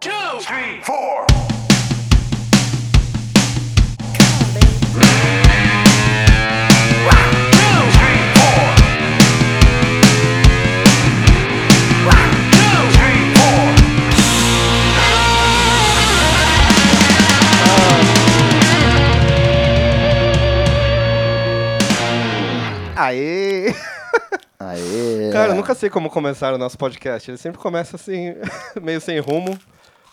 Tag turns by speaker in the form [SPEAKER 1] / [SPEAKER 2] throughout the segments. [SPEAKER 1] One, three, four. One, two, three, four. One, two, three, four.
[SPEAKER 2] Aê!
[SPEAKER 3] Aê.
[SPEAKER 2] Cara, eu nunca sei como começar o nosso podcast. Ele sempre começa assim, meio sem rumo,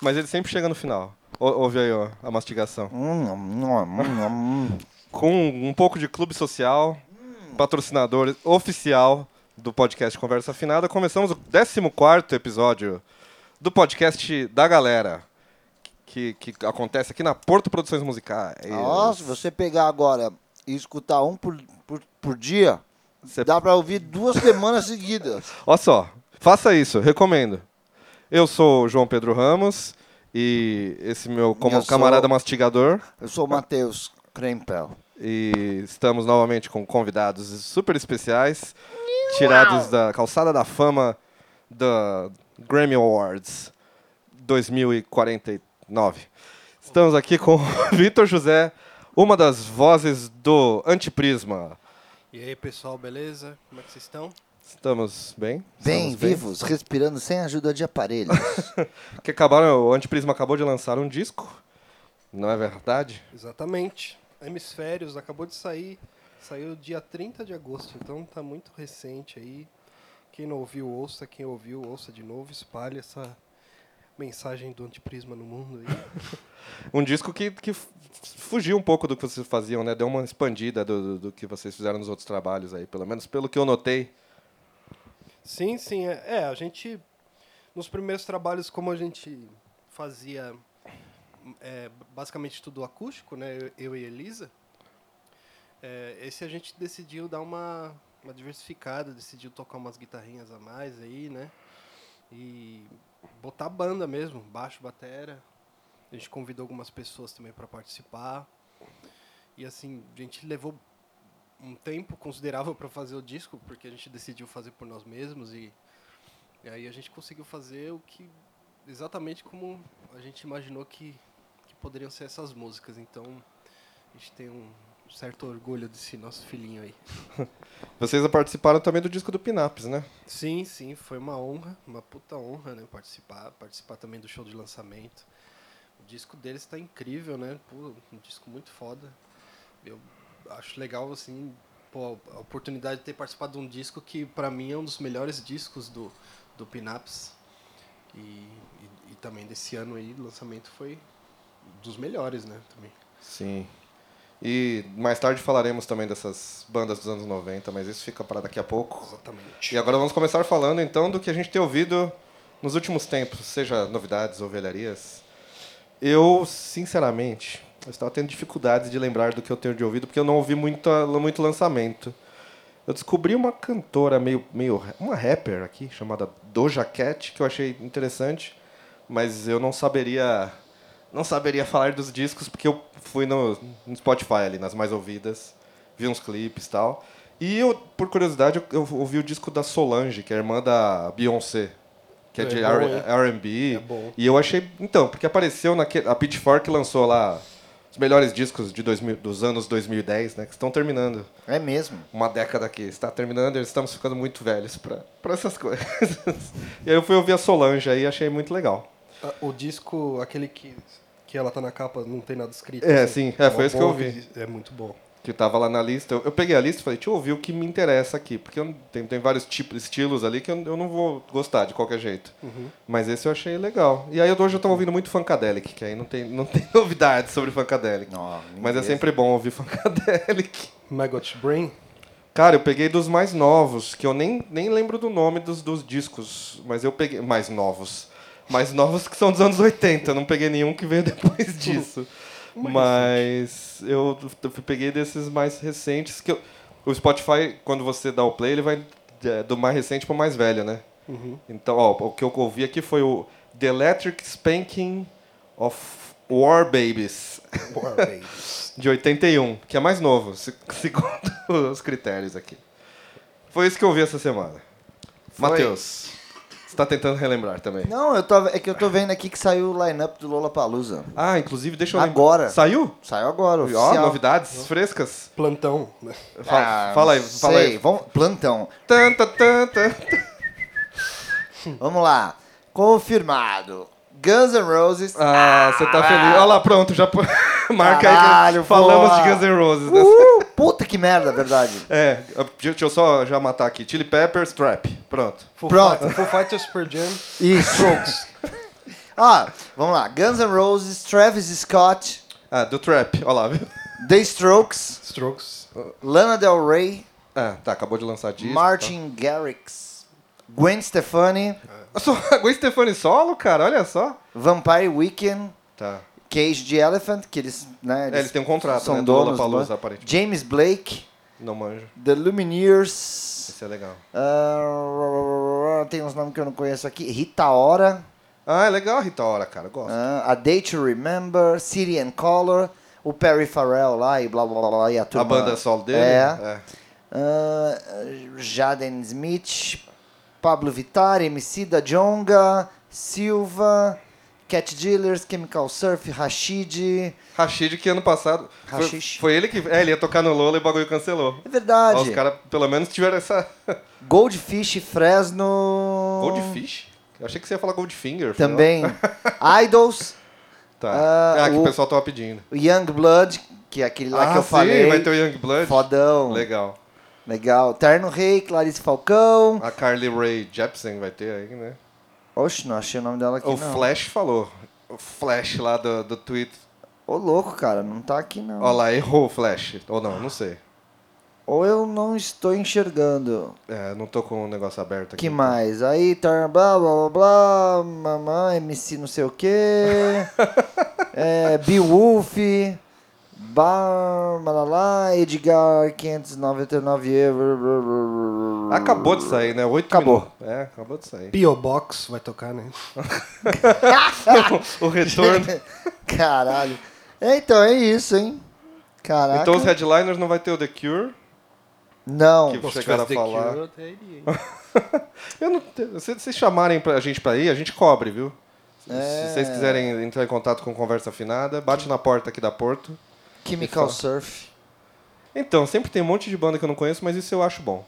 [SPEAKER 2] mas ele sempre chega no final. Ou- ouve aí, ó, a mastigação.
[SPEAKER 3] Hum, hum, hum, hum.
[SPEAKER 2] Com um pouco de clube social, patrocinador oficial do podcast Conversa Afinada, começamos o 14 episódio do podcast da galera, que, que acontece aqui na Porto Produções Musicais.
[SPEAKER 3] Ó, se você pegar agora e escutar um por, por, por dia,
[SPEAKER 2] Cê-
[SPEAKER 3] dá pra ouvir duas semanas seguidas.
[SPEAKER 2] Olha só, faça isso, recomendo. Eu sou o João Pedro Ramos e esse meu como
[SPEAKER 3] Eu sou-
[SPEAKER 2] camarada mastigador
[SPEAKER 3] Eu sou o Matheus Krempel.
[SPEAKER 2] e estamos novamente com convidados super especiais tirados da calçada da fama da Grammy Awards 2049. Estamos aqui com o Vitor José, uma das vozes do Antiprisma.
[SPEAKER 4] E aí, pessoal, beleza? Como é que vocês estão?
[SPEAKER 2] Estamos bem?
[SPEAKER 3] Bem
[SPEAKER 2] Estamos
[SPEAKER 3] vivos, respirando sem ajuda de aparelhos.
[SPEAKER 2] Que acabaram, o Antiprisma acabou de lançar um disco, não é verdade?
[SPEAKER 4] Exatamente. Hemisférios acabou de sair. Saiu dia 30 de agosto, então tá muito recente aí. Quem não ouviu, ouça. Quem ouviu, ouça de novo. Espalhe essa mensagem do antiprisma no mundo aí.
[SPEAKER 2] Um disco que, que f- fugiu um pouco do que vocês faziam, né? Deu uma expandida do, do, do que vocês fizeram nos outros trabalhos aí, pelo menos pelo que eu notei.
[SPEAKER 4] Sim, sim. É, é, a gente. Nos primeiros trabalhos, como a gente fazia é, basicamente tudo acústico, né? eu- Eu e Elisa. é, esse a gente decidiu dar uma, uma diversificada, decidiu tocar umas guitarrinhas a mais aí, né? E botar banda mesmo, baixo, batera. A gente convidou algumas pessoas também para participar. E assim, a gente levou um tempo considerável para fazer o disco, porque a gente decidiu fazer por nós mesmos e, e aí a gente conseguiu fazer o que exatamente como a gente imaginou que, que poderiam ser essas músicas. Então a gente tem um certo orgulho desse nosso filhinho aí.
[SPEAKER 2] Vocês participaram também do disco do Pinaps, né?
[SPEAKER 4] Sim, sim, foi uma honra, uma puta honra, né, participar, participar também do show de lançamento. O disco deles está incrível, né? Pô, um disco muito foda. Eu acho legal assim, pô, a oportunidade de ter participado de um disco que pra mim é um dos melhores discos do do Pinaps. E, e, e também desse ano aí, o lançamento foi dos melhores, né, também.
[SPEAKER 2] Sim. E mais tarde falaremos também dessas bandas dos anos 90, mas isso fica para daqui a pouco.
[SPEAKER 4] Exatamente.
[SPEAKER 2] E agora vamos começar falando então do que a gente tem ouvido nos últimos tempos, seja novidades ou velharias. Eu, sinceramente, eu estava tendo dificuldades de lembrar do que eu tenho de ouvido, porque eu não ouvi muita, muito lançamento. Eu descobri uma cantora meio, meio. uma rapper aqui, chamada Doja Cat, que eu achei interessante, mas eu não saberia. não saberia falar dos discos, porque eu fui no, no Spotify ali, nas mais ouvidas, vi uns clipes e tal. E eu, por curiosidade, eu, eu ouvi o disco da Solange, que é a irmã da Beyoncé, que é,
[SPEAKER 4] É
[SPEAKER 2] de
[SPEAKER 4] bom,
[SPEAKER 2] R-
[SPEAKER 4] hein?
[SPEAKER 2] R&B.
[SPEAKER 4] É bom.
[SPEAKER 2] e eu achei, então, porque apareceu naquele a Pitchfork lançou lá os melhores discos de 2000 dos anos 2010, né, que estão terminando.
[SPEAKER 3] é mesmo.
[SPEAKER 2] Uma década que está terminando, e estamos ficando muito velhos pra pra essas coisas. e aí eu fui ouvir a Solange aí e achei muito legal.
[SPEAKER 4] Ah, O disco, aquele que, que ela tá na capa, não tem nada escrito. assim,
[SPEAKER 2] É, sim, é,
[SPEAKER 4] uma
[SPEAKER 2] foi isso que
[SPEAKER 4] boa
[SPEAKER 2] eu ouvi.
[SPEAKER 4] É muito bom.
[SPEAKER 2] Que tava lá na lista. Eu, eu peguei a lista e falei, deixa eu ouvir o que me interessa aqui. Porque eu não- tem, tem vários tipos, estilos ali que eu, eu não vou gostar de qualquer jeito. Mas esse eu achei legal. E aí eu- hoje eu tava ouvindo muito Funkadelic, que aí não tem, não tem novidades sobre Funkadelic.
[SPEAKER 3] Ó,
[SPEAKER 2] Mas é
[SPEAKER 3] ninguém-
[SPEAKER 2] sempre bom ouvir Funkadelic.
[SPEAKER 4] Maggot Brain?
[SPEAKER 2] Cara, eu peguei dos mais novos, que eu nem, nem lembro do nome dos, dos discos, mas eu peguei. Mais novos. Mais novos que são dos anos 80, eu não peguei nenhum que veio depois disso. mas eu, eu peguei desses mais recentes, que eu- o Spotify, quando você dá o play, ele vai é, do mais recente pro mais velho, né? Então, ó, o que eu ouvi aqui foi o The Electric Spanking of War Babies de 81, que é mais novo, se- segundo os critérios aqui. Foi isso que eu vi essa semana. Matheus, Você tá tentando relembrar também.
[SPEAKER 3] Não, eu tô, é que eu tô vendo aqui que saiu o line-up do Lollapalooza.
[SPEAKER 2] Ah, inclusive, deixa eu lembrar.
[SPEAKER 3] Agora.
[SPEAKER 2] Saiu?
[SPEAKER 3] Saiu agora,
[SPEAKER 2] Ó,
[SPEAKER 3] oficial.
[SPEAKER 2] novidades frescas.
[SPEAKER 4] Plantão. né?
[SPEAKER 2] Fala,
[SPEAKER 3] Ah,
[SPEAKER 2] fala aí,
[SPEAKER 3] não
[SPEAKER 2] fala
[SPEAKER 3] sei.
[SPEAKER 2] aí.
[SPEAKER 3] Vamos, plantão.
[SPEAKER 2] Tanta, tanta.
[SPEAKER 3] Vamos lá. Confirmado. Guns N' Roses.
[SPEAKER 2] Ah, você tá feliz. Olha lá, pronto, já pô- marca aí.
[SPEAKER 3] Caralho,
[SPEAKER 2] que Falamos
[SPEAKER 3] porra.
[SPEAKER 2] de Guns N' Roses. né?
[SPEAKER 3] Uh, puta que merda, verdade.
[SPEAKER 2] É, deixa eu só já matar aqui. Chili Peppers, Trap. Pronto.
[SPEAKER 4] Foo
[SPEAKER 3] Pronto.
[SPEAKER 4] Fi- Foo Fighters per é Jam.
[SPEAKER 3] Isso. ah, vamos lá. Guns N' Roses, Travis Scott,
[SPEAKER 2] Ah, do Trap, olha lá, viu?
[SPEAKER 3] The Strokes,
[SPEAKER 4] Strokes.
[SPEAKER 3] Lana Del Rey,
[SPEAKER 2] Ah, tá, acabou de lançar disco.
[SPEAKER 3] Martin Garrix, Gwen Stefani,
[SPEAKER 2] Tá. Só, Gwen Stefani solo, cara, olha só.
[SPEAKER 3] Vampire Weekend,
[SPEAKER 2] Tá.
[SPEAKER 3] Cage the Elephant, que eles, né,
[SPEAKER 2] É, eles têm um contrato,
[SPEAKER 3] são
[SPEAKER 2] né, do
[SPEAKER 3] donos,
[SPEAKER 2] Lollapalooza,
[SPEAKER 3] do-
[SPEAKER 2] aparentemente.
[SPEAKER 3] James Blake,
[SPEAKER 2] Não manjo.
[SPEAKER 3] The Lumineers,
[SPEAKER 2] Isso é legal.
[SPEAKER 3] ah, tem uns nomes que eu não conheço aqui, Rita Ora,
[SPEAKER 2] Ah, é legal a Rita Ora, cara, eu gosto.
[SPEAKER 3] ah, A Day to Remember, City and Color, o Perry Farrell lá e blá blá blá, blá e a
[SPEAKER 2] a
[SPEAKER 3] turma.
[SPEAKER 2] banda solo dele?
[SPEAKER 3] É.
[SPEAKER 2] é.
[SPEAKER 3] Ah, Jaden Smith, Pablo Vittar, MC da Jonga, Silva, Cat Dealers, Chemical Surf, Rashid.
[SPEAKER 2] Rashid, que ano passado. Foi,
[SPEAKER 3] Rashid.
[SPEAKER 2] foi ele que. É, ele ia tocar no Lola e o bagulho cancelou.
[SPEAKER 3] É
[SPEAKER 2] Ó, Os
[SPEAKER 3] verdade.
[SPEAKER 2] caras, pelo menos, tiveram essa.
[SPEAKER 3] Goldfish, Fresno.
[SPEAKER 2] Goldfish? Eu achei que você ia falar Goldfinger. sei lá.
[SPEAKER 3] Também. Idols,
[SPEAKER 2] Tá.
[SPEAKER 3] Ah,
[SPEAKER 2] ah, que o
[SPEAKER 3] o-
[SPEAKER 2] pessoal tava pedindo.
[SPEAKER 3] Young Blood, que é aquele lá
[SPEAKER 2] ah,
[SPEAKER 3] que eu
[SPEAKER 2] sim,
[SPEAKER 3] falei.
[SPEAKER 2] vai ter o Youngblood.
[SPEAKER 3] Fodão.
[SPEAKER 2] Legal.
[SPEAKER 3] Legal. Terno Rei, Clarice Falcão.
[SPEAKER 2] A Carly Rae Jepsen vai ter aí, né?
[SPEAKER 3] Oxe, não achei o nome dela aqui,
[SPEAKER 2] o
[SPEAKER 3] não.
[SPEAKER 2] Flash falou. O Flash lá do, do tweet.
[SPEAKER 3] Ô, louco, cara, não tá aqui, não.
[SPEAKER 2] Olha lá, errou o Flash. Ou não, não sei.
[SPEAKER 3] Ou eu não estou enxergando.
[SPEAKER 2] É, não tô com o negócio aberto aqui. tá.
[SPEAKER 3] Que mais? Aí, tar, blá, blá, blá, blá, mamãe, MC não sei o quê, é, Beowulf, Bar, malalá, Edgar, 599 euros. blá, blá, blá, blá.
[SPEAKER 2] Acabou de sair, né? Oito
[SPEAKER 3] Acabou.
[SPEAKER 2] minutos. É, acabou de sair.
[SPEAKER 4] P.O. Box vai tocar, né?
[SPEAKER 2] o retorno.
[SPEAKER 3] Caralho. É, então, é isso, hein? Caraca.
[SPEAKER 2] Então os headliners não vai ter o The Cure.
[SPEAKER 3] Não.
[SPEAKER 2] que-
[SPEAKER 4] Pô, se
[SPEAKER 2] Chegaram
[SPEAKER 4] tivesse
[SPEAKER 2] a
[SPEAKER 4] The Cure,
[SPEAKER 2] falar.
[SPEAKER 4] eu até iria, hein?
[SPEAKER 2] Eu não, te- se vocês chamarem pra, a gente pra ir, a gente cobre, viu? Se-
[SPEAKER 3] É.
[SPEAKER 2] Se vocês quiserem entrar em contato com Conversa Afinada, bate na porta aqui da Porto.
[SPEAKER 3] Chemical Surf.
[SPEAKER 2] Então, sempre tem um monte de banda que eu não conheço, mas isso eu acho bom.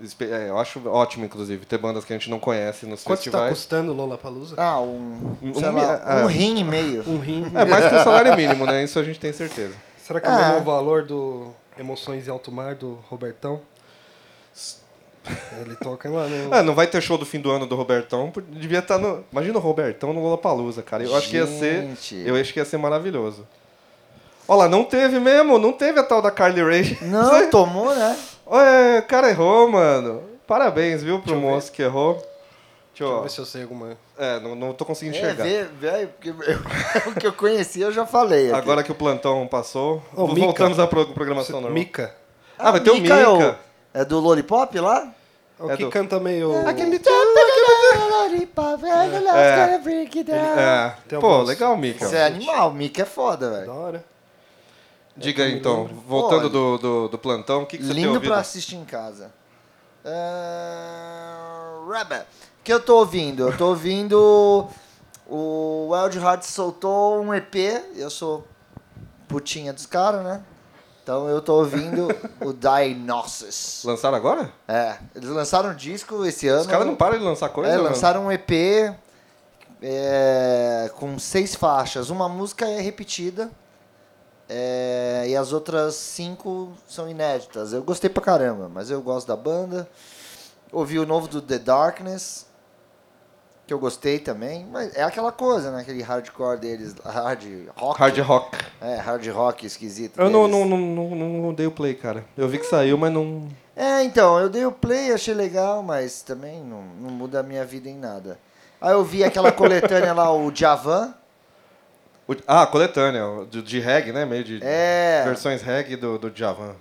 [SPEAKER 2] Espe- é, eu acho ótimo, inclusive, ter bandas que a gente não conhece nos
[SPEAKER 4] Quanto está
[SPEAKER 2] festivais.
[SPEAKER 4] custando o Lollapalooza?
[SPEAKER 3] Ah, um,
[SPEAKER 2] Um
[SPEAKER 3] sei
[SPEAKER 2] mi-
[SPEAKER 3] lá,
[SPEAKER 2] ah.
[SPEAKER 3] um rim e meio.
[SPEAKER 4] Um rim.
[SPEAKER 2] É mais que o salário mínimo, né? Isso a gente tem certeza.
[SPEAKER 4] Será que é o
[SPEAKER 3] Ah.
[SPEAKER 4] mesmo valor do Emoções em Alto Mar, do Robertão? Ele toca lá né? no...
[SPEAKER 2] Ah, não vai ter show do fim do ano do Robertão, por- devia estar no. Imagina o Robertão no Lollapalooza, cara. Eu acho que ia
[SPEAKER 3] Gente.
[SPEAKER 2] ser. Eu acho que ia ser maravilhoso. Olha lá, não teve mesmo, não teve a tal da Carly Rae.
[SPEAKER 3] Não, tomou, né?
[SPEAKER 2] Ué, o cara errou, mano. Parabéns, viu, pro
[SPEAKER 4] eu ver.
[SPEAKER 2] moço que errou. Deixa
[SPEAKER 4] Deixa eu
[SPEAKER 2] eu.
[SPEAKER 4] ver se eu sei alguma...
[SPEAKER 2] É, não, não tô conseguindo
[SPEAKER 3] É,
[SPEAKER 2] enxergar.
[SPEAKER 3] vê, vê, porque eu- o que eu conhecia eu já falei. aqui.
[SPEAKER 2] Agora que o plantão passou,
[SPEAKER 4] Ô,
[SPEAKER 2] vo-
[SPEAKER 4] Mika.
[SPEAKER 2] voltamos à pro- programação normal.
[SPEAKER 4] Mika.
[SPEAKER 2] Ah, vai ter o Mika.
[SPEAKER 3] é É, do Lollipop lá?
[SPEAKER 4] É O
[SPEAKER 2] É
[SPEAKER 4] que
[SPEAKER 2] do-
[SPEAKER 4] canta meio...
[SPEAKER 3] Lollipop, I love
[SPEAKER 2] É.
[SPEAKER 3] to break it down.
[SPEAKER 2] É.
[SPEAKER 4] Tem
[SPEAKER 2] Pô,
[SPEAKER 4] alguns-
[SPEAKER 2] legal, Mika.
[SPEAKER 3] Isso é animal, Mickey é foda,
[SPEAKER 4] Da
[SPEAKER 3] velho.
[SPEAKER 4] hora.
[SPEAKER 2] Diga aí, então, voltando
[SPEAKER 3] Olha.
[SPEAKER 2] do, do, do plantão, o que, que você tem
[SPEAKER 3] Lindo
[SPEAKER 2] ouvido?
[SPEAKER 3] pra assistir em casa. Ah, Rabbit. O que eu tô ouvindo? Eu tô ouvindo. O Wild Heart soltou um EP. Eu sou putinha dos caras, né? Então eu tô ouvindo o Diagnosis.
[SPEAKER 2] Lançaram agora?
[SPEAKER 3] É, eles lançaram um disco esse ano.
[SPEAKER 2] Os caras não param de lançar coisa,
[SPEAKER 3] É,
[SPEAKER 2] mano.
[SPEAKER 3] lançaram um EP é, com seis faixas. Uma música é repetida é, e as outras cinco são inéditas. Eu gostei pra caramba, mas eu gosto da banda. Ouvi o novo do The Darkness, que eu gostei também. Mas é aquela coisa, né? Aquele hardcore deles, hard rock.
[SPEAKER 2] Hard rock.
[SPEAKER 3] É, hard rock esquisito.
[SPEAKER 2] Eu não,
[SPEAKER 3] deles.
[SPEAKER 2] não, não, não, não dei o play, cara. Eu vi que saiu, mas não.
[SPEAKER 3] É, então, eu dei o play, achei legal, mas também não, não muda a minha vida em nada. Aí eu vi aquela coletânea lá, o Javan.
[SPEAKER 2] O- Ah, a coletânea, o- de, de reggae, né? Meio de
[SPEAKER 3] É.
[SPEAKER 2] versões reggae do, do Javan.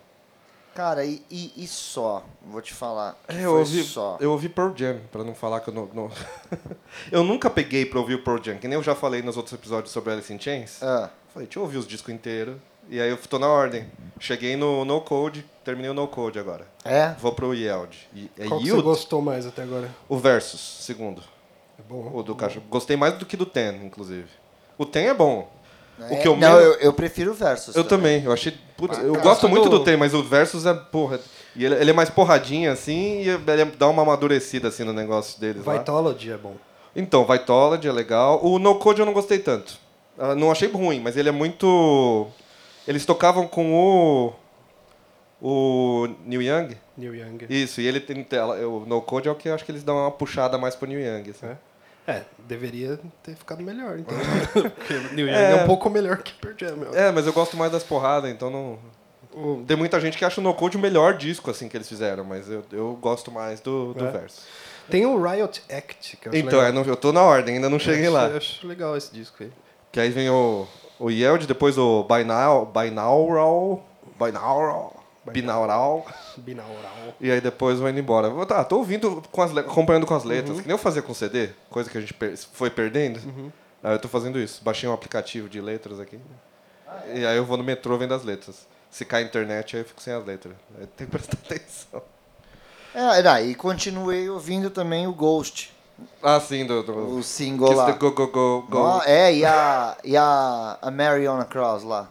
[SPEAKER 3] Cara, e, e, e só? Vou te falar. que
[SPEAKER 2] É,
[SPEAKER 3] foi
[SPEAKER 2] Eu ouvi,
[SPEAKER 3] só.
[SPEAKER 2] eu ouvi Pearl Jam, pra não falar que eu não... não- eu nunca peguei pra ouvir o Pearl Jam, que nem eu já falei nos outros episódios sobre Alice in Chains.
[SPEAKER 3] Ah,
[SPEAKER 2] Falei, deixa eu ouvir os discos inteiros. E aí eu tô na ordem. Cheguei no no code, terminei o no code agora.
[SPEAKER 3] É?
[SPEAKER 2] Vou pro Yield. E- É
[SPEAKER 4] Qual que você
[SPEAKER 2] Yield?
[SPEAKER 4] gostou mais até agora?
[SPEAKER 2] O Versus, segundo.
[SPEAKER 4] É bom.
[SPEAKER 2] O do caixa. Gostei mais do que do Ten, inclusive. O Ten é bom. O que eu
[SPEAKER 3] não,
[SPEAKER 2] menos-
[SPEAKER 3] eu, eu prefiro o Versus.
[SPEAKER 2] Eu também, eu achei. Putz, eu
[SPEAKER 4] Ah, cara,
[SPEAKER 2] gosto
[SPEAKER 4] só
[SPEAKER 2] muito
[SPEAKER 4] do-
[SPEAKER 2] do Tem, mas o Versus é porra. E ele, ele é mais porradinha, assim, e ele dá uma amadurecida assim no negócio deles. lá.
[SPEAKER 4] Vitology é bom.
[SPEAKER 2] Então, Vitology é legal. O No Code eu não gostei tanto. Ah, não achei ruim, mas ele é muito. Eles tocavam com o. O New Young?
[SPEAKER 4] Neil Young.
[SPEAKER 2] Isso, e ele tem tela. O No Code é o que eu acho que eles dão uma puxada mais pro New Young. assim.
[SPEAKER 4] É. É, deveria ter ficado melhor, então. Porque Neil Young é...
[SPEAKER 2] É.
[SPEAKER 4] um pouco melhor que Pearl Jam, meu.
[SPEAKER 2] É, mas eu gosto mais das porradas, então não.
[SPEAKER 4] O-
[SPEAKER 2] Tem muita gente que acha o No Code o melhor disco assim que eles fizeram, mas eu, eu gosto mais do, do
[SPEAKER 4] É.
[SPEAKER 2] verso.
[SPEAKER 4] Tem o Riot Act, que eu acho
[SPEAKER 2] Então,
[SPEAKER 4] legal. É,
[SPEAKER 2] eu, não- eu tô na ordem, ainda não cheguei
[SPEAKER 4] Eu
[SPEAKER 2] lá.
[SPEAKER 4] acho- Eu acho legal esse disco aí.
[SPEAKER 2] Que aí vem o, o Yeld, depois o Binau- Binaural. Binaural. Binaural.
[SPEAKER 4] Binaural.
[SPEAKER 2] E aí depois vai indo embora. Eu, Tá, tô ouvindo, com as, le- acompanhando com as letras,
[SPEAKER 4] Uhum.
[SPEAKER 2] que nem eu fazia com CD, coisa que a gente per- foi perdendo. Aí eu tô fazendo isso. Baixei um aplicativo de letras aqui. E aí eu vou no metrô vendo as letras. Se cai a internet, aí eu fico sem as letras. Aí tem que prestar atenção.
[SPEAKER 3] É, não, e continuei ouvindo também o Ghost,
[SPEAKER 2] Ah, sim, do. do
[SPEAKER 3] o single
[SPEAKER 2] Kiss
[SPEAKER 3] lá.
[SPEAKER 2] the Go Go Go Go.
[SPEAKER 3] Ó, é, e a, e a, a Mary on a Cross lá.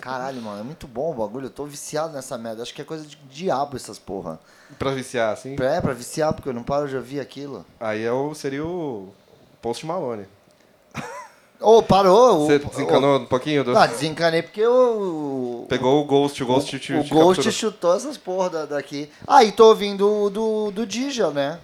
[SPEAKER 3] Caralho, mano, é muito bom o bagulho. Eu tô viciado nessa merda. Acho que é coisa de diabo essas porra.
[SPEAKER 2] Pra viciar, assim.
[SPEAKER 3] É, pra viciar, porque eu não paro de ouvir aquilo.
[SPEAKER 2] Aí é o, seria o Post Malone.
[SPEAKER 3] Ô, parou! o-
[SPEAKER 2] Você desencanou um pouquinho
[SPEAKER 3] ô,
[SPEAKER 2] do.
[SPEAKER 3] ah, desencanei porque eu.
[SPEAKER 2] Pegou o Ghost, o Ghost te, te
[SPEAKER 3] o
[SPEAKER 2] te
[SPEAKER 3] Ghost
[SPEAKER 2] capturou.
[SPEAKER 3] chutou essas porra da- daqui. Ah, e tô ouvindo o do, do Digel, né?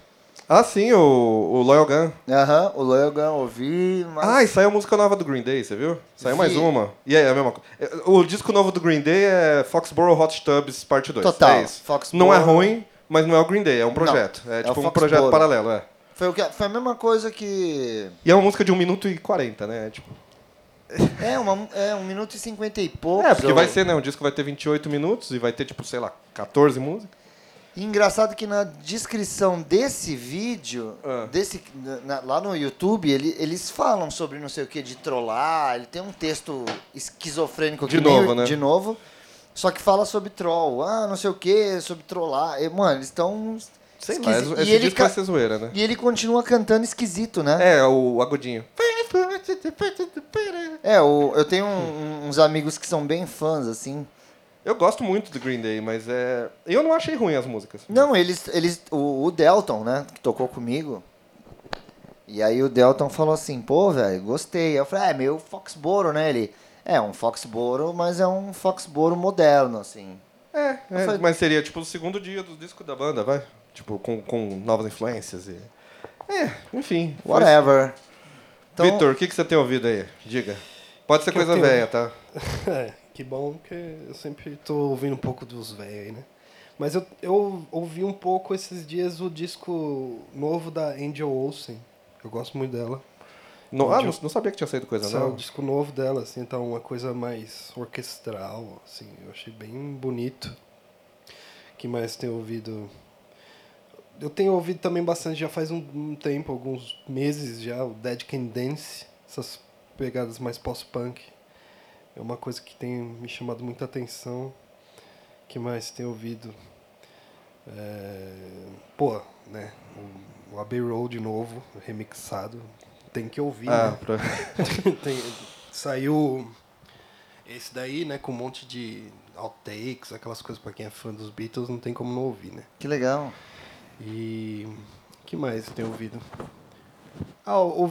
[SPEAKER 2] Ah, sim, o, o Loyal Gun.
[SPEAKER 3] Aham, o Logan ouvi, mas.
[SPEAKER 2] Ah, e saiu a música nova do Green Day, você viu? Saiu mais
[SPEAKER 3] Vi.
[SPEAKER 2] uma. E aí, é a mesma coisa. O disco novo do Green Day é Foxborough Hot Tubs Parte 2.
[SPEAKER 3] Total,
[SPEAKER 2] É isso.
[SPEAKER 3] Foxborough-
[SPEAKER 2] Não é ruim, mas não é o Green Day, é um projeto.
[SPEAKER 3] Não, é
[SPEAKER 2] é
[SPEAKER 3] o
[SPEAKER 2] tipo um
[SPEAKER 3] Foxborough.
[SPEAKER 2] projeto paralelo, é.
[SPEAKER 3] Foi, o que, foi a mesma coisa que.
[SPEAKER 2] E é uma música de 1 minuto e 40, né? É, tipo...
[SPEAKER 3] É, uma, é um minuto e cinquenta e poucos.
[SPEAKER 2] é porque
[SPEAKER 3] eu-
[SPEAKER 2] vai ser, né? O disco vai ter 28 minutos e vai ter, tipo, sei lá, 14 músicas.
[SPEAKER 3] E engraçado que na descrição desse vídeo,
[SPEAKER 2] Ah.
[SPEAKER 3] desse, na- na- lá no YouTube, ele- eles falam sobre não sei o que, de trollar. Ele tem um texto esquizofrênico aqui.
[SPEAKER 2] De novo, né?
[SPEAKER 3] De novo. Só que fala sobre troll. Ah, não sei o que, sobre trollar. E, mano, eles estão.
[SPEAKER 2] Sei lá, esse esse disco vai ser zoeira, né?
[SPEAKER 3] E ele continua cantando esquisito, né?
[SPEAKER 2] É, o agudinho.
[SPEAKER 3] É, o- eu tenho um- uns amigos que são bem fãs, assim.
[SPEAKER 2] Eu gosto muito do Green Day, mas é... Eu não achei ruim as músicas.
[SPEAKER 3] Não, eles. eles o, o Delton, né? Que tocou comigo. E aí o Delton falou assim, pô, velho, gostei. Eu falei, é meio Foxboro, né? Ele. É um Foxboro, mas é um Foxboro moderno, assim.
[SPEAKER 2] É, é,
[SPEAKER 3] Foi-
[SPEAKER 2] mas seria tipo o segundo dia do disco da banda, vai? Tipo, com, com novas influências e. É, enfim. foi isso.
[SPEAKER 3] Whatever. Então,
[SPEAKER 2] Vitor, o que, que você tem ouvido aí? Diga. Pode ser
[SPEAKER 4] Que eu
[SPEAKER 2] coisa
[SPEAKER 4] tenho?
[SPEAKER 2] velha, tá?
[SPEAKER 4] É, que bom que eu sempre tô ouvindo um pouco dos velhos aí, né? Mas eu, eu ouvi um pouco esses dias o disco novo da Angel Olsen. Eu gosto muito dela.
[SPEAKER 2] Não, ah, não, não sabia que tinha saído coisa
[SPEAKER 4] Esse é o
[SPEAKER 2] nova.
[SPEAKER 4] disco novo dela, assim, então uma coisa mais orquestral, assim, eu achei bem bonito. que mais tenho ouvido? Eu tenho ouvido também bastante, já faz um, um tempo, alguns meses já, o Dead Can Dance, essas pegadas mais pós-punk. É uma coisa que tem me chamado muita atenção. que mais tenho ouvido? É, Pô, né? O, o Abbey Road novo, remixado. Tem que ouvir, né?
[SPEAKER 2] Ah, pra...
[SPEAKER 4] Tem- saiu esse daí, né, com um monte de outtakes, aquelas coisas pra quem é fã dos Beatles, não tem como não ouvir, né?
[SPEAKER 3] que legal.
[SPEAKER 4] E que mais eu tenho ouvido? Ah, ou,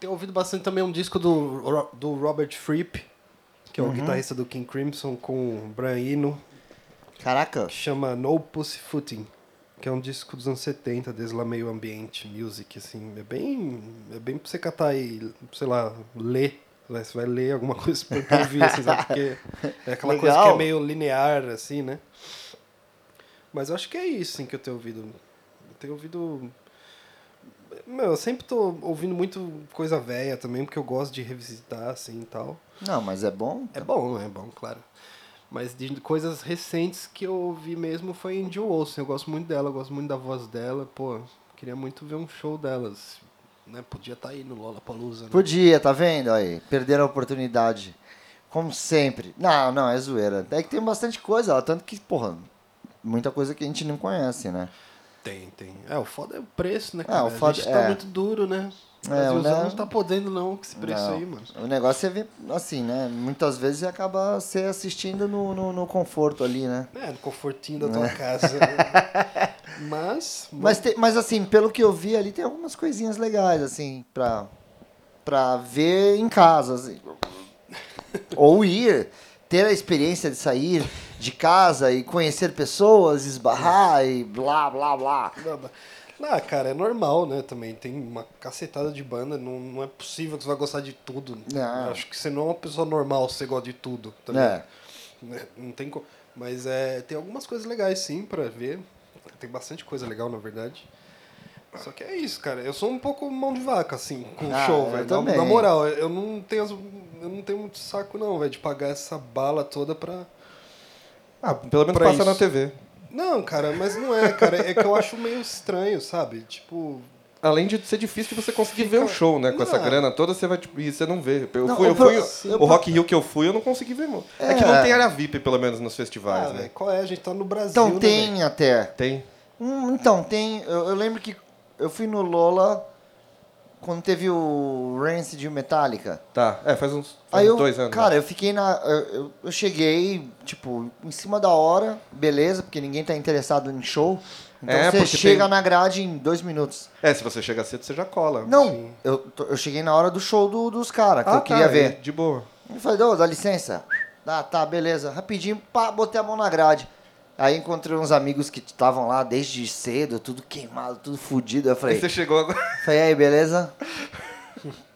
[SPEAKER 4] tenho ouvido bastante também um disco do, Ro- do Robert Fripp, que é o guitarrista do King Crimson com o Brian Eno,
[SPEAKER 3] Caraca.
[SPEAKER 4] que chama No Pussyfooting, que é um disco dos anos 70, desde lá meio ambiente, music, assim. É bem, é bem pra você catar e, sei lá, ler. né? Você vai ler alguma coisa pra pra ouvir, assim, sabe? Porque é aquela coisa que é
[SPEAKER 3] Legal.
[SPEAKER 4] meio linear, assim, né? Mas eu acho que é isso, sim, que eu tenho ouvido. Eu tenho ouvido... Meu, eu sempre tô ouvindo muito coisa velha também, porque eu gosto de revisitar, assim, e tal.
[SPEAKER 3] Não, mas é bom.
[SPEAKER 4] É bom, é bom, claro. Mas de coisas recentes que eu ouvi mesmo foi Angel Olsen. Eu gosto muito dela, eu gosto muito da voz dela. Pô, queria muito ver um show delas. Né? Podia estar aí no Lollapalooza. Né?
[SPEAKER 3] Podia, tá vendo? Aí, perderam a oportunidade. Como sempre. Não, não, é zoeira. É que tem bastante coisa, ó, tanto que, porra, muita coisa que a gente não conhece, né?
[SPEAKER 4] Tem, tem. É, o foda é o preço, né, cara?
[SPEAKER 3] o foda-
[SPEAKER 4] a gente tá
[SPEAKER 3] é.
[SPEAKER 4] muito duro, né?
[SPEAKER 3] É,
[SPEAKER 4] O Brasilzão
[SPEAKER 3] né?
[SPEAKER 4] não tá podendo não com esse preço
[SPEAKER 3] Não.
[SPEAKER 4] aí, mano.
[SPEAKER 3] O negócio é ver, assim, né? Muitas vezes acaba se assistindo no, no, no conforto ali, né?
[SPEAKER 4] É, no confortinho da tua casa. né? Mas,
[SPEAKER 3] Mas, tem- mas assim, pelo que eu vi ali, tem algumas coisinhas legais, assim, pra, pra ver em casa. assim. Ou ir, ter a experiência de sair de casa e conhecer pessoas, esbarrar e blá, blá, blá.
[SPEAKER 4] Não, mas- não, cara, é normal, né? Também tem uma cacetada de banda, não, não é possível que você vai gostar de tudo.
[SPEAKER 3] Não.
[SPEAKER 4] Acho que você não é uma pessoa normal se você gosta de tudo. Tá
[SPEAKER 3] É.
[SPEAKER 4] ligado? Não tem co... Mas é, tem algumas coisas legais, sim, pra ver. Tem bastante coisa legal, na verdade. Só que é isso, cara. Eu sou um pouco mão de vaca, assim, com
[SPEAKER 3] Ah,
[SPEAKER 4] show,
[SPEAKER 3] eu
[SPEAKER 4] velho. Na,
[SPEAKER 3] também.
[SPEAKER 4] na moral, eu não tenho, as- eu não tenho muito saco, não, velho, de pagar essa bala toda pra.
[SPEAKER 2] Ah, pelo menos
[SPEAKER 4] Pra
[SPEAKER 2] passa
[SPEAKER 4] isso.
[SPEAKER 2] na TV.
[SPEAKER 4] Não, cara, mas não é, cara. É que eu acho meio estranho, sabe? Tipo,
[SPEAKER 2] Além de ser difícil de você conseguir ver o show, né? Com essa
[SPEAKER 4] Não.
[SPEAKER 2] grana toda, você vai tipo, e você não vê. Eu
[SPEAKER 3] Não,
[SPEAKER 2] fui,
[SPEAKER 3] o
[SPEAKER 2] eu
[SPEAKER 3] pro-
[SPEAKER 2] fui,
[SPEAKER 3] eu-
[SPEAKER 2] o Rock in Rio que eu fui, eu não consegui ver. mano. É, que
[SPEAKER 3] É.
[SPEAKER 2] não tem área VIP, pelo menos, nos festivais,
[SPEAKER 4] Ah,
[SPEAKER 2] né?
[SPEAKER 4] velho, qual é? A gente tá no Brasil,
[SPEAKER 3] Então
[SPEAKER 4] né,
[SPEAKER 3] tem
[SPEAKER 4] velho?
[SPEAKER 3] até.
[SPEAKER 2] Tem.
[SPEAKER 3] Hum, então, tem. Eu, eu lembro que eu fui no Lola quando teve o Rancid e o Metallica.
[SPEAKER 2] Tá. É, faz uns, faz
[SPEAKER 3] Aí
[SPEAKER 2] uns
[SPEAKER 3] eu,
[SPEAKER 2] dois anos. né?
[SPEAKER 3] cara, eu fiquei na. Eu, eu- eu cheguei, tipo, em cima da hora, beleza, porque ninguém tá interessado em show. Então
[SPEAKER 2] É,
[SPEAKER 3] você
[SPEAKER 2] porque
[SPEAKER 3] chega
[SPEAKER 2] tem-
[SPEAKER 3] na grade em dois minutos.
[SPEAKER 2] É, se você chega cedo, você já cola.
[SPEAKER 3] Não, Ah, eu, tô- eu cheguei na hora do show do- dos caras, que eu queria
[SPEAKER 2] tá,
[SPEAKER 3] ver.
[SPEAKER 2] é, De boa.
[SPEAKER 3] Eu falei, ô, dá licença. Ah, tá, beleza. Rapidinho, pá, botei a mão na grade. Aí encontrei uns amigos que estavam lá desde cedo, tudo queimado, tudo fudido. Eu falei,
[SPEAKER 2] Aí você chegou agora.
[SPEAKER 3] Falei, aí, beleza?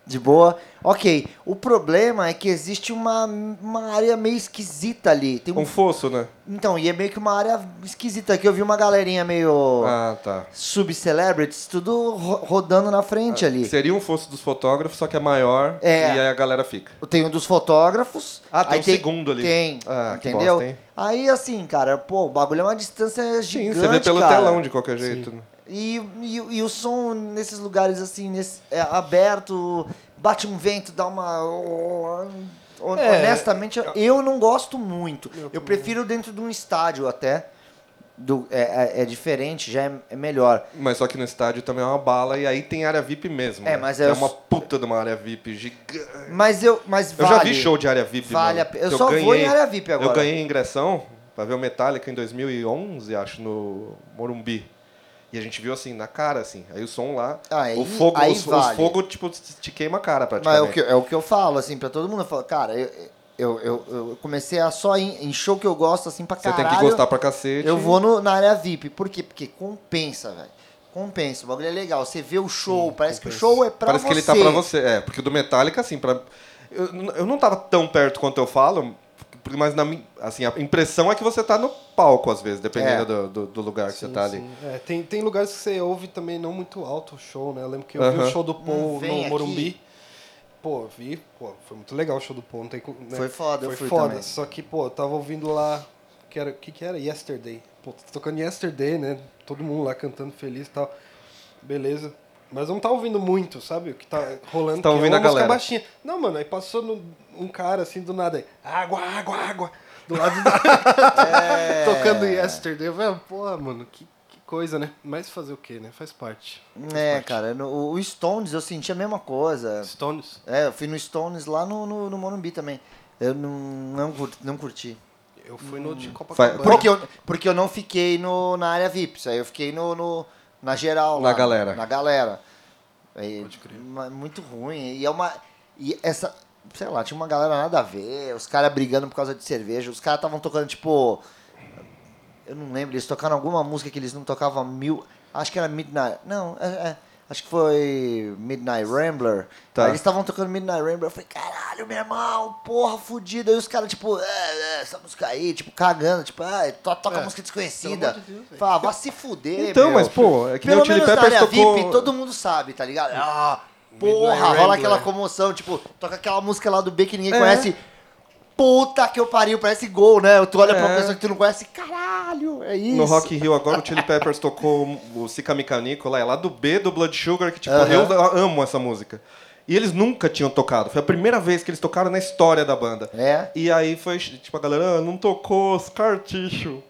[SPEAKER 3] De boa. Ok. O problema é que existe uma, uma área meio esquisita ali. Tem um-
[SPEAKER 2] Um fosso, né?
[SPEAKER 3] Então, e é meio que uma área esquisita aqui. Eu vi uma galerinha meio
[SPEAKER 2] Ah, tá.
[SPEAKER 3] sub-celebrities, tudo ro- rodando na frente ali.
[SPEAKER 2] Seria um fosso dos fotógrafos, só que é maior
[SPEAKER 3] É.
[SPEAKER 2] e aí a galera fica.
[SPEAKER 3] Tem um dos fotógrafos.
[SPEAKER 2] Ah, tem
[SPEAKER 3] aí
[SPEAKER 2] um segundo ali.
[SPEAKER 3] Tem,
[SPEAKER 2] Ah, que
[SPEAKER 3] entendeu?
[SPEAKER 2] bosta, hein?
[SPEAKER 3] aí, assim, cara, pô, o bagulho é uma distância
[SPEAKER 2] Sim,
[SPEAKER 3] gigante,
[SPEAKER 2] você vê pelo
[SPEAKER 3] cara.
[SPEAKER 2] telão de qualquer jeito. né?
[SPEAKER 3] E, e, e o som nesses lugares assim, nesse, é, aberto, bate um vento, dá uma. Hon-
[SPEAKER 4] É.
[SPEAKER 3] honestamente, eu, eu não gosto muito. Eu, prefiro dentro de um estádio até. Do, é, é- é diferente, já é, é melhor.
[SPEAKER 2] Mas só que no estádio também é uma bala e aí tem área VIP mesmo.
[SPEAKER 3] É,
[SPEAKER 2] né?
[SPEAKER 3] mas
[SPEAKER 2] é
[SPEAKER 3] eu-
[SPEAKER 2] uma puta de uma área VIP gigante.
[SPEAKER 3] Mas eu. Mas
[SPEAKER 2] Eu
[SPEAKER 3] vale.
[SPEAKER 2] já vi show de área VIP,
[SPEAKER 3] Vale
[SPEAKER 2] mano.
[SPEAKER 3] a pe- eu só vou em área VIP agora.
[SPEAKER 2] Eu ganhei ingressão pra ver o Metallica em 2011, acho, no Morumbi. E a gente viu assim, na cara, assim. Aí o som lá,
[SPEAKER 3] Aí-
[SPEAKER 2] o fogo,
[SPEAKER 3] aí
[SPEAKER 2] os,
[SPEAKER 3] vale.
[SPEAKER 2] os fogo, tipo, te te queima a cara
[SPEAKER 3] Mas é
[SPEAKER 2] praticamente.
[SPEAKER 3] o, que, é o que eu falo, assim, pra todo mundo. Eu falo, cara, eu, eu, eu, eu comecei a só em, em show que eu gosto, assim, pra
[SPEAKER 2] Você
[SPEAKER 3] caralho.
[SPEAKER 2] tem que gostar pra cacete.
[SPEAKER 3] Eu vou no- na área VIP. Por quê? Porque compensa, velho. Compensa. O bagulho é legal. Você vê o show. parece que o show é pra
[SPEAKER 2] Parece
[SPEAKER 3] você.
[SPEAKER 2] que ele tá pra você. É, porque do Metallica, assim, pra... eu, eu não tava tão perto quanto eu falo, porque- mas na minha, assim, a impressão é que você tá no palco, às vezes, dependendo
[SPEAKER 3] É.
[SPEAKER 2] do, do- do lugar que você
[SPEAKER 4] Sim,
[SPEAKER 2] tá ali.
[SPEAKER 4] sim. É, tem, tem lugares que você ouve também não muito alto o show, né? Eu lembro que eu vi o
[SPEAKER 2] Aham.
[SPEAKER 4] show do
[SPEAKER 3] Hum,
[SPEAKER 4] Paul
[SPEAKER 3] vem
[SPEAKER 4] no
[SPEAKER 3] aqui.
[SPEAKER 4] Morumbi. Pô, vi, pô, foi muito legal o show do Paul. Não tem, co- né?
[SPEAKER 3] Foi foda, eu
[SPEAKER 4] Foi
[SPEAKER 3] fui
[SPEAKER 4] foda.
[SPEAKER 3] também.
[SPEAKER 4] Só que, pô, eu tava ouvindo lá. O que, era, que, que era? Yesterday. Pô, tá tocando Yesterday, né? Todo mundo lá cantando feliz e tal. Beleza. Mas não tá ouvindo muito, sabe? O que tá rolando.
[SPEAKER 2] Tá
[SPEAKER 4] que é
[SPEAKER 2] ouvindo
[SPEAKER 4] uma
[SPEAKER 2] a
[SPEAKER 4] música
[SPEAKER 2] galera.
[SPEAKER 4] baixinha. Não, mano, aí passou no- um cara assim do nada aí. Água, água, água. Do lado da.
[SPEAKER 3] É.
[SPEAKER 2] É.
[SPEAKER 4] Tocando yesterday. Eu falei, ah, porra, mano, que, que coisa, né? Mas fazer o quê, né? Faz parte.
[SPEAKER 3] É, cara. No, o Stones, eu senti a mesma coisa.
[SPEAKER 4] Stones.
[SPEAKER 3] É, eu fui no Stones lá no, no, no Morumbi também. Eu não, não, curti, não curti.
[SPEAKER 4] Eu fui no de
[SPEAKER 2] Vai-
[SPEAKER 4] Copacabana.
[SPEAKER 3] Porque eu, porque eu não fiquei no, na área VIP. Isso aí eu fiquei no, no- na geral.
[SPEAKER 2] Na
[SPEAKER 3] lá,
[SPEAKER 2] galera.
[SPEAKER 3] Na galera. Aí,
[SPEAKER 4] Pode crer.
[SPEAKER 3] ma- Muito ruim. E é uma... E essa... Sei lá, tinha uma galera nada a ver. Os caras brigando por causa de cerveja. Os caras estavam tocando, tipo... Eu não lembro. Eles tocaram alguma música que eles não tocavam mil... Acho que era Midnight... Não, é... é, Acho que foi Midnight Rambler.
[SPEAKER 2] Tá.
[SPEAKER 3] Aí eles estavam tocando Midnight Rambler. Eu falei, caralho, meu irmão, porra, fudido. Aí os caras, tipo, é, é, essa música aí, tipo, cagando. Tipo, ah, to- toca
[SPEAKER 4] É.
[SPEAKER 3] música desconhecida.
[SPEAKER 4] Pelo amor de Deus, velho.
[SPEAKER 3] Fala, vai se fuder,
[SPEAKER 2] Então,
[SPEAKER 3] meu.
[SPEAKER 2] mas, pô, é que nem
[SPEAKER 3] Pelo
[SPEAKER 2] o Chili
[SPEAKER 3] menos na
[SPEAKER 2] Peppers
[SPEAKER 3] área
[SPEAKER 2] tocou-
[SPEAKER 3] VIP, todo mundo sabe, tá ligado? Ah,
[SPEAKER 4] Midnight
[SPEAKER 3] porra, rola
[SPEAKER 4] Rambler.
[SPEAKER 3] aquela comoção. Tipo, toca aquela música lá do B que ninguém
[SPEAKER 2] É.
[SPEAKER 3] conhece. Puta que eu pariu, parece gol, né? Tu olha pra uma
[SPEAKER 2] É.
[SPEAKER 3] pessoa que tu não conhece, caralho, é isso.
[SPEAKER 2] No Rock in Rio agora o Chili Peppers tocou o Sica Micanico lá, é lá do B do Blood Sugar, que tipo,
[SPEAKER 3] Aham.
[SPEAKER 2] eu amo essa música. E eles nunca tinham tocado. Foi a primeira vez que eles tocaram na história da banda.
[SPEAKER 3] É?
[SPEAKER 2] E aí foi, tipo, a galera, ah, não tocou os cartuchos.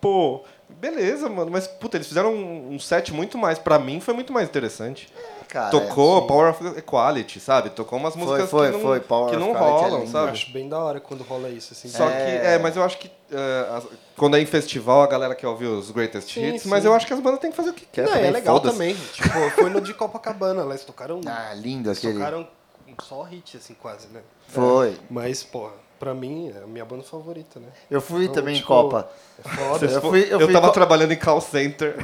[SPEAKER 2] Pô, beleza, mano. Mas, puta, eles fizeram um, um set muito mais. Pra mim, foi muito mais interessante.
[SPEAKER 3] Cara,
[SPEAKER 2] Tocou
[SPEAKER 3] Ah, é, sim.
[SPEAKER 2] Power of Equality, sabe? Tocou umas
[SPEAKER 3] Foi,
[SPEAKER 2] músicas
[SPEAKER 3] foi,
[SPEAKER 2] que não,
[SPEAKER 3] foi. Power
[SPEAKER 2] que
[SPEAKER 3] of
[SPEAKER 2] não
[SPEAKER 3] Equality é
[SPEAKER 2] rolam,
[SPEAKER 3] lindo.
[SPEAKER 4] Eu
[SPEAKER 2] sabe?
[SPEAKER 4] acho bem da hora quando rola isso, assim.
[SPEAKER 2] Só
[SPEAKER 4] É,
[SPEAKER 2] que, é, mas eu acho que é, as- quando é em festival, a galera quer ouvir os greatest
[SPEAKER 4] Sim,
[SPEAKER 2] hits,
[SPEAKER 4] sim.
[SPEAKER 2] mas eu acho que as bandas têm que fazer o que quer.
[SPEAKER 4] não,
[SPEAKER 2] também,
[SPEAKER 4] é legal
[SPEAKER 2] foda-se.
[SPEAKER 4] também. Tipo, foi no de Copacabana, lá eles tocaram.
[SPEAKER 3] Ah, lindo
[SPEAKER 4] eles
[SPEAKER 3] aquele.
[SPEAKER 4] tocaram só hit, assim, quase, né?
[SPEAKER 3] Foi.
[SPEAKER 4] Mas, porra, pra mim é a minha banda favorita, né?
[SPEAKER 3] Eu fui
[SPEAKER 4] Então,
[SPEAKER 3] também
[SPEAKER 4] tipo,
[SPEAKER 3] em Copa.
[SPEAKER 4] É foda.
[SPEAKER 2] Vocês
[SPEAKER 3] Eu
[SPEAKER 2] fo-
[SPEAKER 3] fui- eu
[SPEAKER 2] eu
[SPEAKER 3] fui
[SPEAKER 2] tava
[SPEAKER 3] co-
[SPEAKER 2] trabalhando em call center.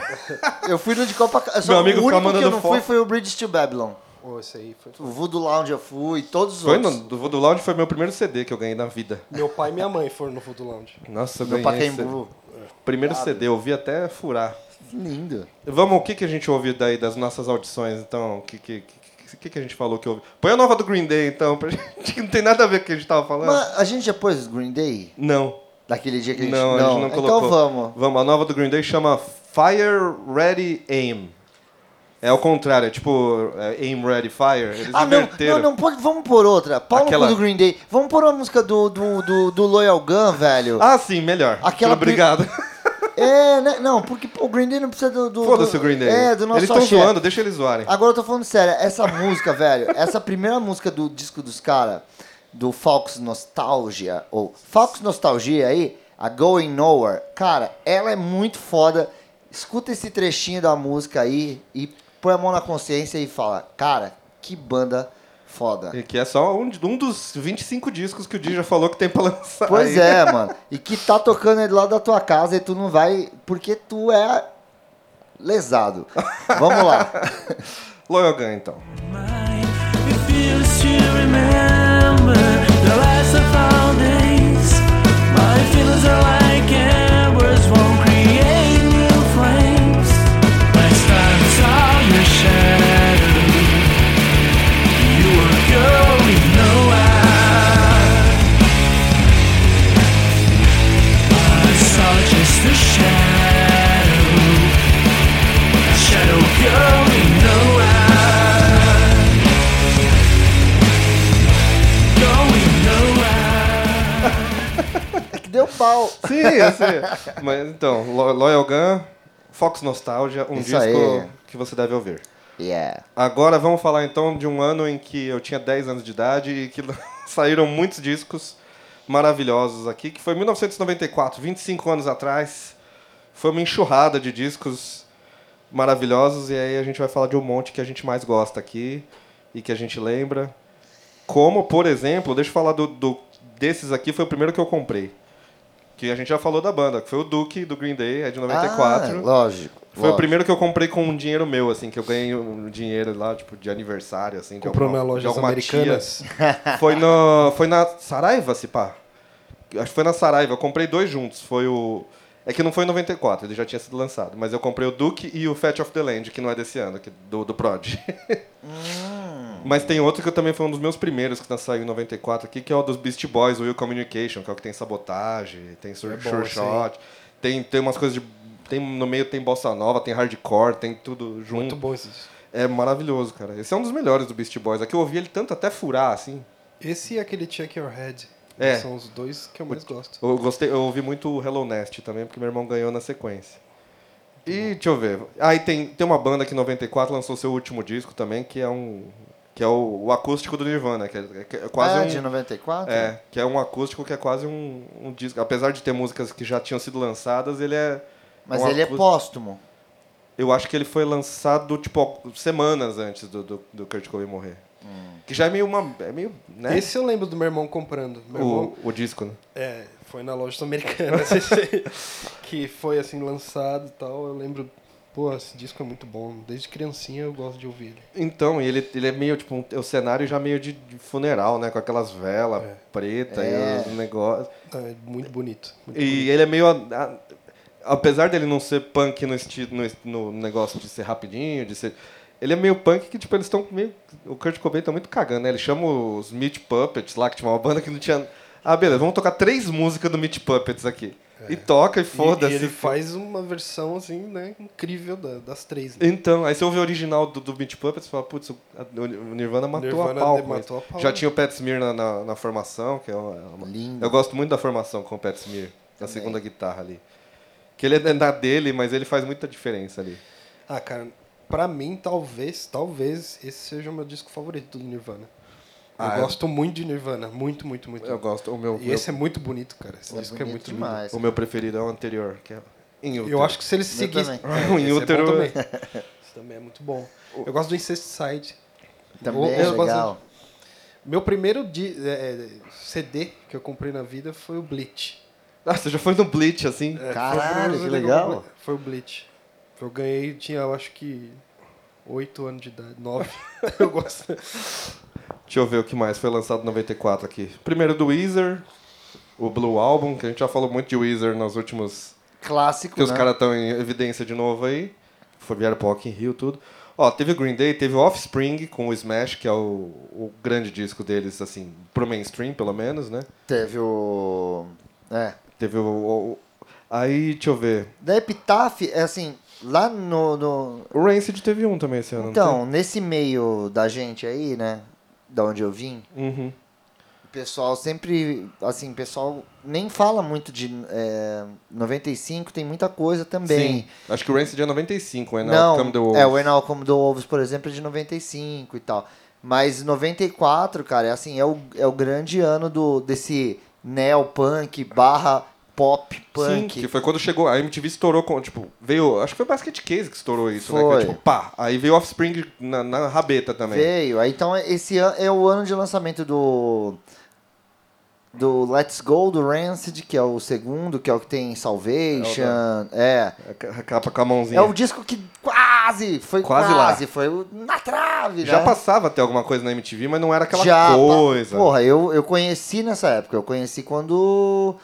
[SPEAKER 3] Eu fui no de Copa. Só
[SPEAKER 2] Meu amigo ficava
[SPEAKER 3] o único que eu
[SPEAKER 2] mandando
[SPEAKER 3] não fui
[SPEAKER 2] foto.
[SPEAKER 3] foi o Bridge to Babylon.
[SPEAKER 4] Pô, esse aí foi.
[SPEAKER 3] O Voodoo Lounge eu fui, todos os
[SPEAKER 2] Foi no,
[SPEAKER 3] outros.
[SPEAKER 2] do, do Lounge foi meu primeiro CD que eu ganhei na vida.
[SPEAKER 4] Meu pai e minha mãe foram no Voodoo Lounge.
[SPEAKER 2] Nossa, eu
[SPEAKER 3] No
[SPEAKER 2] ganhei
[SPEAKER 3] Pacaembu.
[SPEAKER 2] esse primeiro CD, eu ouvi até furar.
[SPEAKER 3] Que lindo.
[SPEAKER 2] Vamos, o que, que a gente ouviu daí das nossas audições, então? O que, que, que, que, que a gente falou que ouviu? Põe a nova do Green Day, então, pra gente, que não tem nada a ver com o que a gente tava falando.
[SPEAKER 3] Mas a gente já pôs Green Day?
[SPEAKER 2] Não,
[SPEAKER 3] Daquele dia que a gente
[SPEAKER 2] não, a gente não colocou.
[SPEAKER 3] Então vamos.
[SPEAKER 2] Vamos, a nova do Green Day chama Fire Ready Aim. É o contrário, é tipo é, Aim Ready Fire. Eles
[SPEAKER 3] Ah, não,
[SPEAKER 2] inverteram.
[SPEAKER 3] não, não, pode, vamos por outra. Paulo
[SPEAKER 2] Aquela-
[SPEAKER 3] do Green Day. Vamos por uma música do, do, do, do Loyal Gun, velho.
[SPEAKER 2] Ah, sim, melhor.
[SPEAKER 3] Aquela pri-
[SPEAKER 2] Obrigado.
[SPEAKER 3] É, né? Não, porque pô, o Green Day não precisa do. do
[SPEAKER 2] Foda-se
[SPEAKER 3] do-
[SPEAKER 2] o Green Day.
[SPEAKER 3] É, do nosso
[SPEAKER 2] Eles estão
[SPEAKER 3] axé.
[SPEAKER 2] zoando, deixa eles zoarem.
[SPEAKER 3] Agora eu tô falando sério, essa música, velho, essa primeira música do disco dos caras, do Fox Nostalgia, ou Fox Nostalgia aí, a Going Nowhere, cara, ela é muito foda. Escuta esse trechinho da música aí e põe a mão na consciência e fala, cara, que banda foda.
[SPEAKER 2] E Que é só um, de- um dos 25 discos que o Dija falou que tem pra lançar.
[SPEAKER 3] Pois
[SPEAKER 2] aí.
[SPEAKER 3] é, mano. E que tá tocando aí do lado da tua casa e tu não vai, porque tu é lesado. Vamos lá.
[SPEAKER 2] Loyal Gun, então.
[SPEAKER 5] Refuse to remember the last of all days. My feelings are like embers, won't create new flames. Last time I saw your shadow, you were going nowhere. I saw just a shadow, a shadow going nowhere. Going nowhere.
[SPEAKER 3] É que deu pau.
[SPEAKER 2] Sim, eu sei. Mas então, Lo- Loyal Gun, Fox Nostalgia, um
[SPEAKER 3] Isso
[SPEAKER 2] disco
[SPEAKER 3] aí.
[SPEAKER 2] que você deve ouvir.
[SPEAKER 3] Yeah.
[SPEAKER 2] Agora vamos falar então de um ano em que eu tinha 10 anos de idade e que saíram muitos discos maravilhosos aqui, que foi 1994, 25 anos atrás. Foi uma enxurrada de discos maravilhosos e aí a gente vai falar de um monte que a gente mais gosta aqui e que a gente lembra. Como, por exemplo, deixa eu falar do, do- desses aqui, foi o primeiro que eu comprei. Que a gente já falou da banda, que foi o Duke do Green Day, é de 94.
[SPEAKER 3] Ah, lógico.
[SPEAKER 2] Foi
[SPEAKER 3] lógico.
[SPEAKER 2] o primeiro que eu comprei com um dinheiro meu, assim, que eu ganhei um dinheiro lá, tipo, de aniversário, assim. de
[SPEAKER 4] Comprou
[SPEAKER 2] alguma-
[SPEAKER 4] na loja
[SPEAKER 2] de alguma
[SPEAKER 4] americanas.
[SPEAKER 2] tia. Foi, no, foi na Saraiva, se pá. Acho que foi na Saraiva. Eu comprei dois juntos. Foi o... É que não foi em 94, ele já tinha sido lançado. Mas eu comprei o Duke e o Fat of the Land, que não é desse ano, que do, do Prod.
[SPEAKER 4] Hum.
[SPEAKER 2] Mas tem outro que eu também foi um dos meus primeiros, que saiu em 94 aqui, que é o dos Beast Boys, o Will Communication, que é o que tem sabotagem, tem sur-
[SPEAKER 4] É bom
[SPEAKER 2] sure
[SPEAKER 4] esse
[SPEAKER 2] shot, tem, tem umas coisas de. Tem, no meio tem bossa nova, tem hardcore, tem tudo junto.
[SPEAKER 4] Muito bom esse disco.
[SPEAKER 2] É maravilhoso, cara. Esse é um dos melhores do Beast Boys. Aqui eu ouvi ele tanto até furar, assim.
[SPEAKER 4] Esse e aquele Check Your Head.
[SPEAKER 2] É.
[SPEAKER 4] São os dois que eu mais gosto.
[SPEAKER 2] Eu, gostei, eu ouvi muito o Hello Nest também, porque meu irmão ganhou na sequência. E deixa eu ver. Aí tem, tem uma banda que em 94 lançou seu último disco também, que é um. Que é o, o acústico do Nirvana, que é, que é quase
[SPEAKER 3] Ah,
[SPEAKER 2] um.
[SPEAKER 3] de 94?
[SPEAKER 2] É, que é um acústico que é quase um, um disco. Apesar de ter músicas que já tinham sido lançadas, ele é.
[SPEAKER 3] Mas
[SPEAKER 2] um
[SPEAKER 3] ele é
[SPEAKER 2] acú-
[SPEAKER 3] póstumo.
[SPEAKER 2] Eu acho que ele foi lançado, tipo, semanas antes do, do, do Kurt Cobain morrer.
[SPEAKER 3] Hum.
[SPEAKER 2] Que já é meio uma. É meio. Né?
[SPEAKER 4] Esse eu lembro do meu irmão comprando.
[SPEAKER 3] é
[SPEAKER 4] Meu irmão,
[SPEAKER 2] o, o disco, né?
[SPEAKER 4] é, foi na loja americana que foi assim lançado e tal. Eu lembro, pô, esse disco é muito bom. Desde criancinha eu gosto de ouvir ele.
[SPEAKER 2] Então, e ele, ele é meio, tipo, um- o cenário já meio de, de funeral, né? Com aquelas velas
[SPEAKER 4] É.
[SPEAKER 2] preta
[SPEAKER 3] É.
[SPEAKER 2] e os negócios.
[SPEAKER 4] É muito bonito. muito
[SPEAKER 2] E ele é meio. a- a- apesar dele não ser punk no, esti, no, es- no negócio de ser rapidinho, de ser. Ele é meio punk que, tipo, eles estão meio. O Kurt Cobain tá muito cagando, né? Ele chama os Meat Puppets lá, que tinha uma banda que não tinha. Ah, beleza, vamos tocar três músicas do Meat Puppets aqui. E toca e
[SPEAKER 4] É. E-
[SPEAKER 2] foda-se.
[SPEAKER 4] E ele faz uma versão, assim, né, incrível da- das três. Né?
[SPEAKER 2] Então, aí você ouve o original do, do Beat Puppets e fala, putz, o o Nirvana matou
[SPEAKER 4] Nirvana
[SPEAKER 2] a pau.
[SPEAKER 4] de-
[SPEAKER 2] com
[SPEAKER 4] matou
[SPEAKER 2] isso.
[SPEAKER 4] a pau,
[SPEAKER 2] Já
[SPEAKER 4] né?
[SPEAKER 2] tinha o Pat Smear na, na, na formação, que é uma, é uma-
[SPEAKER 3] Lindo.
[SPEAKER 2] Eu gosto muito da formação com o Pat Smear, na
[SPEAKER 3] Também.
[SPEAKER 2] segunda guitarra ali. Que ele é na dele, mas ele faz muita diferença ali.
[SPEAKER 4] Ah, cara, pra mim, talvez, talvez, esse seja o meu disco favorito do Nirvana.
[SPEAKER 2] Ah,
[SPEAKER 4] eu
[SPEAKER 2] eu-
[SPEAKER 4] gosto muito de Nirvana, muito, muito, muito.
[SPEAKER 2] Eu gosto, o meu,
[SPEAKER 4] E
[SPEAKER 2] meu-
[SPEAKER 4] esse é muito bonito, cara. Esse
[SPEAKER 3] É
[SPEAKER 4] disco é
[SPEAKER 3] bonito
[SPEAKER 4] muito lindo.
[SPEAKER 3] demais.
[SPEAKER 2] o meu preferido é o anterior, que é Em Utero.
[SPEAKER 4] Eu acho que se ele seguisse.
[SPEAKER 3] também.
[SPEAKER 4] É,
[SPEAKER 2] O
[SPEAKER 4] esse
[SPEAKER 2] In Utero-
[SPEAKER 4] É bom também. Esse também é muito bom. Eu gosto do Incesticide.
[SPEAKER 3] Também
[SPEAKER 2] Um
[SPEAKER 4] Eu-
[SPEAKER 3] é
[SPEAKER 4] eu gosto
[SPEAKER 3] legal.
[SPEAKER 4] de- Meu primeiro di- é, é, CD que eu comprei na vida foi o Bleach.
[SPEAKER 2] Ah, você já foi no Bleach, assim?
[SPEAKER 4] É,
[SPEAKER 3] Caralho,
[SPEAKER 4] foi o primeiro
[SPEAKER 3] que
[SPEAKER 4] CD eu
[SPEAKER 3] legal.
[SPEAKER 4] comprei- Foi o Bleach. Eu ganhei, tinha, eu acho que. 8 anos de idade, 9. eu gosto.
[SPEAKER 2] Deixa eu ver o que mais foi lançado em 94 aqui. Primeiro do Weezer, o Blue Album, que a gente já falou muito de Weezer nos últimos
[SPEAKER 3] Clássico,
[SPEAKER 2] Porque os
[SPEAKER 3] né?
[SPEAKER 2] caras estão em evidência de novo aí. Foi vieram pro Rock in Rio, tudo. Ó, teve o Green Day, teve o Offspring com o Smash, que é o, o grande disco deles, assim, pro mainstream, pelo menos, né?
[SPEAKER 3] Teve o... É.
[SPEAKER 2] Teve o... o- o- aí, deixa eu ver.
[SPEAKER 3] Da Epitaph, é assim, lá no... no-
[SPEAKER 2] O Rancid teve um também esse ano. não
[SPEAKER 3] Então, nesse meio da gente aí, né? Da onde eu vim,
[SPEAKER 2] teve? Uhum.
[SPEAKER 3] o pessoal sempre... Assim, o pessoal nem fala muito de é, 95, tem muita coisa também.
[SPEAKER 2] Sim. Acho que o Rancid é 95, o
[SPEAKER 3] Não,
[SPEAKER 2] Come the Wolves.
[SPEAKER 3] é, o Enal Como do Wolves, por exemplo, é de 95 e tal. Mas 94, cara, é assim, é o, é o grande ano do, desse neopunk barra pop
[SPEAKER 2] Sim,
[SPEAKER 3] punk.
[SPEAKER 2] que foi quando chegou, a MTV estourou, com, tipo, veio, acho que foi o Basket Case que estourou isso, né?
[SPEAKER 3] Foi.
[SPEAKER 2] Que, tipo, pá, aí veio o Offspring na, na rabeta também.
[SPEAKER 3] Veio. Aí, Então esse an- é o ano de lançamento do do Let's Go do Rancid, que é o segundo, que é o que tem Salvation, é.
[SPEAKER 2] A ca- A capa com a mãozinha.
[SPEAKER 3] É o disco que quase, foi
[SPEAKER 2] Quase
[SPEAKER 3] quase,
[SPEAKER 2] lá.
[SPEAKER 3] foi o- na trave,
[SPEAKER 2] Já
[SPEAKER 3] né?
[SPEAKER 2] passava até alguma coisa na MTV, mas não era aquela
[SPEAKER 3] Já,
[SPEAKER 2] coisa.
[SPEAKER 3] pa- Porra, eu, eu conheci nessa época. Eu conheci quando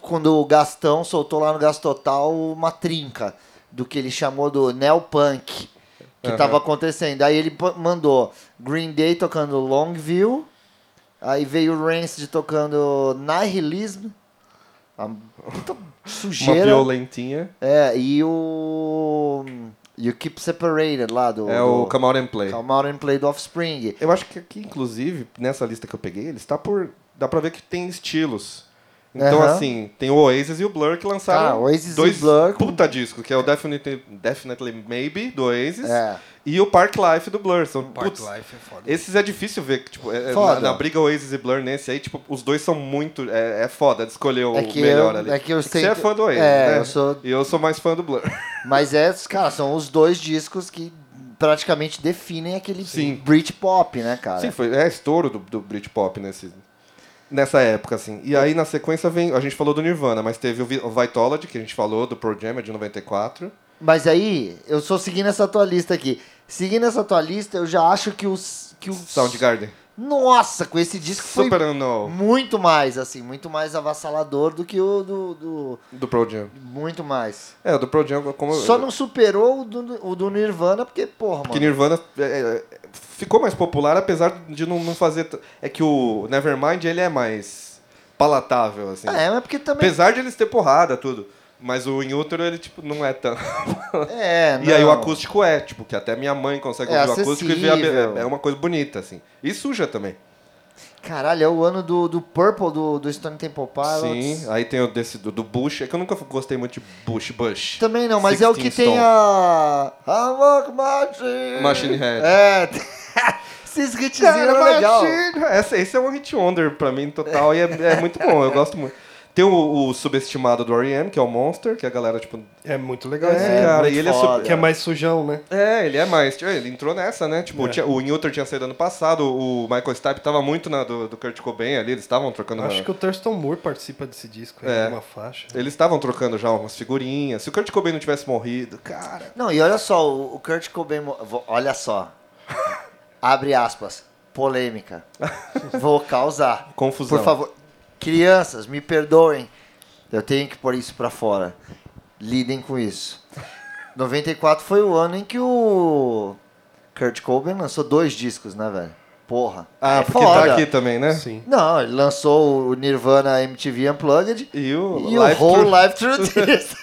[SPEAKER 3] quando o Gastão soltou lá no Gastotal uma trinca do que ele chamou do neopunk que
[SPEAKER 2] Aham.
[SPEAKER 3] tava acontecendo. Aí ele pa- mandou Green Day tocando Longview, aí veio o Rancid tocando Nihilism, a puta
[SPEAKER 2] Uma
[SPEAKER 3] sujeira.
[SPEAKER 2] violentinha.
[SPEAKER 3] É, e o You Keep Separated lá do
[SPEAKER 2] é o
[SPEAKER 3] do-
[SPEAKER 2] Come Out and Play.
[SPEAKER 3] Come Out and Play do Offspring.
[SPEAKER 2] Eu acho que aqui, inclusive, nessa lista que eu peguei, ele está por. Dá pra ver que tem estilos. Então,
[SPEAKER 3] Aham.
[SPEAKER 2] assim, tem o Oasis e o Blur que lançaram
[SPEAKER 3] Cara, Oasis e
[SPEAKER 2] dois
[SPEAKER 3] Blur com-
[SPEAKER 2] puta disco, que é o Definitely, Definitely Maybe, do Oasis,
[SPEAKER 3] É.
[SPEAKER 2] e o Park Life, do Blur. São, putz,
[SPEAKER 4] é foda.
[SPEAKER 2] Esses é difícil ver, que, tipo, é- é na,
[SPEAKER 3] Foda.
[SPEAKER 2] na briga Oasis e Blur nesse aí, tipo, os dois são muito, é, é foda de escolher o
[SPEAKER 3] É que
[SPEAKER 2] melhor
[SPEAKER 3] eu-
[SPEAKER 2] ali.
[SPEAKER 3] é que eu sei
[SPEAKER 2] Você é
[SPEAKER 3] que-
[SPEAKER 2] fã do Oasis,
[SPEAKER 3] é,
[SPEAKER 2] né?
[SPEAKER 3] eu sou-
[SPEAKER 2] E eu sou mais fã do Blur.
[SPEAKER 3] Mas é, cara, são os dois discos que praticamente definem aquele
[SPEAKER 2] Sim.
[SPEAKER 3] Britpop, né, cara?
[SPEAKER 2] Sim, foi, é estouro do, do Britpop nesse, nessa época, assim. E aí, na sequência, vem... A gente falou do Nirvana, mas teve o, Vi- o Vitology, que a gente falou, do Pro Jam, é de 94.
[SPEAKER 3] Mas aí, eu sou seguindo essa tua lista aqui. Seguindo essa tua lista, eu já acho que os que o
[SPEAKER 2] Soundgarden.
[SPEAKER 3] Nossa, com esse disco foi
[SPEAKER 2] Super Unknown,
[SPEAKER 3] muito mais assim, muito mais avassalador do que o do, do-
[SPEAKER 2] do Pro Jam.
[SPEAKER 3] muito mais.
[SPEAKER 2] É, o do Pro Jam, como...
[SPEAKER 3] Só não superou o do, o do Nirvana porque porra, mano.
[SPEAKER 2] Que Nirvana é, é, ficou mais popular, apesar de não, não fazer... t- É que o Nevermind, ele é mais palatável, assim.
[SPEAKER 3] É, mas porque também
[SPEAKER 2] Apesar de eles ter porrada, tudo. Mas o Inútero, ele, tipo, não é tão...
[SPEAKER 3] é,
[SPEAKER 2] E aí o
[SPEAKER 3] não.
[SPEAKER 2] acústico é, tipo, que até minha mãe consegue
[SPEAKER 3] É
[SPEAKER 2] ouvir o acústico e ver a,
[SPEAKER 3] acessível.
[SPEAKER 2] é é uma coisa bonita, assim. E suja também.
[SPEAKER 3] Caralho, é o ano do, do Purple do, do Stone Temple Pilots.
[SPEAKER 2] Sim, aí tem o desse do, do Bush, é que eu nunca gostei muito de Bush, Bush.
[SPEAKER 3] Também não, mas é o que
[SPEAKER 2] 16
[SPEAKER 3] tem
[SPEAKER 2] Stone.
[SPEAKER 3] a. A Rock Machine!
[SPEAKER 2] Machine Head.
[SPEAKER 3] É, esses hitzinhos
[SPEAKER 2] Cara,
[SPEAKER 3] eram é legal.
[SPEAKER 2] Machine- Essa, esse é um hit wonder pra mim, total, e é, é muito bom, eu gosto muito. Tem o, o subestimado do R.E.M., que é o Monster, que a galera, tipo...
[SPEAKER 4] É muito legal esse
[SPEAKER 2] É,
[SPEAKER 4] aí.
[SPEAKER 2] cara,
[SPEAKER 3] muito
[SPEAKER 2] e ele é, su-
[SPEAKER 3] foda.
[SPEAKER 4] Que é mais sujão, né?
[SPEAKER 2] É, ele é mais. tipo, Ele entrou nessa, né?
[SPEAKER 3] É.
[SPEAKER 2] Tipo, tinha- o Newton tinha saído ano passado, o Michael Stipe tava muito na do, do Kurt Cobain ali, eles estavam trocando uma-
[SPEAKER 4] Acho que o Thurston Moore participa desse disco,
[SPEAKER 2] É.
[SPEAKER 4] é. uma faixa.
[SPEAKER 2] Eles estavam trocando já umas figurinhas. Se o Kurt Cobain não tivesse morrido, cara.
[SPEAKER 3] Não, e olha só, o o Kurt Cobain. mo- vo- Olha só. Abre aspas. Polêmica. Vou causar.
[SPEAKER 2] Confusão.
[SPEAKER 3] Por favor. Crianças, me perdoem. Eu tenho que pôr isso pra fora. Lidem com isso. 94 foi o ano em que o Kurt Cobain lançou dois discos, né, velho? Porra.
[SPEAKER 2] Ah,
[SPEAKER 3] é
[SPEAKER 2] porque
[SPEAKER 3] foda.
[SPEAKER 2] tá aqui também, né?
[SPEAKER 4] Sim.
[SPEAKER 3] Não, ele lançou o Nirvana MTV Unplugged
[SPEAKER 2] E o
[SPEAKER 3] e o Whole
[SPEAKER 2] Thru-
[SPEAKER 3] Life Through This.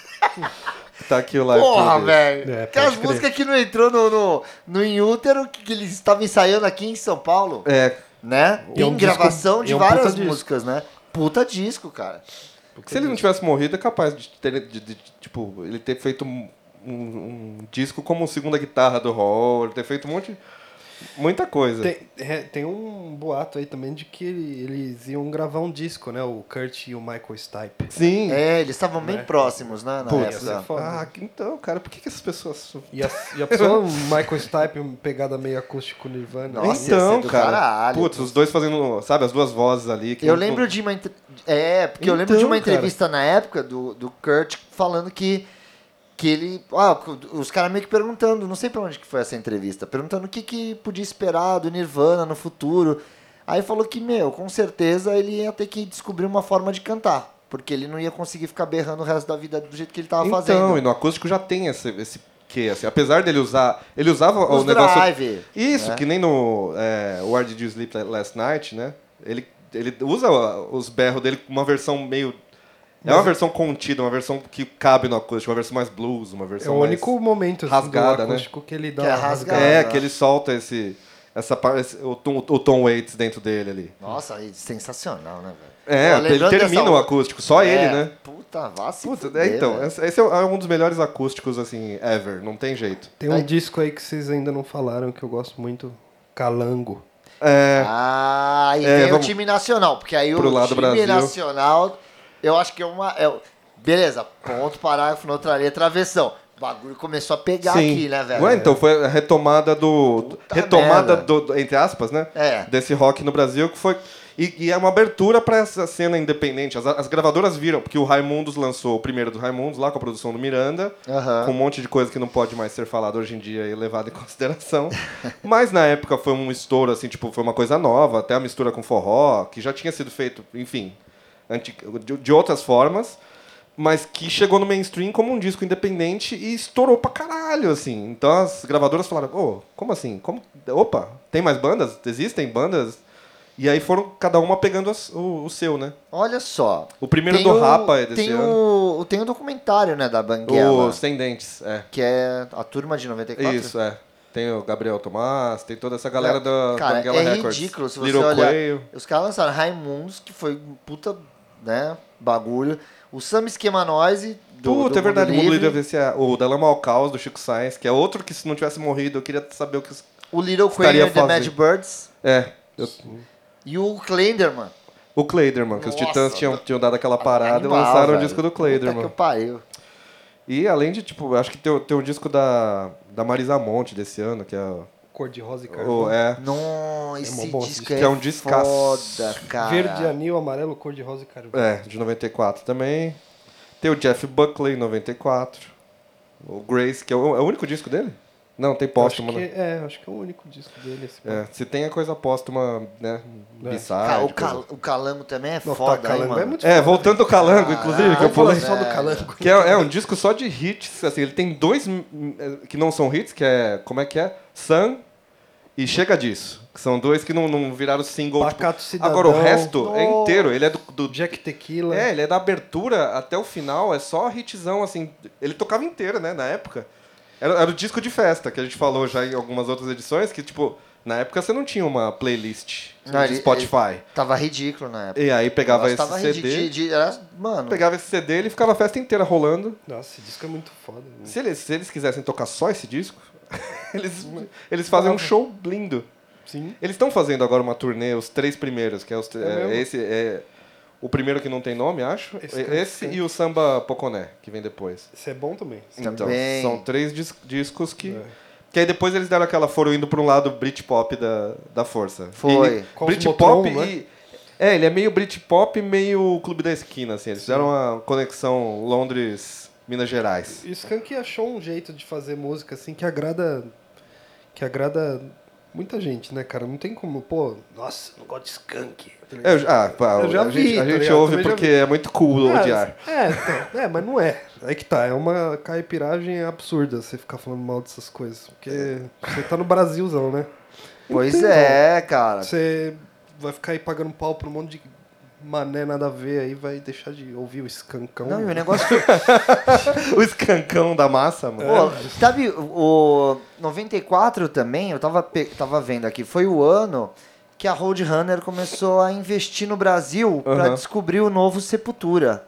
[SPEAKER 2] Tá aqui o live.
[SPEAKER 3] Porra,
[SPEAKER 2] Thru-
[SPEAKER 3] velho.
[SPEAKER 4] É, pode
[SPEAKER 3] Aquelas
[SPEAKER 4] crer.
[SPEAKER 3] músicas que não entrou no, no, no Em Útero, que, que eles estavam ensaiando aqui em São Paulo,
[SPEAKER 2] É,
[SPEAKER 3] né?
[SPEAKER 4] E é um
[SPEAKER 3] em
[SPEAKER 4] disco-
[SPEAKER 3] gravação de
[SPEAKER 4] e é um puta
[SPEAKER 3] várias
[SPEAKER 4] disco.
[SPEAKER 3] músicas, né? Puta disco, cara.
[SPEAKER 2] se ele não tivesse morrido, é capaz de ter, de- de- tipo, ele ter feito um, um- um disco como segunda guitarra do Hall, ele ter feito um monte, muita coisa.
[SPEAKER 4] Tem, é, tem um boato aí também de que eles iam gravar um disco, né? O Kurt e o Michael Stipe.
[SPEAKER 2] Sim.
[SPEAKER 3] É, eles estavam bem próximos, né? Na
[SPEAKER 4] Putz,
[SPEAKER 3] época.
[SPEAKER 4] é foda.
[SPEAKER 2] Ah, que- então, cara, por que, que essas pessoas...
[SPEAKER 4] E a, e a pessoa, o Michael Stipe, uma pegada meio acústico Nirvana.
[SPEAKER 3] Nossa, ia
[SPEAKER 2] então,
[SPEAKER 3] ser é do
[SPEAKER 2] cara,
[SPEAKER 3] caralho.
[SPEAKER 2] putz, os dois fazendo, sabe, as duas vozes ali. que
[SPEAKER 3] Eu
[SPEAKER 2] não-
[SPEAKER 3] lembro de uma entre- é, porque eu lembro
[SPEAKER 2] um Então,
[SPEAKER 3] de uma
[SPEAKER 2] cara.
[SPEAKER 3] entrevista na época do, do Kurt falando que que ele, ah, os caras meio que perguntando, não sei pra onde que foi essa entrevista, perguntando o que que podia esperar do Nirvana no futuro. Aí falou que, meu, com certeza ele ia ter que descobrir uma forma de cantar, porque ele não ia conseguir ficar berrando o resto da vida do jeito que ele tava
[SPEAKER 2] então,
[SPEAKER 3] fazendo.
[SPEAKER 2] e no acústico já tem esse, esse que, assim, apesar dele usar, ele usava
[SPEAKER 3] Os
[SPEAKER 2] o negócio...
[SPEAKER 3] drive,
[SPEAKER 2] Isso,
[SPEAKER 3] né?
[SPEAKER 2] que nem no é, Where Did You Sleep Last Night, né? Ele, ele usa os berros dele com uma versão meio... É uma versão contida, uma versão que cabe no acústico, uma versão mais blues, uma
[SPEAKER 4] É
[SPEAKER 2] versão
[SPEAKER 4] o
[SPEAKER 2] mais-
[SPEAKER 4] único momento assim,
[SPEAKER 2] rasgada,
[SPEAKER 4] do
[SPEAKER 2] né?
[SPEAKER 4] acústico que ele dá
[SPEAKER 3] Que é
[SPEAKER 4] uma
[SPEAKER 3] rasgada.
[SPEAKER 2] É, que ele solta esse... Essa parte, esse- o, Tom, o Tom Waits dentro dele ali.
[SPEAKER 3] Nossa, é sensacional, né, velho?
[SPEAKER 2] É,
[SPEAKER 3] Pô,
[SPEAKER 2] ele
[SPEAKER 3] lembrando
[SPEAKER 2] termina
[SPEAKER 3] dessa-
[SPEAKER 2] o acústico, só ele,
[SPEAKER 3] É,
[SPEAKER 2] né?
[SPEAKER 3] Puta, vá se
[SPEAKER 2] Puta,
[SPEAKER 3] fuder, né?
[SPEAKER 2] é, então,
[SPEAKER 3] velho.
[SPEAKER 2] esse esse é um dos melhores acústicos, assim, ever, não tem jeito.
[SPEAKER 4] Tem um disco aí que vocês ainda não falaram que eu gosto muito, Calango.
[SPEAKER 2] É,
[SPEAKER 3] Ah, e
[SPEAKER 2] É,
[SPEAKER 3] tem
[SPEAKER 2] vamos
[SPEAKER 3] o time nacional, porque aí
[SPEAKER 2] pro
[SPEAKER 3] o
[SPEAKER 2] lado
[SPEAKER 3] time
[SPEAKER 2] Brasil.
[SPEAKER 3] nacional, eu acho que é uma. é- beleza, ponto, parágrafo, na outra letra, travessão. O bagulho começou a pegar
[SPEAKER 2] sim.
[SPEAKER 3] aqui, né, velho?
[SPEAKER 2] Ué, então, foi a retomada do... do-
[SPEAKER 3] Puta
[SPEAKER 2] retomada,
[SPEAKER 3] merda.
[SPEAKER 2] do, do- entre aspas, né?
[SPEAKER 3] É.
[SPEAKER 2] Desse rock no Brasil, que foi... E, e é uma abertura pra essa cena independente. As, as gravadoras viram, porque o Raimundos lançou o primeiro do Raimundos, lá com a produção do Miranda,
[SPEAKER 3] Aham.
[SPEAKER 2] com um monte de coisa que não pode mais ser falado hoje em dia e levado em consideração. Mas na época foi um estouro, assim, tipo, foi uma coisa nova, até a mistura com forró, que já tinha sido feito, enfim, anti- de, de outras formas, mas que chegou no mainstream como um disco independente e estourou pra caralho, assim. Então as gravadoras falaram, ô, como assim? Como? Opa, tem mais bandas? Existem bandas? E aí foram cada uma pegando as- o, o seu, né?
[SPEAKER 3] Olha só.
[SPEAKER 2] O primeiro do Rapa é desse
[SPEAKER 3] tem
[SPEAKER 2] ano.
[SPEAKER 3] O, tem o documentário, né, da Banguela,
[SPEAKER 2] Os Sem Dentes, é.
[SPEAKER 3] que é a turma de 94.
[SPEAKER 2] Isso, é. Tem o Gabriel Tomás, tem toda essa galera da
[SPEAKER 3] Cara,
[SPEAKER 2] Banguela
[SPEAKER 3] é
[SPEAKER 2] Records.
[SPEAKER 3] ridículo se você
[SPEAKER 2] Little
[SPEAKER 3] olhar.
[SPEAKER 2] Quail.
[SPEAKER 3] Os caras lançaram Raimundos, que foi um puta, né, bagulho. O Sam Esquema Noise, do,
[SPEAKER 2] Puta,
[SPEAKER 3] do
[SPEAKER 2] é verdade, o
[SPEAKER 3] Mundo
[SPEAKER 2] Mundo
[SPEAKER 3] Livre.
[SPEAKER 2] Livre, esse é o da Lama ao Caos, do Chico Sainz, que é outro que se não tivesse morrido, eu queria saber o que... os-
[SPEAKER 3] O Little
[SPEAKER 2] Estaria
[SPEAKER 3] Quail and the Mad
[SPEAKER 2] fazendo.
[SPEAKER 3] Birds.
[SPEAKER 2] É, eu-
[SPEAKER 3] E o Clenderman.
[SPEAKER 2] o Cleiderman, que os
[SPEAKER 3] Nossa,
[SPEAKER 2] Titãs tinham, tinham dado aquela parada
[SPEAKER 3] Animal,
[SPEAKER 2] e lançaram
[SPEAKER 3] velho.
[SPEAKER 2] o disco do
[SPEAKER 3] Puta
[SPEAKER 2] Cleiderman.
[SPEAKER 3] que pariu.
[SPEAKER 2] E além de, tipo, eu acho que tem, o- tem um disco da, da Marisa Monte desse ano, que é... o-
[SPEAKER 4] Cor de rosa e
[SPEAKER 2] o-
[SPEAKER 4] carvão.
[SPEAKER 2] é
[SPEAKER 3] Não, esse
[SPEAKER 4] mó bom
[SPEAKER 3] disco
[SPEAKER 4] disco.
[SPEAKER 3] é,
[SPEAKER 2] Que é um discaço.
[SPEAKER 3] foda, cara.
[SPEAKER 4] Verde, é anil, amarelo, cor de rosa e carvão.
[SPEAKER 2] É, de 94 também. Tem o Jeff Buckley, 94. O Grace, que é o, é o único disco dele? Não, tem
[SPEAKER 4] acho
[SPEAKER 2] póstumo,
[SPEAKER 4] que,
[SPEAKER 2] né?
[SPEAKER 4] é, acho que é o único disco dele. assim. Esse
[SPEAKER 2] É, se tem a coisa póstuma, né?
[SPEAKER 4] É.
[SPEAKER 2] Bizarra.
[SPEAKER 3] Cara, o, cal- o Calamo também é
[SPEAKER 4] Não, tá,
[SPEAKER 3] foda, hein,
[SPEAKER 4] Calango
[SPEAKER 3] mano.
[SPEAKER 4] é muito
[SPEAKER 2] É, voltando ao Calango, inclusive, que Ah, eu
[SPEAKER 4] Ah, Vamos falar
[SPEAKER 2] pulei.
[SPEAKER 4] só do
[SPEAKER 3] velho.
[SPEAKER 4] Calango.
[SPEAKER 2] Que é, é um disco só de hits, assim, ele tem dois hum, eh, que não são hits, que é, como é que é? Sun e Chega Disso, que são dois que não, não viraram single. tipo,
[SPEAKER 4] Pacato Cidadão.
[SPEAKER 2] Agora o resto é inteiro, ele é do, do
[SPEAKER 4] Jack Tequila.
[SPEAKER 3] né?
[SPEAKER 2] É, ele é da abertura até o final, é só hitzão, assim. Ele tocava inteiro, né, na época. Era, era o disco de festa, que a gente falou já em algumas outras edições, que, tipo, na época você não tinha uma playlist
[SPEAKER 3] Não,
[SPEAKER 2] de
[SPEAKER 3] Ah, ele-
[SPEAKER 2] Spotify.
[SPEAKER 3] Tava ridículo na época.
[SPEAKER 2] E aí pegava
[SPEAKER 3] Nossa,
[SPEAKER 2] esse
[SPEAKER 3] tava
[SPEAKER 2] CD,
[SPEAKER 3] ridi- de- de- era- mano,
[SPEAKER 2] pegava esse CD, ele ficava a festa inteira rolando.
[SPEAKER 4] Nossa, esse disco é muito foda. né?
[SPEAKER 2] Se eles, se eles quisessem tocar só esse disco, eles, eles fazem um show lindo.
[SPEAKER 4] Sim.
[SPEAKER 2] Eles estão fazendo agora uma turnê, os três primeiros, que é, os, tr- é
[SPEAKER 4] mesmo?
[SPEAKER 2] esse é o primeiro que não tem nome, acho.
[SPEAKER 4] Esse
[SPEAKER 2] E-
[SPEAKER 4] que eu
[SPEAKER 2] esse
[SPEAKER 4] sei.
[SPEAKER 2] e o Samba Poconé, que vem depois.
[SPEAKER 4] Esse é bom também.
[SPEAKER 2] Então,
[SPEAKER 3] Também.
[SPEAKER 2] são três dis- discos que.
[SPEAKER 4] É.
[SPEAKER 2] Que aí depois eles deram aquela. foram indo pra um lado Britpop da, da força.
[SPEAKER 3] Foi.
[SPEAKER 2] E, Britpop
[SPEAKER 4] Cosmotron,
[SPEAKER 2] e. É, ele é meio Britpop e meio Clube da Esquina, assim. Eles fizeram uma conexão Londres-Minas Gerais.
[SPEAKER 4] E o Skank achou um jeito de fazer música assim que agrada que agrada muita gente, né, cara? Não tem como, pô, nossa, não gosto de Skank. tá ligado?
[SPEAKER 2] É, eu já- ah, pá,
[SPEAKER 4] Eu já
[SPEAKER 2] a gente,
[SPEAKER 4] vi,
[SPEAKER 2] a
[SPEAKER 4] tá
[SPEAKER 2] gente
[SPEAKER 4] ligado?
[SPEAKER 2] ouve
[SPEAKER 4] Também já
[SPEAKER 2] porque
[SPEAKER 4] vi.
[SPEAKER 2] é muito cool
[SPEAKER 4] Ah,
[SPEAKER 2] odiar.
[SPEAKER 4] É, então, é, mas não é. Aí que tá, é uma caipiragem absurda você ficar falando mal dessas coisas, porque você tá no Brasilzão, né?
[SPEAKER 3] Pois é, cara.
[SPEAKER 4] Você vai ficar aí pagando pau pra um monte de mané nada a ver aí, vai deixar de ouvir o escancão.
[SPEAKER 3] Não, e
[SPEAKER 2] é
[SPEAKER 3] o negócio
[SPEAKER 2] um- O escancão da massa, mano.
[SPEAKER 4] É.
[SPEAKER 3] Pô, sabe, o 94 também, eu tava, pe- tava vendo aqui, foi o ano que a Roadrunner começou a investir no Brasil pra
[SPEAKER 2] Aham.
[SPEAKER 3] descobrir o novo Sepultura.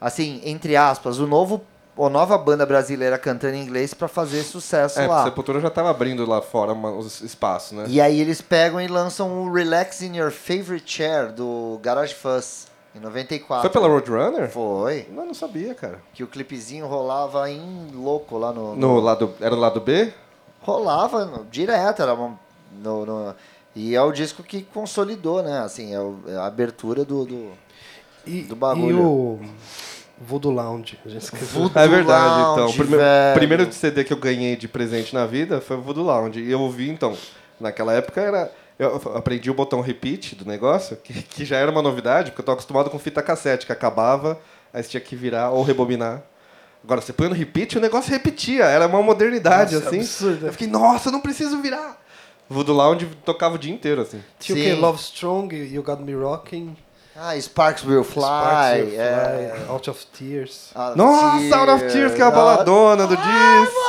[SPEAKER 3] Assim, entre aspas, o novo, a nova banda brasileira cantando em inglês pra fazer sucesso
[SPEAKER 2] É, porque
[SPEAKER 3] lá.
[SPEAKER 2] Sepultura já tava abrindo lá fora mano, os espaços, né?
[SPEAKER 3] E aí eles pegam e lançam o Relax in Your Favorite Chair do Garage Fuzz em 94.
[SPEAKER 2] Foi pela Roadrunner?
[SPEAKER 3] Foi.
[SPEAKER 2] Não, não sabia, cara.
[SPEAKER 3] Que o clipezinho rolava em louco lá no-
[SPEAKER 2] No lado, era o lado B?
[SPEAKER 3] rolava no- direto, era uma- no, no- e é o disco que consolidou, né? Assim, é, o- é a abertura do, do
[SPEAKER 4] e,
[SPEAKER 3] do bagulho.
[SPEAKER 4] E o Voodoo Lounge, a gente esqueceu.
[SPEAKER 3] Voodoo
[SPEAKER 2] É verdade,
[SPEAKER 3] Lounge,
[SPEAKER 2] então. O prime-
[SPEAKER 3] velho.
[SPEAKER 2] primeiro CD que eu ganhei de presente na vida foi o Voodoo Lounge. E eu ouvi, então, naquela época era. Eu aprendi o botão repeat do negócio, que, que já era uma novidade, porque eu tava acostumado com fita cassete, que acabava, aí você tinha que virar ou rebobinar. Agora, você põe no repeat, o negócio repetia. Era uma modernidade,
[SPEAKER 4] Nossa,
[SPEAKER 2] assim.
[SPEAKER 4] absurdo.
[SPEAKER 2] Eu fiquei, nossa, eu não preciso virar. Voodoo Lounge tocava o dia inteiro, assim.
[SPEAKER 4] Tinha o
[SPEAKER 3] Sim.
[SPEAKER 4] que? Love Strong, You Got Me Rocking,
[SPEAKER 3] Ah, Sparks Will Fly.
[SPEAKER 4] Sparks Will
[SPEAKER 3] é. Ah,
[SPEAKER 4] Fly, Out of Tears.
[SPEAKER 3] Out of
[SPEAKER 2] Nossa, Out of Tears, que é a
[SPEAKER 3] Nossa. Ah,
[SPEAKER 2] baladona do disco.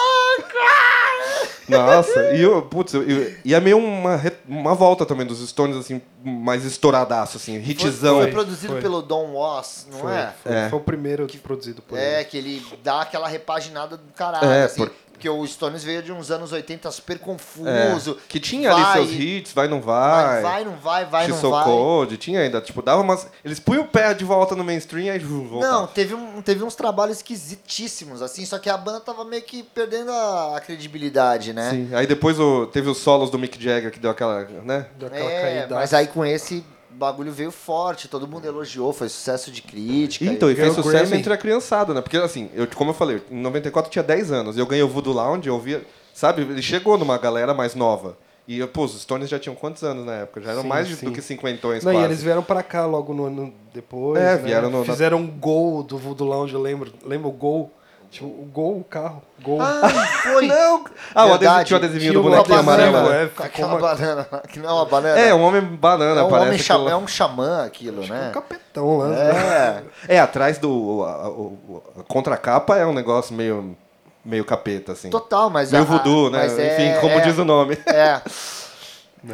[SPEAKER 2] Nossa, e eu, putz, eu- eu- e é meio uma, re- uma volta também dos Stones, assim, mais estouradaço, assim,
[SPEAKER 3] Foi,
[SPEAKER 2] hitzão.
[SPEAKER 3] foi produzido
[SPEAKER 4] Foi.
[SPEAKER 3] pelo Don Was, não
[SPEAKER 4] Foi,
[SPEAKER 3] é?
[SPEAKER 4] foi,
[SPEAKER 2] É.
[SPEAKER 4] foi o primeiro que produzido por
[SPEAKER 3] É,
[SPEAKER 4] ele.
[SPEAKER 3] que ele dá aquela repaginada do caralho,
[SPEAKER 2] É,
[SPEAKER 3] assim.
[SPEAKER 2] por-
[SPEAKER 3] Porque o Stones veio de uns anos 80 super
[SPEAKER 2] É,
[SPEAKER 3] confuso.
[SPEAKER 2] que tinha ali
[SPEAKER 3] vai,
[SPEAKER 2] seus hits, vai não vai.
[SPEAKER 3] Vai, vai, não vai, vai,
[SPEAKER 2] She's
[SPEAKER 3] não
[SPEAKER 2] So
[SPEAKER 3] vai.
[SPEAKER 2] Cold, tinha ainda, tipo, dava umas. Eles punham o pé de volta no mainstream e aí. ju, voltava.
[SPEAKER 3] Não, teve, um, teve uns trabalhos esquisitíssimos, assim, só que a banda tava meio que perdendo a, a credibilidade, né?
[SPEAKER 2] Sim. Aí depois o- teve os solos do Mick Jagger que deu aquela. né?
[SPEAKER 4] Deu aquela
[SPEAKER 3] É,
[SPEAKER 4] caída.
[SPEAKER 3] mas aí com esse bagulho veio forte, todo mundo elogiou, foi sucesso de crítica.
[SPEAKER 2] Então, e
[SPEAKER 3] e...
[SPEAKER 2] fez
[SPEAKER 4] Ganhou o
[SPEAKER 2] sucesso
[SPEAKER 4] Grammy.
[SPEAKER 2] entre a criançada, né? Porque, assim, eu, como eu falei, em 94 eu tinha 10 anos. Eu ganhei o Voodoo Lounge, eu via... Sabe? Ele chegou numa galera mais nova. E, eu, pô, os Stones já tinham quantos anos na época? Já eram
[SPEAKER 4] Sim,
[SPEAKER 2] mais de-
[SPEAKER 4] sim.
[SPEAKER 2] do que cinquentões,
[SPEAKER 4] Não,
[SPEAKER 2] quase.
[SPEAKER 4] e eles vieram pra cá logo no ano depois.
[SPEAKER 2] É,
[SPEAKER 4] né?
[SPEAKER 2] vieram no- na-
[SPEAKER 4] Fizeram um gol do Voodoo Lounge, eu lembro. Lembra o gol? Tipo, o gol, o carro. Gol.
[SPEAKER 3] Ah, foi! não!
[SPEAKER 2] Ah, o adesivo,
[SPEAKER 3] Verdade.
[SPEAKER 2] tinha o adesivinho
[SPEAKER 4] Tinha
[SPEAKER 2] do
[SPEAKER 4] o
[SPEAKER 2] bonequinho
[SPEAKER 4] adesivo,
[SPEAKER 2] amarelo.
[SPEAKER 4] é.
[SPEAKER 2] né?
[SPEAKER 3] Com
[SPEAKER 4] ficou
[SPEAKER 3] aquela
[SPEAKER 4] uma-
[SPEAKER 3] banana, lá, que não é uma banana.
[SPEAKER 2] É, um homem banana,
[SPEAKER 3] É um
[SPEAKER 2] parece.
[SPEAKER 3] homem xamã, é
[SPEAKER 2] aquilo lá.
[SPEAKER 3] um xamã aquilo, né?
[SPEAKER 4] Um capetão lá.
[SPEAKER 3] É.
[SPEAKER 2] É, atrás do... o- a- o- a contracapa é um negócio meio, meio capeta, assim.
[SPEAKER 3] Total, mas...
[SPEAKER 2] meio
[SPEAKER 3] a-
[SPEAKER 2] voodoo, né?
[SPEAKER 3] mas é-
[SPEAKER 2] Enfim, como
[SPEAKER 3] é,
[SPEAKER 2] diz o nome.
[SPEAKER 3] É,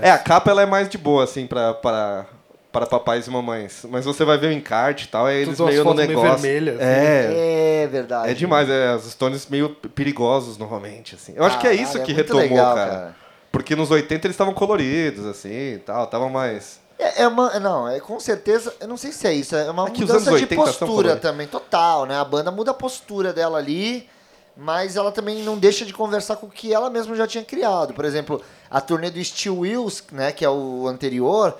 [SPEAKER 2] É, a capa ela é mais de boa, assim, pra, pra, para papais e mamães. Mas você vai ver o encarte e tal, aí eles
[SPEAKER 4] Tudo umas
[SPEAKER 2] meio no
[SPEAKER 4] fotos meio
[SPEAKER 2] negócio.
[SPEAKER 4] vermelhas, assim.
[SPEAKER 2] é,
[SPEAKER 3] é verdade.
[SPEAKER 2] é demais. É, os Stones meio perigosos normalmente, assim. Eu acho que é
[SPEAKER 3] Caralho,
[SPEAKER 2] isso que
[SPEAKER 3] é muito
[SPEAKER 2] retomou,
[SPEAKER 3] legal,
[SPEAKER 2] cara.
[SPEAKER 3] cara.
[SPEAKER 2] Porque nos 80 eles estavam coloridos, assim, e tal, estavam mais...
[SPEAKER 3] É, é uma. Não, é com certeza. Eu não sei se é isso. É uma
[SPEAKER 2] É que os
[SPEAKER 3] mudança
[SPEAKER 2] anos
[SPEAKER 3] de
[SPEAKER 2] 80 são
[SPEAKER 3] postura
[SPEAKER 2] coloridos.
[SPEAKER 3] também, total, né? A banda muda a postura dela ali, mas ela também não deixa de conversar com o que ela mesma já tinha criado. Por exemplo, a turnê do Steel Wheels, né? Que é o anterior,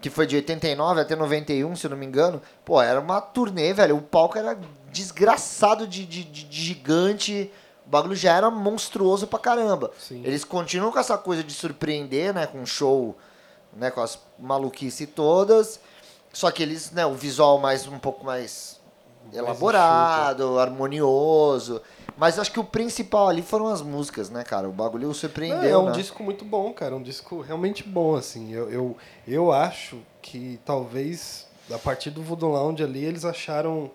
[SPEAKER 3] que foi de 89 até 91, se eu não me engano. Pô, era uma turnê, velho. O palco era desgraçado de, de- de- de gigante. O bagulho já era monstruoso pra caramba.
[SPEAKER 4] Sim.
[SPEAKER 3] Eles continuam com essa coisa de surpreender, né? Com show, né? Com as maluquice todas. Só que eles, né? O visual mais um pouco mais elaborado, harmonioso. Mas acho que o principal ali foram as músicas, né, cara? O bagulho surpreendeu,
[SPEAKER 4] Não, é um
[SPEAKER 3] né?
[SPEAKER 4] disco muito bom, cara. Um disco realmente bom, assim. Eu, eu, eu acho que talvez, a partir do Voodoo Lounge ali, eles acharam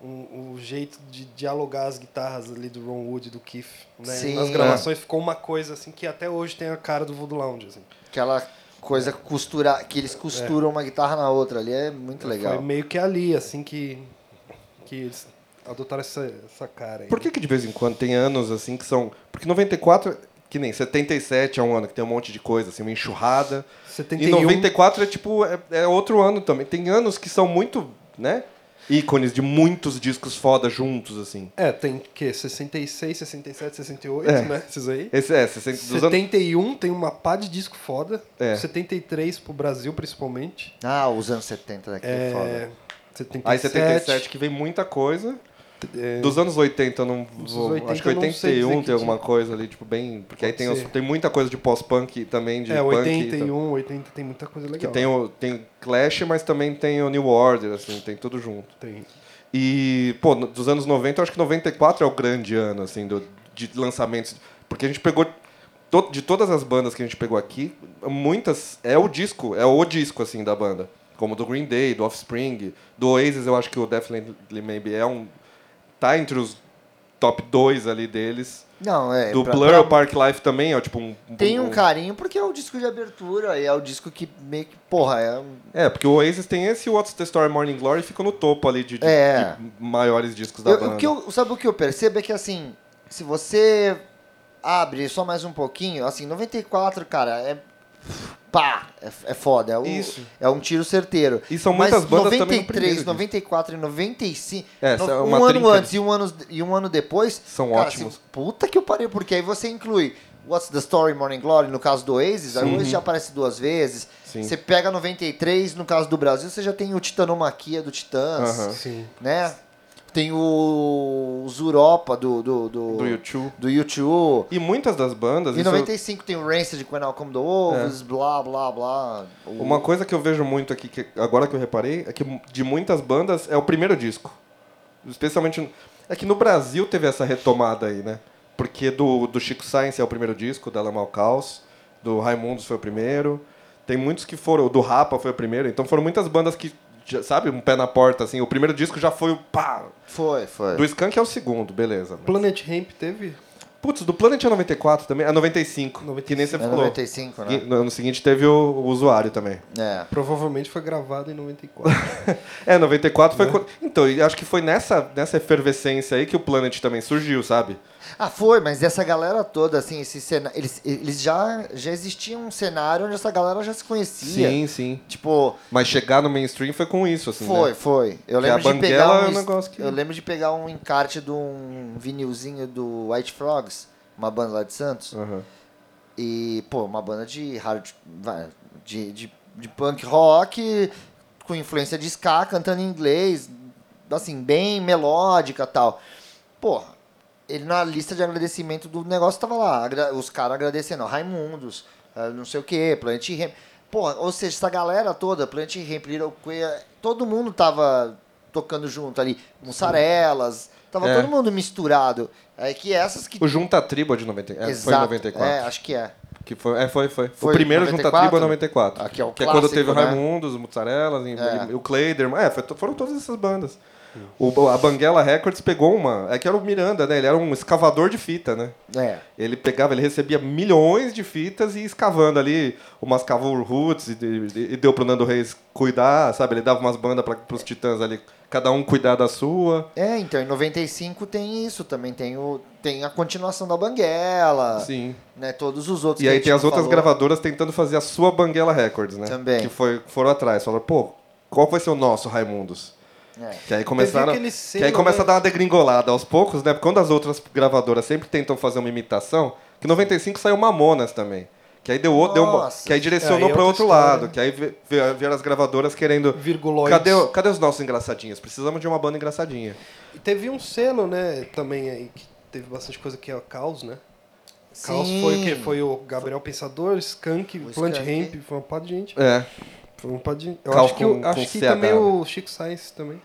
[SPEAKER 4] o um, um jeito de dialogar as guitarras ali do Ron Wood e do Keith. Né?
[SPEAKER 3] Sim,
[SPEAKER 4] Nas gravações ficou uma coisa assim que até hoje tem a cara do Voodoo Lounge. Assim.
[SPEAKER 3] Aquela coisa costurar, que eles costuram uma guitarra na outra ali, é muito legal.
[SPEAKER 4] Foi meio que ali, assim, que, que eles adotaram essa, essa cara. Aí,
[SPEAKER 2] Por que que de vez em quando tem anos, assim, que são... Porque 94, que nem 77 é um ano que tem um monte de coisa, assim, uma enxurrada.
[SPEAKER 4] 71.
[SPEAKER 2] E 94 é tipo, é, é outro ano também. Tem anos que são muito, né? ícones de muitos discos foda juntos, assim.
[SPEAKER 4] É, tem que 66, 67, 68,
[SPEAKER 2] É.
[SPEAKER 4] né? Esses aí.
[SPEAKER 2] Esse é, 60 dos anos.
[SPEAKER 4] 71 tem uma pá de disco foda.
[SPEAKER 2] É.
[SPEAKER 4] 73 pro Brasil, principalmente.
[SPEAKER 3] Ah, os anos 70 daqui é
[SPEAKER 4] É,
[SPEAKER 3] foda.
[SPEAKER 4] 77.
[SPEAKER 2] Aí 77 que vem muita coisa.
[SPEAKER 4] é,
[SPEAKER 2] Dos anos 80 eu não
[SPEAKER 4] Dos
[SPEAKER 2] vou.
[SPEAKER 4] 80
[SPEAKER 2] acho que
[SPEAKER 4] eu não sei dizer
[SPEAKER 2] 81
[SPEAKER 4] que
[SPEAKER 2] tem
[SPEAKER 4] tinha.
[SPEAKER 2] alguma coisa ali, tipo, bem. Porque aí
[SPEAKER 4] Pode
[SPEAKER 2] tem, os-
[SPEAKER 4] ser.
[SPEAKER 2] tem muita coisa de pós-punk também, de
[SPEAKER 4] é,
[SPEAKER 2] punk. então.
[SPEAKER 4] 81, 80 tem muita coisa
[SPEAKER 2] Que
[SPEAKER 4] legal.
[SPEAKER 2] tem o, tem o Clash, mas também tem o New Order, assim, tem tudo junto.
[SPEAKER 4] Tem.
[SPEAKER 2] E, pô, no- dos anos 90, eu acho que 94 é o grande ano, assim, do, de lançamentos. Porque a gente pegou to- de todas as bandas que a gente pegou aqui, muitas é o disco, é o disco assim da banda, como do Green Day, do Offspring, do Oasis, eu acho que o Definitely Maybe é um tá entre os top dois ali deles.
[SPEAKER 3] Não, é.
[SPEAKER 2] do
[SPEAKER 3] pra-
[SPEAKER 2] Blur,
[SPEAKER 3] pra-
[SPEAKER 2] o Park Life também é tipo um
[SPEAKER 3] Tem um carinho porque é o disco de abertura e é o disco que meio que. Porra, é. um-
[SPEAKER 2] É, porque o Oasis tem esse e o What's the Story Morning Glory ficam no topo ali de, de-
[SPEAKER 3] É.
[SPEAKER 2] de maiores discos da
[SPEAKER 3] Eu-
[SPEAKER 2] banda.
[SPEAKER 3] o que eu, sabe o que eu percebo é que assim, se você abre só mais um pouquinho, assim, 94, cara, é. Pá! É, f- é foda. É, o-
[SPEAKER 2] Isso.
[SPEAKER 3] é um tiro certeiro.
[SPEAKER 2] E são muitas bandas também no
[SPEAKER 3] 93,
[SPEAKER 2] primeiro disco.
[SPEAKER 3] 94 e 95.
[SPEAKER 2] É,
[SPEAKER 3] no-
[SPEAKER 2] são
[SPEAKER 3] um
[SPEAKER 2] uma
[SPEAKER 3] ano
[SPEAKER 2] trinca.
[SPEAKER 3] antes e um ano, e um ano depois.
[SPEAKER 2] São
[SPEAKER 3] cara,
[SPEAKER 2] ótimos.
[SPEAKER 3] se- puta que eu parei, porque aí você inclui. What's the Story Morning Glory, no caso do Oasis, aí o Oasis já aparece duas vezes.
[SPEAKER 2] Sim.
[SPEAKER 3] Você pega 93, no caso do Brasil, você já tem o Titanomaquia do Titãs
[SPEAKER 2] Aham.
[SPEAKER 4] Sim.
[SPEAKER 3] né? Tem o os Europa do do do,
[SPEAKER 2] Do U2.
[SPEAKER 3] do U2.
[SPEAKER 2] E muitas das bandas.
[SPEAKER 3] Em
[SPEAKER 2] isso é eu-
[SPEAKER 3] 95 tem o Rancid com Enal Come the Wolves, blá blá blá. O-
[SPEAKER 2] Uma coisa que eu vejo muito aqui, que agora que eu reparei, é que de muitas bandas é o primeiro disco. Especialmente. É que no Brasil teve essa retomada aí, né? Porque do, do Chico Science é o primeiro disco, da Lama ao Caos, do Raimundos foi o primeiro. Tem muitos que foram. Do Rapa foi o primeiro. Então foram muitas bandas que, já- sabe, um pé na porta, assim. O primeiro disco já foi o pá.
[SPEAKER 3] Foi, foi.
[SPEAKER 2] Do Skank é o segundo, beleza.
[SPEAKER 4] Planet Ramp teve?
[SPEAKER 2] Putz, do Planet é 94 também. É 95. Que nem você
[SPEAKER 3] É
[SPEAKER 2] falou.
[SPEAKER 3] 95, né?
[SPEAKER 2] E No ano seguinte teve o, o usuário também.
[SPEAKER 3] É.
[SPEAKER 4] Provavelmente foi gravado em 94.
[SPEAKER 2] É, 94
[SPEAKER 3] Né?
[SPEAKER 2] foi. quando- Então, e acho que foi nessa, nessa efervescência aí que o Planet também surgiu, sabe?
[SPEAKER 3] Ah, foi, mas essa galera toda, assim, esse cenário. Eles, eles já, já existia um cenário onde essa galera já se conhecia.
[SPEAKER 2] sim.
[SPEAKER 3] Tipo,
[SPEAKER 2] Mas chegar no mainstream foi com isso, assim.
[SPEAKER 3] Foi,
[SPEAKER 2] né?
[SPEAKER 3] foi. Eu
[SPEAKER 2] Que a
[SPEAKER 3] lembro de
[SPEAKER 2] banguela
[SPEAKER 3] pegar
[SPEAKER 2] é
[SPEAKER 3] um,
[SPEAKER 2] um
[SPEAKER 3] es-
[SPEAKER 2] negócio que-
[SPEAKER 3] Eu lembro de pegar um encarte de um vinilzinho do White Frogs, uma banda lá de Santos.
[SPEAKER 2] Aham.
[SPEAKER 3] E, pô, uma banda de hard vai, de, de, de punk rock com influência de ska, cantando em inglês, assim, bem melódica, tal. Porra, ele na lista de agradecimento do negócio tava lá, agra- os caras agradecendo, ó, Raimundos, ah, não sei o que, Plant Ramp. Porra, ou seja, essa galera toda, Plant Ramp, Little Queer, todo mundo tava tocando junto ali, mussarelas, tava
[SPEAKER 2] É.
[SPEAKER 3] todo mundo misturado. É que essas que...
[SPEAKER 2] O Junta Tribo é de 90... é, foi em 94.
[SPEAKER 3] É, acho que é.
[SPEAKER 2] Que foi, é, foi, foi.
[SPEAKER 3] Foi
[SPEAKER 2] o primeiro Junta
[SPEAKER 3] 94?
[SPEAKER 2] Tribo é 94.
[SPEAKER 3] Ah, que é o
[SPEAKER 2] quando
[SPEAKER 3] clássico,
[SPEAKER 2] teve o
[SPEAKER 3] né?
[SPEAKER 2] Raimundos, o Mussarelas, e-
[SPEAKER 3] É.
[SPEAKER 2] e o Kleiderman. É, foi to- foram todas essas bandas. O, a Banguela Records pegou uma. É que era o Miranda, né? Ele era um escavador de fita, né?
[SPEAKER 3] É.
[SPEAKER 2] Ele pegava, ele recebia milhões de fitas e ia escavando ali umas Cavour Roots e, e- e deu pro Nando Reis cuidar, sabe? Ele dava umas bandas para pros titãs ali, cada um cuidar da sua.
[SPEAKER 3] É, então, em 95 tem isso também, tem, o, tem a continuação da Banguela,
[SPEAKER 2] Sim.
[SPEAKER 3] né, todos os outros
[SPEAKER 2] E
[SPEAKER 3] que a
[SPEAKER 2] aí
[SPEAKER 3] gente
[SPEAKER 2] tem as
[SPEAKER 3] não
[SPEAKER 2] outras
[SPEAKER 3] falou.
[SPEAKER 2] gravadoras tentando fazer a sua Banguela Records, né?
[SPEAKER 3] Também.
[SPEAKER 2] Que foi, foram atrás, falaram, pô, qual vai ser o nosso Raimundos?
[SPEAKER 3] É.
[SPEAKER 2] Que aí começaram.
[SPEAKER 4] aquele
[SPEAKER 2] que aí
[SPEAKER 4] selo,
[SPEAKER 2] começa
[SPEAKER 4] né?
[SPEAKER 2] a dar uma degringolada aos poucos, né? Porque Quando as outras gravadoras sempre tentam fazer uma imitação, que em 95 saiu Mamonas também. Que aí deu outro, deu uma,
[SPEAKER 3] Nossa.
[SPEAKER 2] que aí direcionou
[SPEAKER 4] Aí é
[SPEAKER 2] para outro
[SPEAKER 4] outra história.
[SPEAKER 2] lado, que aí vi- vi- vieram as gravadoras querendo
[SPEAKER 4] Virguloides.
[SPEAKER 2] cadê, o- cadê os nossos engraçadinhos? Precisamos de uma banda engraçadinha.
[SPEAKER 4] E teve um selo, né, também aí, que teve bastante coisa que é o Caos, né? Caos
[SPEAKER 3] Sim.
[SPEAKER 4] foi o quê? Foi o Gabriel Pensador, Skunk,
[SPEAKER 3] O
[SPEAKER 4] Plant
[SPEAKER 3] Skank.
[SPEAKER 4] Ramp, foi uma pá de gente.
[SPEAKER 2] É.
[SPEAKER 4] Foi um pá de gente. Eu
[SPEAKER 2] Caos
[SPEAKER 4] acho que,
[SPEAKER 2] com-
[SPEAKER 4] o- acho
[SPEAKER 2] com
[SPEAKER 4] que
[SPEAKER 2] CH,
[SPEAKER 4] também
[SPEAKER 2] né?
[SPEAKER 4] o Chico Science também.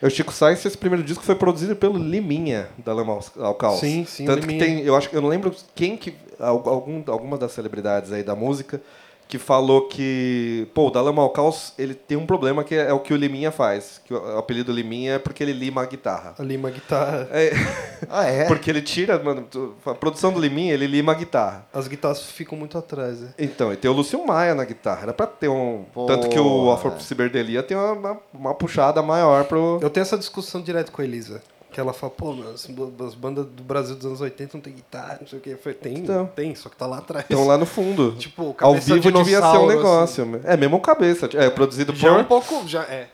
[SPEAKER 2] É O Chico Sainz, esse primeiro disco foi produzido pelo Liminha, da Lama aos- ao Caos.
[SPEAKER 4] Sim, sim,
[SPEAKER 2] Tanto
[SPEAKER 4] Liminha.
[SPEAKER 2] que tem, eu acho que eu não lembro quem que. al- Algum, alguma das celebridades aí da música que falou que. Pô, o da Lama ao Caos ele tem um problema que é, é o que o Liminha faz. Que o, o apelido Liminha é porque ele lima a guitarra.
[SPEAKER 4] Ali uma guitarra.
[SPEAKER 2] É,
[SPEAKER 3] Ah, é?
[SPEAKER 2] porque ele tira, mano, tu- a produção do Liminha, ele lima a guitarra.
[SPEAKER 4] As guitarras ficam muito atrás, né?
[SPEAKER 2] Então, e tem o Lúcio Maia na guitarra. Era pra ter um. Tanto que o
[SPEAKER 4] é.
[SPEAKER 3] Porra.
[SPEAKER 2] Afro Ciberdelia tem uma, uma, uma puxada maior pro.
[SPEAKER 4] Eu tenho essa discussão direto com a Elisa. Que ela fala, pô, mas as, bo- as bandas do Brasil dos anos 80 não tem guitarra, não sei o que. Foi, tem,
[SPEAKER 2] Então.
[SPEAKER 4] tem, só que tá lá atrás.
[SPEAKER 2] Estão lá no fundo.
[SPEAKER 4] Tipo,
[SPEAKER 2] Ao
[SPEAKER 4] cabeça
[SPEAKER 2] vivo devia ser um
[SPEAKER 4] dinossauro, assim.
[SPEAKER 2] negócio. É mesmo o cabeça. É produzido
[SPEAKER 4] Já é um
[SPEAKER 2] por.
[SPEAKER 4] pouco. Já é.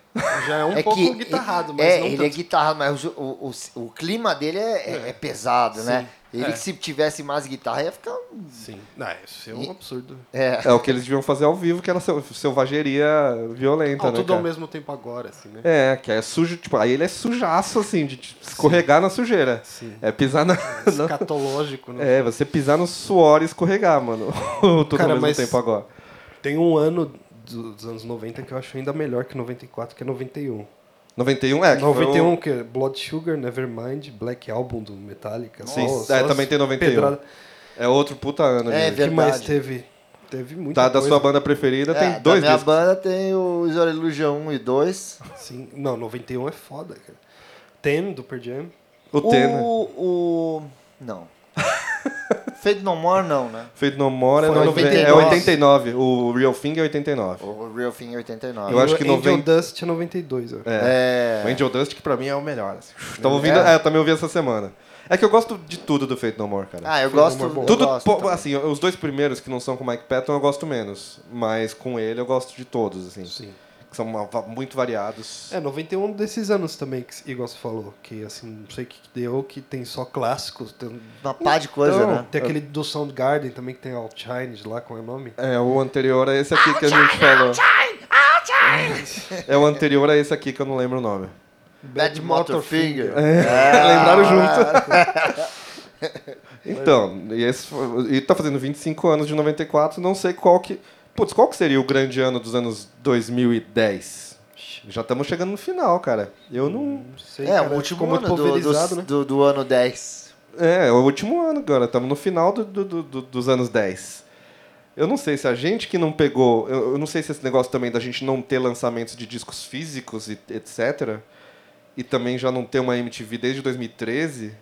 [SPEAKER 4] Já é um
[SPEAKER 3] É
[SPEAKER 4] pouco
[SPEAKER 3] que-
[SPEAKER 4] guitarrado, mas
[SPEAKER 3] é,
[SPEAKER 4] não
[SPEAKER 3] ele é
[SPEAKER 4] tanto.
[SPEAKER 3] guitarrado, mas o, o, o, o clima dele é, é- é pesado, né?
[SPEAKER 2] É.
[SPEAKER 3] Ele, se tivesse mais guitarra, ia ficar... um-
[SPEAKER 4] Sim. Não, isso é um
[SPEAKER 3] E-
[SPEAKER 4] absurdo.
[SPEAKER 3] É,
[SPEAKER 2] É o que eles deviam fazer ao vivo, que era sel- selvageria violenta,
[SPEAKER 4] Ah,
[SPEAKER 2] né?
[SPEAKER 4] tudo
[SPEAKER 2] cara?
[SPEAKER 4] ao mesmo tempo agora, assim, né?
[SPEAKER 2] É, que é sujo, tipo, aí ele é sujaço, assim, de te escorregar na sujeira.
[SPEAKER 4] Sim.
[SPEAKER 2] É pisar na. na-
[SPEAKER 4] Escatológico, né?
[SPEAKER 2] É, você pisar no suor e escorregar, mano. Tudo ao
[SPEAKER 4] Cara,
[SPEAKER 2] mesmo
[SPEAKER 4] mas-
[SPEAKER 2] tempo agora.
[SPEAKER 4] Tem um ano do- dos anos 90 que eu acho ainda melhor que 94, que é 91.
[SPEAKER 2] 91 é. que foi o-
[SPEAKER 4] 91, que é Blood Sugar, Nevermind, Black Album do Metallica.
[SPEAKER 2] Sim,
[SPEAKER 4] só-
[SPEAKER 2] é,
[SPEAKER 4] só
[SPEAKER 2] também
[SPEAKER 4] as
[SPEAKER 2] tem 91.
[SPEAKER 4] pedradas.
[SPEAKER 2] É outro puta ano.
[SPEAKER 3] É,
[SPEAKER 2] gente.
[SPEAKER 4] O que mais
[SPEAKER 3] Verdade.
[SPEAKER 4] teve? Teve é muita
[SPEAKER 2] Tá, da
[SPEAKER 4] coisa.
[SPEAKER 2] sua banda preferida,
[SPEAKER 3] É,
[SPEAKER 2] tem dois
[SPEAKER 3] da minha
[SPEAKER 2] discos.
[SPEAKER 3] banda tem o Isora Ilusion 1 e 2.
[SPEAKER 4] Sim. Não, 91 é foda, cara. Tem do Pearl Jam.
[SPEAKER 2] O né? Tena.
[SPEAKER 4] Uh,
[SPEAKER 3] O, o... Não. Fade No More, não, né?
[SPEAKER 2] Feito no More é
[SPEAKER 3] Foi
[SPEAKER 2] 99. é
[SPEAKER 3] 89.
[SPEAKER 2] 89. O Real Thing é 89.
[SPEAKER 3] O Real Thing é 89.
[SPEAKER 2] Eu acho que
[SPEAKER 4] E o Angel
[SPEAKER 2] 90
[SPEAKER 4] Dust é 92, eu acho.
[SPEAKER 3] É.
[SPEAKER 2] O Angel Dust, que pra mim é o melhor. Assim. Tava ouvindo, é, eu também ouvi essa semana. É que eu gosto de tudo do Feito No More, cara.
[SPEAKER 3] Ah, eu
[SPEAKER 4] Fade No
[SPEAKER 3] gosto.
[SPEAKER 4] More é bom.
[SPEAKER 3] eu
[SPEAKER 2] Tudo,
[SPEAKER 3] gosto
[SPEAKER 2] pô,
[SPEAKER 3] também.
[SPEAKER 2] assim, os dois primeiros que não são com o Mike Patton eu gosto menos, mas com ele eu gosto de todos, assim.
[SPEAKER 4] Sim.
[SPEAKER 2] Que são uma- va- muito variados.
[SPEAKER 4] É, 91 desses anos também, que igual você falou, que assim, não sei o que que deu, que tem só clássicos. Tem... um
[SPEAKER 2] Tá
[SPEAKER 3] Uma pá de coisa,
[SPEAKER 4] Então,
[SPEAKER 3] né?
[SPEAKER 4] Tem aquele do Soundgarden também, que tem All Chinese lá, como é o nome?
[SPEAKER 2] É, o anterior a esse aqui que a gente falou. É o anterior a esse aqui que eu não lembro o nome.
[SPEAKER 3] Bad Motor Finger.
[SPEAKER 2] Lembraram junto. Ah, então, e, esse, foi- e tá fazendo 25 anos de 94, não sei qual que. Putz, qual que seria o grande ano dos anos 2010? Já estamos chegando no final, cara. Eu não.
[SPEAKER 4] Não sei,
[SPEAKER 3] É,
[SPEAKER 4] cara,
[SPEAKER 3] o último
[SPEAKER 4] ficou muito
[SPEAKER 3] ano do,
[SPEAKER 4] pulverizado,
[SPEAKER 3] do,
[SPEAKER 4] né?
[SPEAKER 3] do, do ano 10.
[SPEAKER 2] É, é o último ano agora, estamos no final do- do- do- do- dos anos 10. Eu não sei se a gente que não pegou. Eu, eu não sei se esse negócio também da gente não ter lançamentos de discos físicos e etc. E também já não ter uma MTV desde 2013.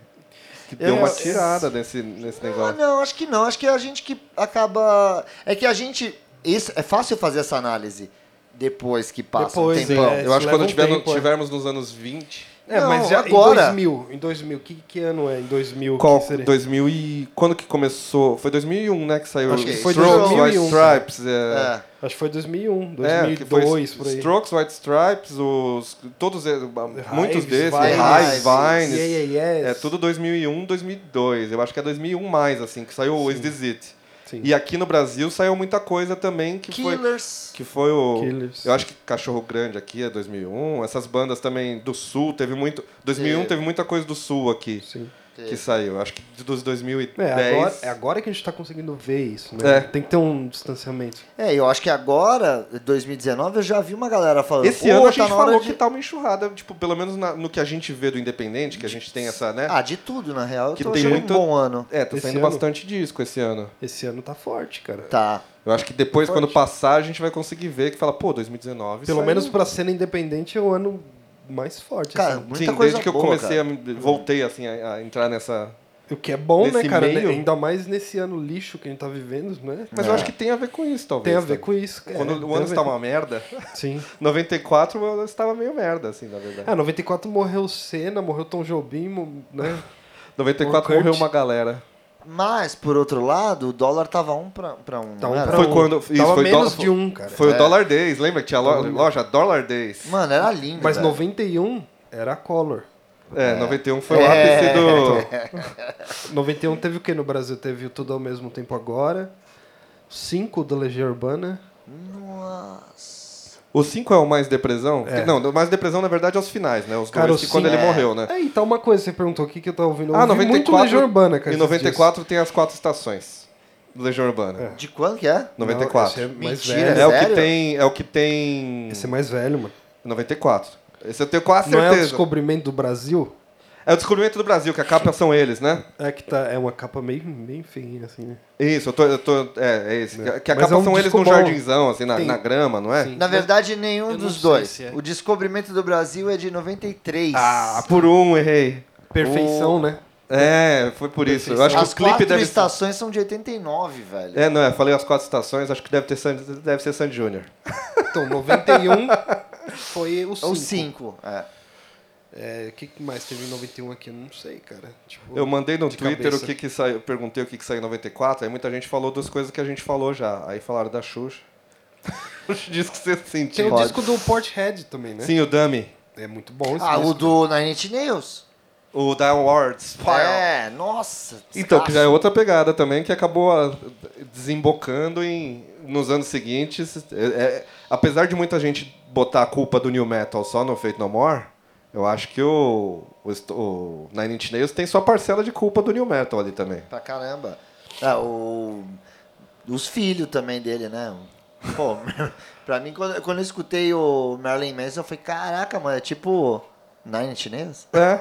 [SPEAKER 2] Que deu
[SPEAKER 4] É,
[SPEAKER 2] uma
[SPEAKER 4] eu-
[SPEAKER 2] tirada nesse, nesse
[SPEAKER 3] Ah,
[SPEAKER 2] negócio.
[SPEAKER 3] não, acho que não. Acho que é a gente que acaba. É que a gente. Isso, é fácil fazer essa análise depois que passa
[SPEAKER 4] Depois,
[SPEAKER 3] um tempão.
[SPEAKER 4] é.
[SPEAKER 2] eu acho que
[SPEAKER 4] leva
[SPEAKER 2] quando
[SPEAKER 4] um
[SPEAKER 2] tiver no-
[SPEAKER 4] tempo, é.
[SPEAKER 2] tivermos nos anos 20.
[SPEAKER 4] É,
[SPEAKER 3] Não,
[SPEAKER 4] mas já
[SPEAKER 3] agora-
[SPEAKER 4] em 2000, em 2000, que, que ano é em 2000?
[SPEAKER 2] Qual?
[SPEAKER 4] que seria?
[SPEAKER 2] 2000 e. Quando que começou? Foi 2001, né? Que saiu
[SPEAKER 3] Acho que
[SPEAKER 2] Strokes,
[SPEAKER 3] foi
[SPEAKER 2] White
[SPEAKER 4] 2001, cara.
[SPEAKER 2] Stripes. é.
[SPEAKER 3] É.
[SPEAKER 4] Acho que foi 2001,
[SPEAKER 2] É, que foi
[SPEAKER 4] 2002, por aí.
[SPEAKER 2] Strokes, White Stripes, os, todos, eles, ah, muitos desses, né?
[SPEAKER 4] Vines.
[SPEAKER 2] Hives, Vines,
[SPEAKER 4] Yeah, yeah, yes.
[SPEAKER 2] é tudo 2001, 2002, eu acho que é 2001 mais, assim, que saiu o Is This It.
[SPEAKER 4] Sim.
[SPEAKER 2] E aqui no Brasil saiu muita coisa também que
[SPEAKER 3] É.
[SPEAKER 2] foi...
[SPEAKER 3] Killers.
[SPEAKER 2] Que foi o...
[SPEAKER 4] Killers.
[SPEAKER 2] Eu acho que Cachorro Grande aqui é 2001, essas bandas também do Sul, teve muito... 2001
[SPEAKER 3] Teve.
[SPEAKER 2] teve muita coisa do Sul aqui
[SPEAKER 4] Sim.
[SPEAKER 2] que saiu, acho que dos 2010...
[SPEAKER 4] É, agora, é agora que a gente tá conseguindo ver isso, né?
[SPEAKER 2] É.
[SPEAKER 4] Tem que ter um distanciamento.
[SPEAKER 3] É, eu acho que agora, 2019, eu já vi uma galera falando.
[SPEAKER 2] Esse
[SPEAKER 3] "Pô,
[SPEAKER 2] ano a
[SPEAKER 3] tá
[SPEAKER 2] gente
[SPEAKER 3] na hora
[SPEAKER 2] falou
[SPEAKER 3] de...
[SPEAKER 2] que tá uma enxurrada, tipo, pelo menos na- no que a gente vê do Independente, que a gente tem essa, né?
[SPEAKER 3] Ah, de tudo, na real. Eu
[SPEAKER 2] Que
[SPEAKER 3] tô
[SPEAKER 2] tem
[SPEAKER 3] achando
[SPEAKER 2] muito-
[SPEAKER 3] um bom ano.
[SPEAKER 2] É, tá
[SPEAKER 4] Esse
[SPEAKER 2] saindo
[SPEAKER 4] ano?
[SPEAKER 2] bastante disco esse ano.
[SPEAKER 4] Esse ano tá forte, cara.
[SPEAKER 3] Tá.
[SPEAKER 2] Eu acho que depois,
[SPEAKER 4] Forte.
[SPEAKER 2] quando passar, a gente vai conseguir ver que fala, pô, 2019.
[SPEAKER 4] Pelo
[SPEAKER 2] saiu-
[SPEAKER 4] menos pra cena independente é o ano mais forte.
[SPEAKER 3] Cara,
[SPEAKER 4] assim.
[SPEAKER 3] muita
[SPEAKER 2] Sim,
[SPEAKER 3] coisa
[SPEAKER 2] desde que eu
[SPEAKER 3] boa,
[SPEAKER 2] comecei
[SPEAKER 3] cara.
[SPEAKER 2] a. me- Voltei, assim, a, a entrar nessa.
[SPEAKER 4] O que é bom, né,
[SPEAKER 2] nesse
[SPEAKER 4] cara?
[SPEAKER 2] meio-
[SPEAKER 4] Né? Ainda mais nesse ano lixo que a gente tá vivendo, né?
[SPEAKER 2] Mas eu acho que tem a ver com isso, talvez.
[SPEAKER 4] tem a ver
[SPEAKER 2] tá?
[SPEAKER 4] com isso, cara.
[SPEAKER 2] É. Quando
[SPEAKER 4] É, Tem
[SPEAKER 2] o
[SPEAKER 4] a
[SPEAKER 2] ano
[SPEAKER 4] ver
[SPEAKER 2] está
[SPEAKER 4] com-
[SPEAKER 2] uma merda,
[SPEAKER 4] Sim.
[SPEAKER 2] 94 eu estava meio merda, assim, na verdade.
[SPEAKER 4] Ah, 94 morreu Senna, morreu Tom Jobim, mo- né?
[SPEAKER 2] 94
[SPEAKER 4] o
[SPEAKER 2] morreu
[SPEAKER 4] Kurt-
[SPEAKER 2] uma galera.
[SPEAKER 3] Mas, por outro lado, o dólar tava um pra, pra um.
[SPEAKER 4] Tá
[SPEAKER 3] não
[SPEAKER 4] um
[SPEAKER 3] era?
[SPEAKER 4] pra
[SPEAKER 2] Foi
[SPEAKER 4] um.
[SPEAKER 2] quando- isso,
[SPEAKER 4] Tava
[SPEAKER 2] foi
[SPEAKER 4] menos
[SPEAKER 2] dó-
[SPEAKER 4] de um, cara.
[SPEAKER 2] Foi o Dollar Days, lembra que tinha lo- loja Dollar Days?
[SPEAKER 3] Mano, era lindo.
[SPEAKER 4] Mas
[SPEAKER 3] velho.
[SPEAKER 4] 91 era a Collor.
[SPEAKER 2] É, 91 foi o
[SPEAKER 3] É.
[SPEAKER 2] ápice do.
[SPEAKER 4] 91 teve o que no Brasil? Teve o Tudo ao Mesmo Tempo Agora, 5 da Legião Urbana.
[SPEAKER 3] Nossa.
[SPEAKER 2] O 5 é o mais depressão?
[SPEAKER 4] É.
[SPEAKER 2] Não, o mais depressão, na verdade, é os finais, né? Os
[SPEAKER 4] Cara,
[SPEAKER 2] dois
[SPEAKER 4] o
[SPEAKER 2] que quando
[SPEAKER 4] cinco-
[SPEAKER 2] ele
[SPEAKER 3] é.
[SPEAKER 2] morreu, né?
[SPEAKER 4] É, e tá uma coisa, você perguntou o que que eu tava ouvindo. Eu
[SPEAKER 2] Ah,
[SPEAKER 4] ouvi muito
[SPEAKER 2] 94
[SPEAKER 4] Legião Urbana, cara.
[SPEAKER 2] e
[SPEAKER 4] esses
[SPEAKER 2] 94 tem as quatro estações. do Legião Urbana.
[SPEAKER 4] É.
[SPEAKER 3] De quando que é?
[SPEAKER 4] dias. Não,
[SPEAKER 2] 94.
[SPEAKER 4] esse é mais
[SPEAKER 3] Mentira.
[SPEAKER 4] velho.
[SPEAKER 2] é,
[SPEAKER 3] é
[SPEAKER 2] o que
[SPEAKER 3] sério?
[SPEAKER 2] tem, é o que tem
[SPEAKER 4] Esse é mais velho, mano.
[SPEAKER 2] 94. Esse eu tenho quase
[SPEAKER 4] Não é o
[SPEAKER 2] certeza.
[SPEAKER 4] descobrimento do Brasil?
[SPEAKER 2] É o descobrimento do Brasil, que a capa são eles, né?
[SPEAKER 4] É que tá, é uma capa meio, meio feinha, assim, né?
[SPEAKER 2] Isso, eu tô, eu tô é, é esse. Que a- Que a
[SPEAKER 4] Mas
[SPEAKER 2] capa
[SPEAKER 4] é um
[SPEAKER 2] são eles
[SPEAKER 4] disco
[SPEAKER 2] num
[SPEAKER 4] bom.
[SPEAKER 2] jardinzão, assim, na,
[SPEAKER 4] Tem.
[SPEAKER 2] na grama, não é?
[SPEAKER 4] Sim.
[SPEAKER 3] Na verdade,
[SPEAKER 6] eu
[SPEAKER 3] nenhum
[SPEAKER 6] não
[SPEAKER 3] dos
[SPEAKER 6] sei
[SPEAKER 3] dois.
[SPEAKER 6] se é.
[SPEAKER 3] O Descobrimento do Brasil é de 93.
[SPEAKER 2] Ah, por um errei.
[SPEAKER 4] Perfeição, né?
[SPEAKER 2] É, foi por isso. Eu acho que
[SPEAKER 3] As
[SPEAKER 2] o clipe
[SPEAKER 3] quatro
[SPEAKER 2] deve ser...
[SPEAKER 3] estações são de 89, velho.
[SPEAKER 2] É, não, é, falei as quatro estações, acho que deve, ter Sandy, deve ser Sandy Júnior.
[SPEAKER 4] Então, 91 foi o 5.
[SPEAKER 3] Ou 5. É.
[SPEAKER 4] É, o que que mais teve em 91 aqui? Eu não sei, cara. Tipo,
[SPEAKER 2] Eu mandei no
[SPEAKER 4] de
[SPEAKER 2] Twitter
[SPEAKER 4] cabeça.
[SPEAKER 2] o que que saiu, perguntei o que que saiu em 94, aí muita gente falou das coisas que a gente falou já. Aí falaram da Xuxa. Os discos que você
[SPEAKER 4] Tem
[SPEAKER 2] sentiu.
[SPEAKER 4] o disco do Porthead também, né?
[SPEAKER 2] Sim, o Dummy.
[SPEAKER 4] É muito bom esse
[SPEAKER 3] Ah,
[SPEAKER 4] disco.
[SPEAKER 3] o do Nine Inch Nails.
[SPEAKER 2] O Downwards.
[SPEAKER 3] É, nossa.
[SPEAKER 2] Então, que já é
[SPEAKER 3] descasso.
[SPEAKER 2] outra pegada também, que acabou ah, desembocando em, nos anos seguintes. É- é- apesar de muita gente botar a culpa do New Metal só no Fate No More, eu acho que o, o, est- o Nine Inch Nails tem sua parcela de culpa do New Metal ali também.
[SPEAKER 3] Pra caramba. Ah, o... Os filhos também dele, né? Pô, pra mim, quando, quando eu escutei o Marilyn Manson, eu falei, caraca, mano, é tipo Nine Inch Nails.
[SPEAKER 2] É,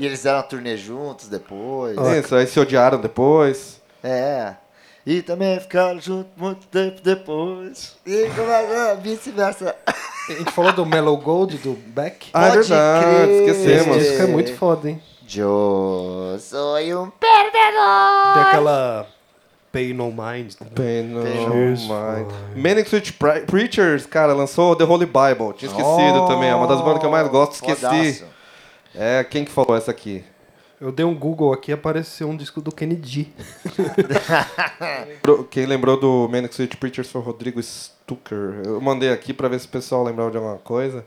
[SPEAKER 3] E eles deram a turnê juntos depois.
[SPEAKER 2] isso, aí se odiaram depois.
[SPEAKER 3] É. E também ficaram juntos muito tempo depois. E como é, vice-versa.
[SPEAKER 6] A gente falou do Mellow Gold, do Beck.
[SPEAKER 2] Ah, é
[SPEAKER 3] Pode
[SPEAKER 2] verdade,
[SPEAKER 3] crer.
[SPEAKER 6] Esse
[SPEAKER 2] esquecemos.
[SPEAKER 6] disco é muito foda, hein?
[SPEAKER 3] Joe, sou um
[SPEAKER 4] Tem aquela Pay No Mind. tá
[SPEAKER 2] Bem, não mais. Manic Street Pre- Preachers, cara, lançou The Holy Bible. Tinha
[SPEAKER 3] Oh.
[SPEAKER 2] esquecido também, é uma das bandas que eu mais gosto, esqueci.
[SPEAKER 3] Fodaço.
[SPEAKER 2] É, quem que falou essa aqui?
[SPEAKER 4] Eu dei um Google aqui e apareceu um disco do Kennedy.
[SPEAKER 2] Lembrou- Quem lembrou do Manic Street Preachers foi o Rodrigo Stucker. Eu mandei aqui pra ver se o pessoal lembrava de alguma coisa.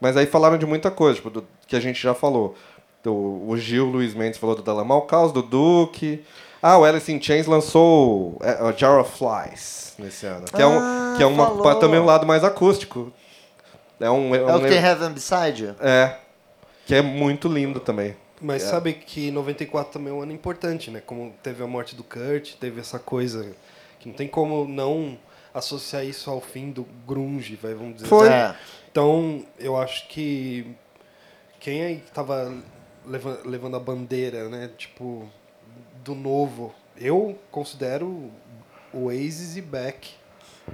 [SPEAKER 2] Mas aí falaram de muita coisa, tipo, do- que a gente já falou. Do- o Gil Luiz Mendes falou do Dalamal Mal Caos, do Duke. Ah, o Alice in Chains lançou é, o Jar of Flies nesse ano. Que é, um,
[SPEAKER 3] Ah,
[SPEAKER 2] que é uma,
[SPEAKER 3] falou.
[SPEAKER 2] também um lado mais acústico. É um...
[SPEAKER 3] É o
[SPEAKER 2] um-
[SPEAKER 3] que tem Heaven Beside You?
[SPEAKER 2] É. Que é muito lindo também.
[SPEAKER 4] Mas sabe que 94 também é um ano importante, né? Como teve a morte do Kurt, teve essa coisa que não tem como não associar isso ao fim do grunge, vai, vamos dizer
[SPEAKER 2] Foi.
[SPEAKER 4] assim.
[SPEAKER 3] É.
[SPEAKER 4] Então, eu acho que quem aí que tava leva- levando a bandeira, né? Tipo, do novo. Eu considero Oasis e Beck,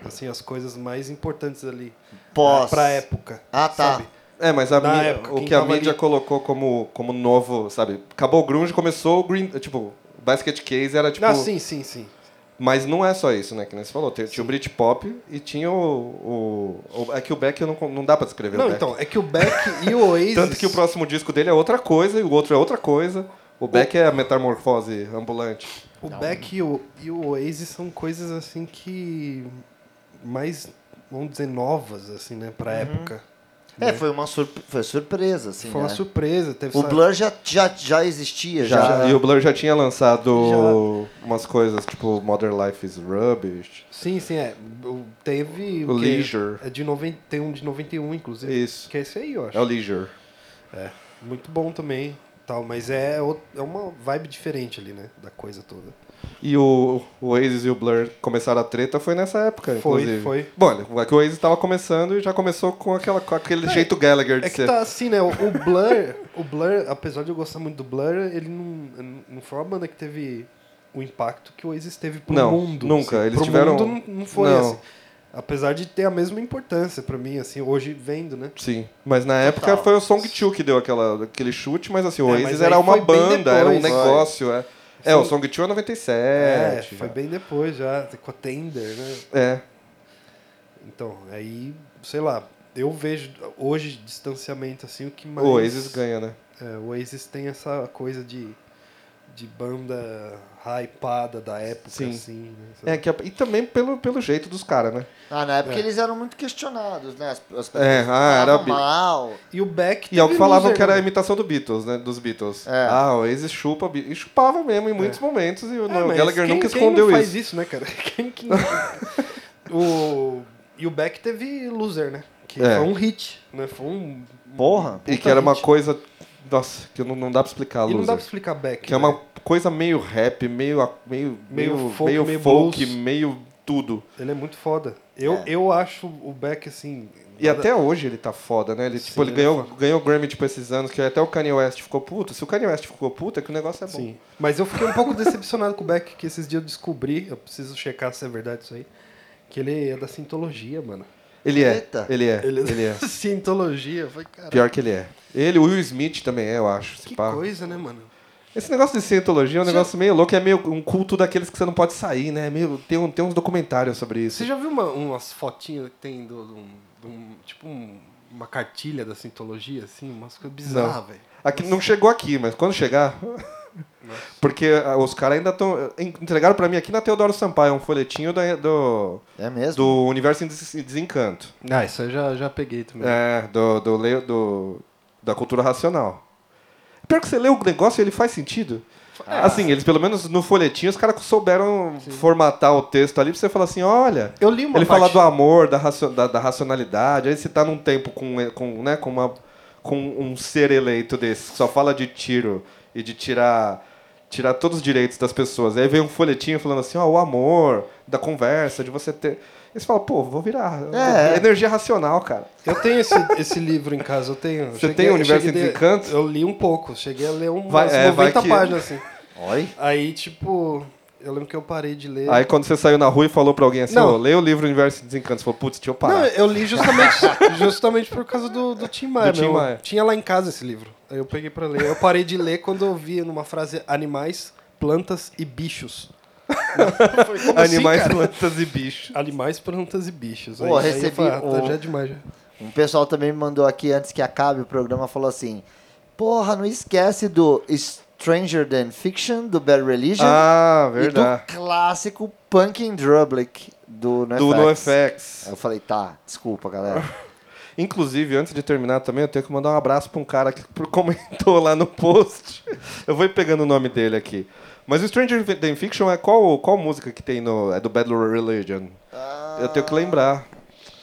[SPEAKER 4] assim, as coisas mais importantes ali.
[SPEAKER 3] Pós.
[SPEAKER 4] Pra época.
[SPEAKER 3] Ah, tá.
[SPEAKER 4] sabe?
[SPEAKER 2] É, mas a
[SPEAKER 4] Na
[SPEAKER 2] mídia-
[SPEAKER 4] época,
[SPEAKER 2] o
[SPEAKER 4] quem
[SPEAKER 2] que a
[SPEAKER 4] tava
[SPEAKER 2] mídia
[SPEAKER 4] ali-
[SPEAKER 2] colocou como, como novo, sabe? Acabou o grunge, começou o green... Tipo, basket case era tipo...
[SPEAKER 4] Ah, sim, sim, sim.
[SPEAKER 2] Mas não é só isso, né? Que nem você falou. Tinha, tinha o Britpop e tinha o, o, o- É que o Beck eu não, con- não dá pra descrever o
[SPEAKER 4] Não,
[SPEAKER 2] Beck.
[SPEAKER 4] então, é que o Beck e o Oasis...
[SPEAKER 2] Tanto que o próximo disco dele é outra coisa e o outro é outra coisa. O Beck é a metamorfose ambulante.
[SPEAKER 4] O Beck e o, e o Oasis são coisas assim que mais, vamos dizer, novas, assim, né, pra
[SPEAKER 2] Uhum.
[SPEAKER 4] época.
[SPEAKER 2] né?
[SPEAKER 3] É, foi uma surp- foi surpresa, assim.
[SPEAKER 4] Foi uma
[SPEAKER 2] é.
[SPEAKER 3] né?
[SPEAKER 4] surpresa, teve
[SPEAKER 3] O
[SPEAKER 4] essa-
[SPEAKER 3] Blur já, já, já existia, já. né?
[SPEAKER 2] Já- E o Blur já tinha lançado umas coisas tipo Modern Life is Rubbish.
[SPEAKER 4] Sim, sim, é. O- Teve
[SPEAKER 2] O
[SPEAKER 4] quê?
[SPEAKER 2] Leisure.
[SPEAKER 4] É de 90, tem um de 91, inclusive.
[SPEAKER 2] Isso.
[SPEAKER 4] Que é esse aí, eu acho.
[SPEAKER 2] É o Leisure.
[SPEAKER 4] Muito bom também, tal, mas é, o- é uma vibe diferente ali, né, da coisa toda.
[SPEAKER 2] E o, o Oasis e o Blur começaram a treta foi nessa época,
[SPEAKER 4] Foi,
[SPEAKER 2] inclusive.
[SPEAKER 4] foi.
[SPEAKER 2] Bom, olha, é que o Oasis tava começando e já começou com, aquela, com aquele jeito Gallagher de
[SPEAKER 4] É que
[SPEAKER 2] ser.
[SPEAKER 4] tá assim, né? O o Blur, o Blur, apesar de eu gostar muito do Blur, ele não, não foi uma banda que teve o impacto que o Oasis teve pro
[SPEAKER 2] Não,
[SPEAKER 4] mundo.
[SPEAKER 2] nunca.
[SPEAKER 4] assim.
[SPEAKER 2] Eles
[SPEAKER 4] pro
[SPEAKER 2] tiveram-
[SPEAKER 4] mundo não- não foi
[SPEAKER 2] não.
[SPEAKER 4] assim. Apesar de ter a mesma importância pra mim, assim, hoje vendo, né?
[SPEAKER 2] Sim, mas na época foi o Song 2 que deu aquela, aquele chute, mas assim, o
[SPEAKER 4] É,
[SPEAKER 2] Oasis
[SPEAKER 4] mas aí
[SPEAKER 2] era uma
[SPEAKER 4] foi bem
[SPEAKER 2] banda, era um
[SPEAKER 4] depois, foi.
[SPEAKER 2] negócio. É, é o Song 2 é 97.
[SPEAKER 4] É, foi
[SPEAKER 2] já.
[SPEAKER 4] bem depois já, com a Tender, né?
[SPEAKER 2] É.
[SPEAKER 4] Então, aí, sei lá, eu vejo hoje distanciamento assim o que mais
[SPEAKER 2] O Oasis ganha, né?
[SPEAKER 4] É, o Oasis tem essa coisa de de banda hypada da época
[SPEAKER 2] Sim.
[SPEAKER 4] assim, né?
[SPEAKER 2] É, que, a- e também pelo, pelo jeito dos caras, né?
[SPEAKER 3] Ah, na época eles eram muito questionados, né? As, as
[SPEAKER 2] É,
[SPEAKER 3] pessoas
[SPEAKER 2] ah, era
[SPEAKER 3] falavam
[SPEAKER 2] bi-
[SPEAKER 3] mal.
[SPEAKER 4] E o Beck
[SPEAKER 2] E é o que
[SPEAKER 4] teve
[SPEAKER 2] falavam
[SPEAKER 4] loser,
[SPEAKER 2] que era a
[SPEAKER 4] né?
[SPEAKER 2] imitação do Beatles, né? Dos Beatles.
[SPEAKER 3] É.
[SPEAKER 2] Ah, o Oasis chupa, Be- e chupava mesmo em muitos momentos, e o
[SPEAKER 4] É,
[SPEAKER 2] Noel
[SPEAKER 4] mas
[SPEAKER 2] Gallagher
[SPEAKER 4] quem-
[SPEAKER 2] nunca
[SPEAKER 4] quem
[SPEAKER 2] escondeu
[SPEAKER 4] não faz
[SPEAKER 2] isso.
[SPEAKER 4] isso, né, cara? Quem que não... o... E o Beck teve Loser, né? Que
[SPEAKER 2] É.
[SPEAKER 4] foi um hit, né? Foi um...
[SPEAKER 3] Porra.
[SPEAKER 2] E
[SPEAKER 4] Puta
[SPEAKER 2] que era uma
[SPEAKER 4] hit.
[SPEAKER 2] coisa. Nossa, que não, não dá pra explicar,
[SPEAKER 4] E não dá
[SPEAKER 2] Loser.
[SPEAKER 4] pra explicar Beck,
[SPEAKER 2] Que é
[SPEAKER 4] né?
[SPEAKER 2] uma coisa meio rap, meio. a- meio.
[SPEAKER 4] Meio
[SPEAKER 2] meio
[SPEAKER 4] folk,
[SPEAKER 2] meio
[SPEAKER 4] meio
[SPEAKER 2] folk,
[SPEAKER 4] blues.
[SPEAKER 2] meio tudo.
[SPEAKER 4] Ele é muito foda. Eu,
[SPEAKER 3] É.
[SPEAKER 4] eu acho o Beck, assim...
[SPEAKER 2] E
[SPEAKER 4] nada-
[SPEAKER 2] até hoje ele tá foda, né? Ele, tipo, ele
[SPEAKER 4] ele é
[SPEAKER 2] ganhou, ganhou Grammy, tipo, esses anos, que até o Kanye West ficou puto. Se o Kanye West ficou puto, é que o negócio é bom.
[SPEAKER 4] Sim. Mas eu fiquei um pouco decepcionado com o Beck, que esses dias eu descobri, eu preciso checar se é verdade isso aí, que ele é da Sintologia, mano.
[SPEAKER 2] Ele é.
[SPEAKER 3] Eita.
[SPEAKER 2] Ele é. Ele é.
[SPEAKER 4] da Sintologia. Eu falei, cara,
[SPEAKER 2] Pior que ele é. Ele, o Will Smith também é, eu acho. se
[SPEAKER 4] que
[SPEAKER 2] pá.
[SPEAKER 4] coisa, né, mano?
[SPEAKER 2] Esse negócio de cientologia é um negócio meio louco, é meio um culto daqueles que você não pode sair, né? Meio, tem, um, tem uns documentários sobre isso.
[SPEAKER 4] Você já viu uma- umas fotinhas que tem do, do- do- tipo um- uma cartilha da Sintologia, assim? Umas
[SPEAKER 2] Não.
[SPEAKER 4] coisas bizarras, velho.
[SPEAKER 2] Aqui, não chegou aqui, mas quando chegar. Porque ah, os caras ainda estão. Entregaram pra mim aqui na Teodoro Sampaio um folhetinho da- do,
[SPEAKER 3] É mesmo?
[SPEAKER 2] do Universo em Des- Desencanto.
[SPEAKER 4] Ah, isso eu já, já peguei também.
[SPEAKER 2] É, do, do, lei- do- da cultura racional. Pior que você lê o negócio, ele faz sentido. Assim, eles pelo menos no folhetinho, os caras souberam formatar o texto ali pra você falar assim: olha.
[SPEAKER 4] Eu li uma
[SPEAKER 2] Ele
[SPEAKER 4] parte.
[SPEAKER 2] fala do amor, da, racio- da- da racionalidade. Aí você tá num tempo com, com, né, com, uma, com um ser eleito desse, que só fala de tiro e de tirar, tirar todos os direitos das pessoas. Aí vem um folhetinho falando assim, ó, o amor, da conversa, de você ter... E você fala, pô, vou virar.
[SPEAKER 3] É.
[SPEAKER 2] Energia racional, cara.
[SPEAKER 4] Eu tenho esse, esse livro em casa, eu tenho.
[SPEAKER 2] Você tem o Universo
[SPEAKER 4] cheguei
[SPEAKER 2] em
[SPEAKER 4] a-
[SPEAKER 2] Desencanto?
[SPEAKER 4] Eu li um pouco, cheguei a ler umas
[SPEAKER 2] Vai- é, vai
[SPEAKER 4] 90
[SPEAKER 2] que-
[SPEAKER 4] páginas, assim.
[SPEAKER 3] Oi?
[SPEAKER 4] Aí, tipo, Eu lembro que eu parei de ler.
[SPEAKER 2] Aí quando você saiu na rua e falou pra alguém assim,
[SPEAKER 4] É. Não.
[SPEAKER 2] ô, lê o livro Universo de Desencanto, você falou, putz, deixa eu parar.
[SPEAKER 4] Não, eu li justamente, justamente por causa do, do Tim Maia.
[SPEAKER 2] Do Tim
[SPEAKER 4] meu.
[SPEAKER 2] Maia.
[SPEAKER 4] Tinha lá em casa esse livro. Aí eu peguei pra ler. Eu parei de ler quando eu vi numa frase animais, plantas e bichos. Eu falei, como assim,
[SPEAKER 2] Animais,
[SPEAKER 4] cara?
[SPEAKER 2] plantas e bichos.
[SPEAKER 4] Animais, plantas e bichos.
[SPEAKER 3] Pô,
[SPEAKER 4] Aí- aí eu
[SPEAKER 3] recebi
[SPEAKER 4] falei, ah, tá,
[SPEAKER 3] o-
[SPEAKER 4] já é demais. Já.
[SPEAKER 3] Um pessoal também me mandou aqui, antes que acabe o programa, falou assim: Porra, não esquece do Stranger Than Fiction, do Bad Religion.
[SPEAKER 2] Ah,
[SPEAKER 3] e
[SPEAKER 2] verdade.
[SPEAKER 3] do clássico Punkin' Drublic, do NoFX.
[SPEAKER 2] Do NoFX.
[SPEAKER 3] Aí Eu falei, tá, desculpa, galera.
[SPEAKER 2] Inclusive, antes de terminar também, eu tenho que mandar um abraço pra um cara que por- comentou lá no post. Eu vou ir pegando o nome dele aqui. Mas o Stranger Than Fiction é qual, qual música que tem no. É do Bad Religion? Eu tenho que lembrar.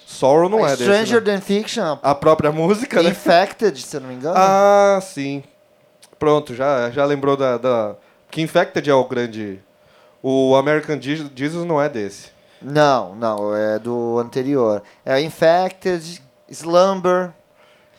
[SPEAKER 2] Sorrow não é desse. né?
[SPEAKER 3] Stranger Than Fiction,
[SPEAKER 2] A própria música, né?
[SPEAKER 3] Infected, se eu não me engano.
[SPEAKER 2] Ah, sim. Pronto, já, já lembrou da, da. Que Infected é o grande. O American Je- Jesus não é desse.
[SPEAKER 3] Não, não, é do anterior. É Infected, Slumber,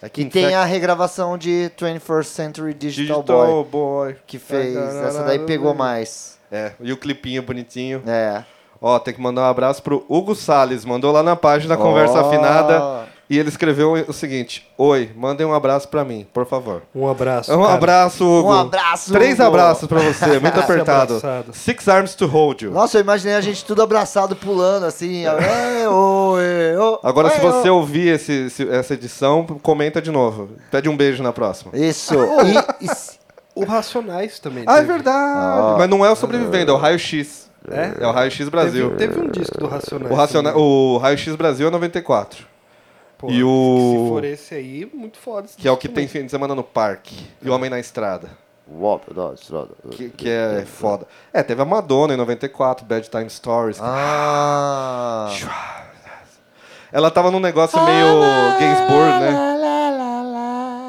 [SPEAKER 2] É
[SPEAKER 3] que tem a regravação de 21st Century Digital, Boy,
[SPEAKER 2] Boy.
[SPEAKER 3] que fez. Essa daí pegou mais.
[SPEAKER 2] É, e o clipinho bonitinho.
[SPEAKER 3] É.
[SPEAKER 2] Ó, tem que mandar um abraço pro Hugo Salles. Mandou lá na página Conversa
[SPEAKER 3] Ó.
[SPEAKER 2] Afinada. E ele escreveu o seguinte: Oi, mandem um abraço pra mim, por favor.
[SPEAKER 4] Um abraço.
[SPEAKER 2] Um
[SPEAKER 4] cara.
[SPEAKER 2] abraço, Hugo.
[SPEAKER 3] Um abraço,
[SPEAKER 2] Três
[SPEAKER 3] Hugo.
[SPEAKER 2] abraços pra você, muito apertado.
[SPEAKER 4] abraçado.
[SPEAKER 2] Six arms to hold you.
[SPEAKER 3] Nossa, eu imaginei a gente tudo abraçado, pulando assim. "Aê, ô, ê, ô,
[SPEAKER 2] Agora, se
[SPEAKER 3] aê,
[SPEAKER 2] você
[SPEAKER 3] ô".
[SPEAKER 2] ouvir esse- esse- essa edição, comenta de novo. Pede um beijo na próxima.
[SPEAKER 3] Isso. E- e-
[SPEAKER 4] O Racionais também.
[SPEAKER 2] Ah, é
[SPEAKER 4] teve.
[SPEAKER 2] verdade! Mas não é o sobrevivendo, é o Raio X. É? É o Raio X Brasil.
[SPEAKER 4] Teve, teve um disco do Racionais.
[SPEAKER 2] O, Raciona- o Raio X Brasil é 94.
[SPEAKER 4] também. Pô,
[SPEAKER 2] e o-
[SPEAKER 4] Se for esse aí, muito foda. esse
[SPEAKER 2] Que é o
[SPEAKER 4] disco
[SPEAKER 2] que
[SPEAKER 4] também.
[SPEAKER 2] tem fim de semana no parque. E o Homem na Estrada.
[SPEAKER 3] Uop, dó, stró, dó.
[SPEAKER 2] Que, que é foda. É, teve a Madonna em 94, Bad Time Stories.
[SPEAKER 3] Ah.
[SPEAKER 2] Ela tava num negócio meio Gainsbourg, né?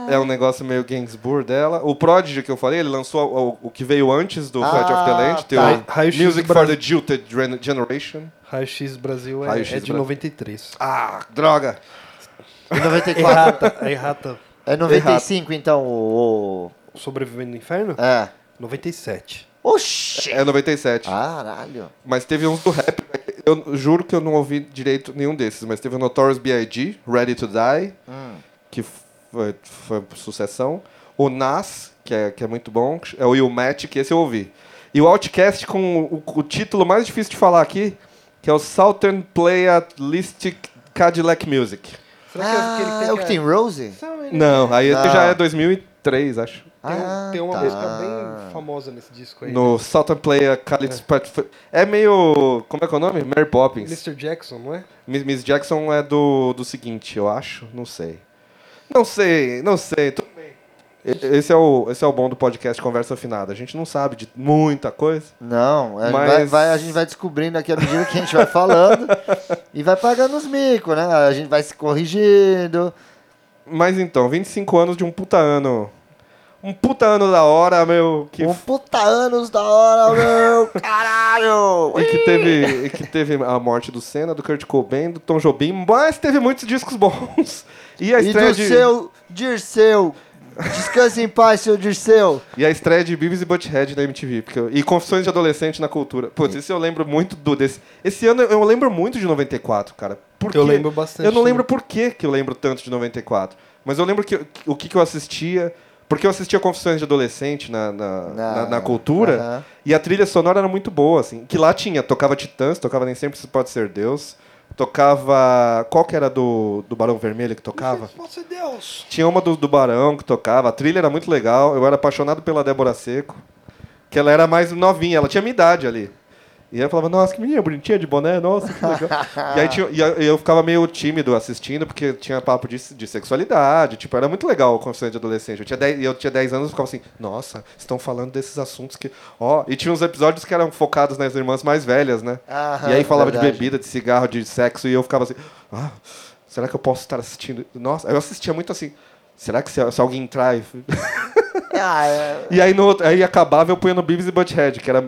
[SPEAKER 2] É um negócio meio Gainsbourg dela. O Prodigy que eu falei, ele lançou o, o que veio antes do
[SPEAKER 3] Ah,
[SPEAKER 2] Flight of the Land. Tem
[SPEAKER 3] tá.
[SPEAKER 2] o
[SPEAKER 4] Raio X
[SPEAKER 2] Music
[SPEAKER 4] do
[SPEAKER 2] for
[SPEAKER 4] Brasil.
[SPEAKER 2] the Jilted Gen- Generation.
[SPEAKER 4] Raio X Brasil é,
[SPEAKER 2] Raio X
[SPEAKER 4] é de
[SPEAKER 2] Brasil.
[SPEAKER 4] 93.
[SPEAKER 2] Ah, droga!
[SPEAKER 3] E 94.
[SPEAKER 4] É Errata. Errata.
[SPEAKER 3] É 95, então, o. o-
[SPEAKER 4] Sobrevivendo no Inferno?
[SPEAKER 3] É.
[SPEAKER 4] 97.
[SPEAKER 3] Oxi!
[SPEAKER 2] É 97.
[SPEAKER 3] Caralho.
[SPEAKER 2] Mas teve uns do rap. Eu juro que eu não ouvi direito nenhum desses, mas teve o Notorious B.I.G., Ready to Die, que foi, foi sucessão. O Nas, que é, que é muito bom. É o Ilmatic, que esse eu ouvi. E o Outcast com o, o título mais difícil de falar aqui, que é o Southern Playalistic Cadillac Music.
[SPEAKER 4] Será que é aquele
[SPEAKER 3] Ah, é o que tem Rose?
[SPEAKER 4] um,
[SPEAKER 2] Não, aí esse
[SPEAKER 3] Não.
[SPEAKER 2] já é 2003, acho.
[SPEAKER 4] Tem,
[SPEAKER 3] Ah,
[SPEAKER 4] tem uma
[SPEAKER 3] tá.
[SPEAKER 4] música bem famosa nesse disco aí.
[SPEAKER 2] No Southern Player Cadillac... É meio... Como é que é o nome? Mary Poppins.
[SPEAKER 4] Mr. Jackson, não é?
[SPEAKER 2] Miss- Miss Jackson é do, do seguinte, eu acho. Não sei. Não sei, não sei. tudo bem. E- Esse é, o, esse é o bom do podcast Conversa Afinada. A gente não sabe de muita coisa.
[SPEAKER 3] Não, a,
[SPEAKER 2] Mas-
[SPEAKER 3] vai- vai- a gente vai descobrindo aqui à medida que a gente vai falando e vai pagando os micos, né? A gente vai se corrigindo.
[SPEAKER 2] Mas então, 25 anos de um puta ano. Um puta ano da hora, meu. Que,
[SPEAKER 3] Um puta anos da hora, meu! Caralho!
[SPEAKER 2] e, que teve, e que teve a morte do Senna, do Kurt Cobain, do Tom Jobim. Mas teve muitos discos bons. E a
[SPEAKER 3] E
[SPEAKER 2] estreia,
[SPEAKER 3] do
[SPEAKER 2] É de,
[SPEAKER 3] seu Dirceu! Descanse em paz, seu Dirceu!
[SPEAKER 2] e a estreia de Beavis e Butthead na MTV. Porque, eu- e Confissões de Adolescente na Cultura. Putz, esse eu lembro muito do desse. Esse ano eu eu lembro muito de 94, cara. Porque
[SPEAKER 4] Eu lembro bastante
[SPEAKER 2] Eu não
[SPEAKER 4] também.
[SPEAKER 2] lembro por que, que eu lembro tanto de 94. Mas eu lembro que, o que, que eu assistia. Porque eu assistia Confissões de Adolescente na, na,
[SPEAKER 3] Na-
[SPEAKER 4] Ah,
[SPEAKER 2] na- na cultura.
[SPEAKER 3] Aham.
[SPEAKER 2] E a trilha sonora era muito boa, assim. Que lá tinha, tocava Titãs, tocava Nem Sempre Se Pode Ser Deus. Tocava. Qual que era do, do Barão Vermelho que tocava?
[SPEAKER 4] Nossa Deus!
[SPEAKER 2] Tinha uma do, do Barão que tocava, a trilha era muito legal. Eu era apaixonado pela Débora Seco, que ela era mais novinha, ela tinha minha idade ali. E eu falava, nossa, que menina bonitinha de boné, nossa, que legal. e aí tinha- e eu- eu ficava meio tímido assistindo, porque tinha papo de, de sexualidade, tipo, era muito legal o conceito de adolescente. Eu tinha 10, eu tinha 10 anos e ficava assim, nossa, estão falando desses assuntos que. Ó, e tinha uns episódios que eram focados nas irmãs mais velhas, né?
[SPEAKER 3] Aham,
[SPEAKER 2] e aí falava de
[SPEAKER 3] verdade.
[SPEAKER 2] bebida bebida, de cigarro, de sexo, e eu ficava assim, "Ah, será que eu posso estar assistindo? Nossa, eu assistia muito assim, será que se, se alguém entrar... e-"
[SPEAKER 3] Ah, é,
[SPEAKER 2] E aí, no, outro- aí acabava eu punha no Beavis e Butthead, que era...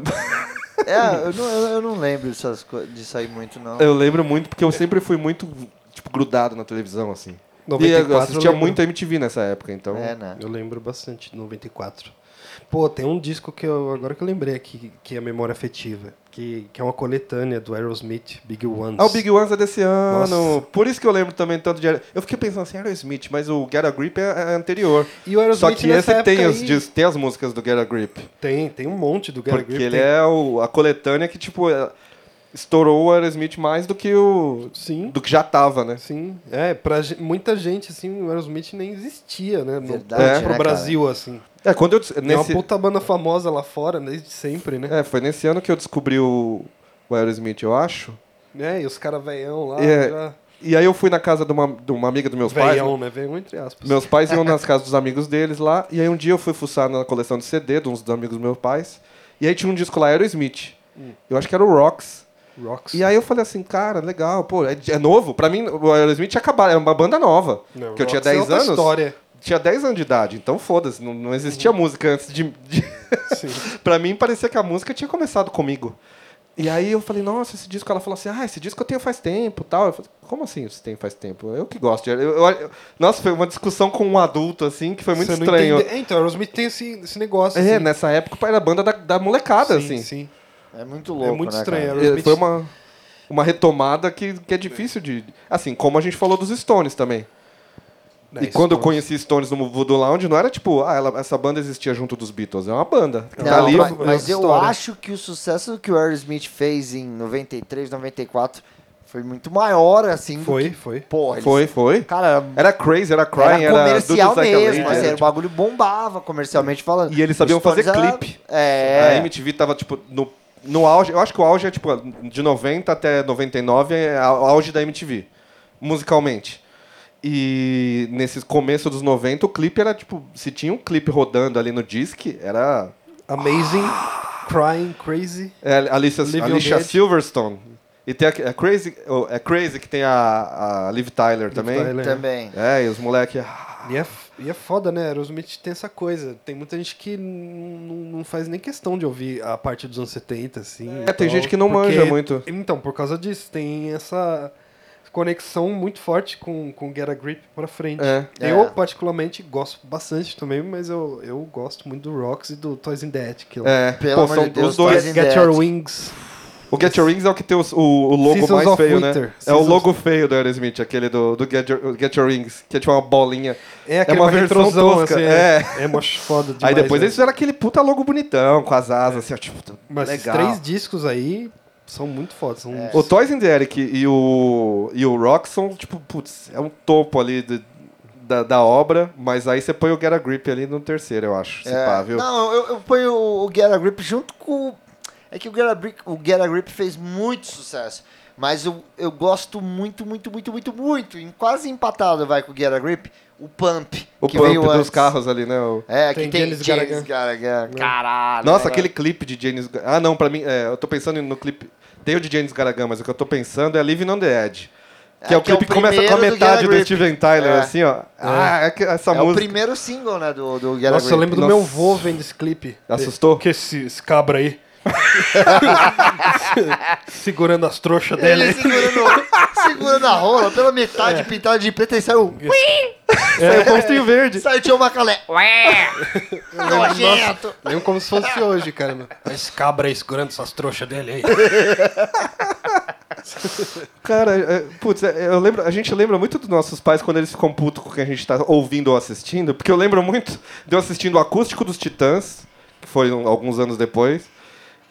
[SPEAKER 3] é, eu, não, eu- eu não lembro dessas co- disso aí muito, não.
[SPEAKER 2] Eu lembro muito, porque eu sempre fui muito, tipo, grudado na televisão, assim.
[SPEAKER 4] 94
[SPEAKER 2] e eu assistia
[SPEAKER 4] eu lembro.
[SPEAKER 2] muito MTV nessa época, então...
[SPEAKER 3] É, né?
[SPEAKER 4] Eu lembro bastante de 94. Pô, tem um disco que eu agora que eu lembrei aqui, que é Memória Afetiva, que, que é uma coletânea do Aerosmith Big Ones.
[SPEAKER 2] Ah, o Big Ones é desse ano.
[SPEAKER 4] Nossa.
[SPEAKER 2] Por isso que eu lembro também tanto de... Aero- Eu fiquei pensando assim, Aerosmith, mas o Get a Grip é é anterior.
[SPEAKER 4] E o Aerosmith
[SPEAKER 2] Só que
[SPEAKER 4] nessa
[SPEAKER 2] esse tem,
[SPEAKER 4] época
[SPEAKER 2] os
[SPEAKER 4] aí-
[SPEAKER 2] dis- tem as músicas do Get a Grip.
[SPEAKER 4] Tem, tem um monte do Gary
[SPEAKER 2] Porque ele é o- a coletânea que, tipo, é- estourou o Aerosmith mais do que o...
[SPEAKER 4] Sim.
[SPEAKER 2] Do que já tava, né?
[SPEAKER 4] Sim, é, pra ge- muita gente, assim, o Aerosmith nem existia, né? No,
[SPEAKER 3] Verdade,
[SPEAKER 2] É. né,
[SPEAKER 4] pro
[SPEAKER 3] cara?
[SPEAKER 4] Brasil, assim.
[SPEAKER 2] É, quando eu...
[SPEAKER 4] Tem uma
[SPEAKER 2] Nesse,
[SPEAKER 4] puta banda famosa lá fora, desde sempre, né?
[SPEAKER 2] é, foi nesse ano que eu descobri o, o Aerosmith, eu acho.
[SPEAKER 4] É, e os caras veião lá,
[SPEAKER 2] É.
[SPEAKER 4] já...
[SPEAKER 2] E aí eu fui na casa de uma, de uma amiga dos meus pais.
[SPEAKER 4] veião, né? Veião entre aspas.
[SPEAKER 2] Meus pais iam nas casas dos amigos deles lá, e aí um dia eu fui fuçar na coleção de CD de uns dos amigos dos meus pais, e aí tinha um disco lá, Aerosmith.
[SPEAKER 4] Hum.
[SPEAKER 2] Eu acho que era o Rocks.
[SPEAKER 4] Rocks.
[SPEAKER 2] E aí eu falei assim, cara, legal, pô, é, é novo? Pra mim, o Aerosmith tinha acabado, era uma banda nova.
[SPEAKER 4] Não,
[SPEAKER 2] que eu tinha
[SPEAKER 4] Rocks é
[SPEAKER 2] 10
[SPEAKER 4] outra
[SPEAKER 2] anos.
[SPEAKER 4] história. Uhum.
[SPEAKER 2] Tinha 10 anos de idade, então foda-se, não, não existia música antes de. de...
[SPEAKER 4] Sim.
[SPEAKER 2] pra mim parecia que a música tinha começado comigo. E aí eu falei, nossa, esse disco. Ela falou assim, ah, esse disco eu tenho faz tempo tal. Eu falei, como assim você tem faz tempo? Eu que gosto. de- eu- eu- eu- Nossa, foi uma discussão com um adulto, assim, que foi muito
[SPEAKER 4] Você não
[SPEAKER 2] estranho.
[SPEAKER 4] entende- É, então, Aerosmith tem esse, esse negócio,
[SPEAKER 2] É,
[SPEAKER 4] assim.
[SPEAKER 2] nessa época era a banda da, da molecada,
[SPEAKER 4] Sim,
[SPEAKER 2] assim. É,
[SPEAKER 4] sim.
[SPEAKER 3] É muito louco,
[SPEAKER 4] muito
[SPEAKER 3] né,
[SPEAKER 4] estranho,
[SPEAKER 3] cara?
[SPEAKER 4] né? Aerosmith-
[SPEAKER 2] Foi uma, uma retomada que, que é difícil de. Assim, como a gente falou dos Stones também.
[SPEAKER 4] Né,
[SPEAKER 2] E quando eu
[SPEAKER 4] Stones.
[SPEAKER 2] conheci Stones no Voodoo Lounge, não era tipo, ah, ela- essa banda existia junto dos Beatles. É uma banda. que tá
[SPEAKER 3] Não,
[SPEAKER 2] ali,
[SPEAKER 3] mas,
[SPEAKER 4] é
[SPEAKER 3] mas eu
[SPEAKER 4] história.
[SPEAKER 3] acho que o sucesso que o Aerosmith fez em 93, 94 foi muito maior, assim. do
[SPEAKER 4] Foi,
[SPEAKER 3] que-
[SPEAKER 4] foi.
[SPEAKER 3] Porra,
[SPEAKER 2] Foi,
[SPEAKER 3] eles-
[SPEAKER 2] foi.
[SPEAKER 3] Cara,
[SPEAKER 2] Era Crazy, era Crying,
[SPEAKER 3] era
[SPEAKER 2] era,
[SPEAKER 3] comercial
[SPEAKER 2] Dudes Like a
[SPEAKER 3] mesmo,
[SPEAKER 2] Lady,
[SPEAKER 3] mas
[SPEAKER 2] era
[SPEAKER 3] era, o bagulho bombava comercialmente falando.
[SPEAKER 2] né? E eles sabiam
[SPEAKER 3] Os Stones
[SPEAKER 2] fazer
[SPEAKER 3] era-
[SPEAKER 2] clipe. A
[SPEAKER 3] É,
[SPEAKER 2] MTV tava, tipo, no, no auge. Eu acho que o auge é, tipo, de 90 até 99 é a- o auge da MTV, musicalmente. E nesse começo dos 90, o clipe era, tipo, se tinha um clipe rodando ali no disque, era
[SPEAKER 4] Amazing, Crying, Crazy.
[SPEAKER 2] é, a Alicia,
[SPEAKER 4] Live on
[SPEAKER 2] Alicia
[SPEAKER 4] the Edge.
[SPEAKER 2] Silverstone. E tem a, é Crazy, oh, é Crazy que tem a, a Liv Tyler também.
[SPEAKER 4] Tyler.
[SPEAKER 3] também.
[SPEAKER 2] É, e os moleques...
[SPEAKER 4] E é, f- e é foda, né? Aerosmith tem essa coisa. Tem muita gente que n- n- não faz nem questão de ouvir a parte dos anos 70, assim. e
[SPEAKER 2] É, tem
[SPEAKER 4] tal,
[SPEAKER 2] gente que não manja muito.
[SPEAKER 4] Então, por causa disso, tem essa conexão muito forte com, com Get a Grip pra frente.
[SPEAKER 2] É.
[SPEAKER 4] Eu,
[SPEAKER 3] É.
[SPEAKER 4] particularmente, gosto bastante também, mas eu, eu gosto muito do Rocks e do Toys in the Attic. lá.
[SPEAKER 2] É,
[SPEAKER 3] Pelo
[SPEAKER 2] pô,
[SPEAKER 3] amor
[SPEAKER 2] são
[SPEAKER 3] de Deus,
[SPEAKER 2] os dois.
[SPEAKER 3] Toys in the
[SPEAKER 4] Get Your
[SPEAKER 3] Attic.
[SPEAKER 4] Wings.
[SPEAKER 2] O Get Your Rings é o que tem os- o, o logo
[SPEAKER 4] Seasons
[SPEAKER 2] mais
[SPEAKER 4] of
[SPEAKER 2] feio,
[SPEAKER 4] Winter.
[SPEAKER 2] né? É o
[SPEAKER 4] Seasons-
[SPEAKER 2] logo feio do Aerosmith, aquele do, do Get, Your, Get Your Rings, que é tipo uma bolinha.
[SPEAKER 4] É aquele
[SPEAKER 2] uma versão
[SPEAKER 4] retrosão,
[SPEAKER 2] tosca,
[SPEAKER 4] assim,
[SPEAKER 2] é.
[SPEAKER 4] É, é mó foda demais.
[SPEAKER 2] Aí depois é
[SPEAKER 4] né?
[SPEAKER 2] eles fizeram aquele puta logo bonitão, com as asas, assim, ó, tipo, tá
[SPEAKER 4] Mas esses
[SPEAKER 2] legal. É.
[SPEAKER 4] três discos aí são muito fodas. São
[SPEAKER 2] O Toys in the Eric e o, e o Rock são, tipo, putz, é um topo ali de- da, da obra, mas aí você põe o Get a Grip ali no terceiro, eu acho, se
[SPEAKER 3] É.
[SPEAKER 2] pá, viu?
[SPEAKER 3] Não, eu, eu ponho o Get a Grip junto com. o- É que o Get a Grip, o Get a Grip fez muito sucesso. Mas eu, eu gosto muito, muito, muito, muito, muito. Em quase empatado vai com o Get a Grip. O Pump.
[SPEAKER 2] o
[SPEAKER 3] que
[SPEAKER 2] pump
[SPEAKER 3] veio
[SPEAKER 2] dos
[SPEAKER 3] antes.
[SPEAKER 2] carros ali, né? o-
[SPEAKER 3] É, que
[SPEAKER 4] Tem
[SPEAKER 3] tem
[SPEAKER 4] James
[SPEAKER 3] James
[SPEAKER 4] Gallagher.
[SPEAKER 3] Gallagher. Caralho.
[SPEAKER 2] Nossa,
[SPEAKER 3] né?
[SPEAKER 2] aquele clipe de James. Ga- Ah, não, pra mim. é, eu tô pensando no clipe. Tem o de James Garagan, mas o que eu tô pensando é Live on the Edge. Que é,
[SPEAKER 3] É,
[SPEAKER 2] o
[SPEAKER 3] que é o
[SPEAKER 2] clipe que começa com a
[SPEAKER 3] primeiro do Get
[SPEAKER 2] metade
[SPEAKER 3] a
[SPEAKER 2] do,
[SPEAKER 3] Grip.
[SPEAKER 2] Steven Tyler,
[SPEAKER 3] É.
[SPEAKER 2] assim, ó. Ah, é que essa
[SPEAKER 3] É o
[SPEAKER 2] música.
[SPEAKER 3] primeiro single, né, do, do Get a
[SPEAKER 4] Nossa, eu
[SPEAKER 3] Grip.
[SPEAKER 4] lembro do
[SPEAKER 2] Nossa.
[SPEAKER 4] meu vô vendo esse clipe.
[SPEAKER 2] Assustou?
[SPEAKER 4] Que esse, esse cabra aí. Segurando as trouxas
[SPEAKER 3] Ele
[SPEAKER 4] dele.
[SPEAKER 3] segurando, segurando a rola pela
[SPEAKER 2] É.
[SPEAKER 3] metade, pintada de preto, e saiu.
[SPEAKER 4] É.
[SPEAKER 2] Saiu o postinho verde.
[SPEAKER 3] Saiu o Tio Macalé. Nojento.
[SPEAKER 4] Lembro como se fosse hoje, cara. Esse cabra aí segurando essas trouxas dele aí.
[SPEAKER 2] Cara, é, putz, é, eu lembro, a gente lembra muito dos nossos pais quando eles ficam putos com o que a gente tá ouvindo ou assistindo, porque eu lembro muito de eu assistindo o acústico dos Titãs, que foi um- alguns anos depois.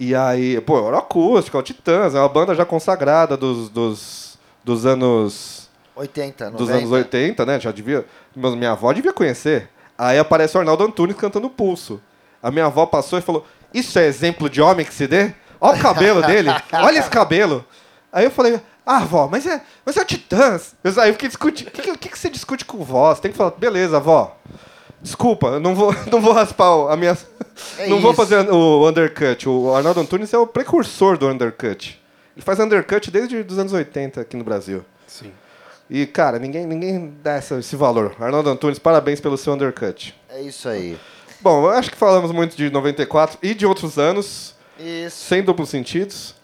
[SPEAKER 2] E aí, pô, era o acústico, é o Titãs, é uma banda já consagrada dos, dos, dos anos
[SPEAKER 3] 80, 90.
[SPEAKER 2] dos anos 80, né? Já devia. Mas minha avó devia conhecer. Aí aparece o Arnaldo Antunes cantando pulso. A minha avó passou e falou: Isso é exemplo de homem que se dê? Olha o cabelo dele, olha esse cabelo. Aí eu falei, ah, vó, mas é, mas é o Titãs. Eu, aí eu fiquei discutindo. O que, que- o que que você discute com vó? Você tem que falar, beleza, vó. Desculpa, eu não vou, não vou raspar o- a minha.
[SPEAKER 3] É
[SPEAKER 2] não vou
[SPEAKER 3] isso.
[SPEAKER 2] fazer o undercut. O Arnaldo Antunes é o precursor do undercut. Ele faz undercut desde os anos 80 aqui no Brasil.
[SPEAKER 4] Sim.
[SPEAKER 2] E, cara, ninguém, ninguém dá essa- esse valor. Arnaldo Antunes, parabéns pelo seu undercut.
[SPEAKER 3] É isso aí.
[SPEAKER 2] Bom, eu acho que falamos muito de 94 e de outros anos,
[SPEAKER 3] Isso.
[SPEAKER 2] sem duplos sentidos.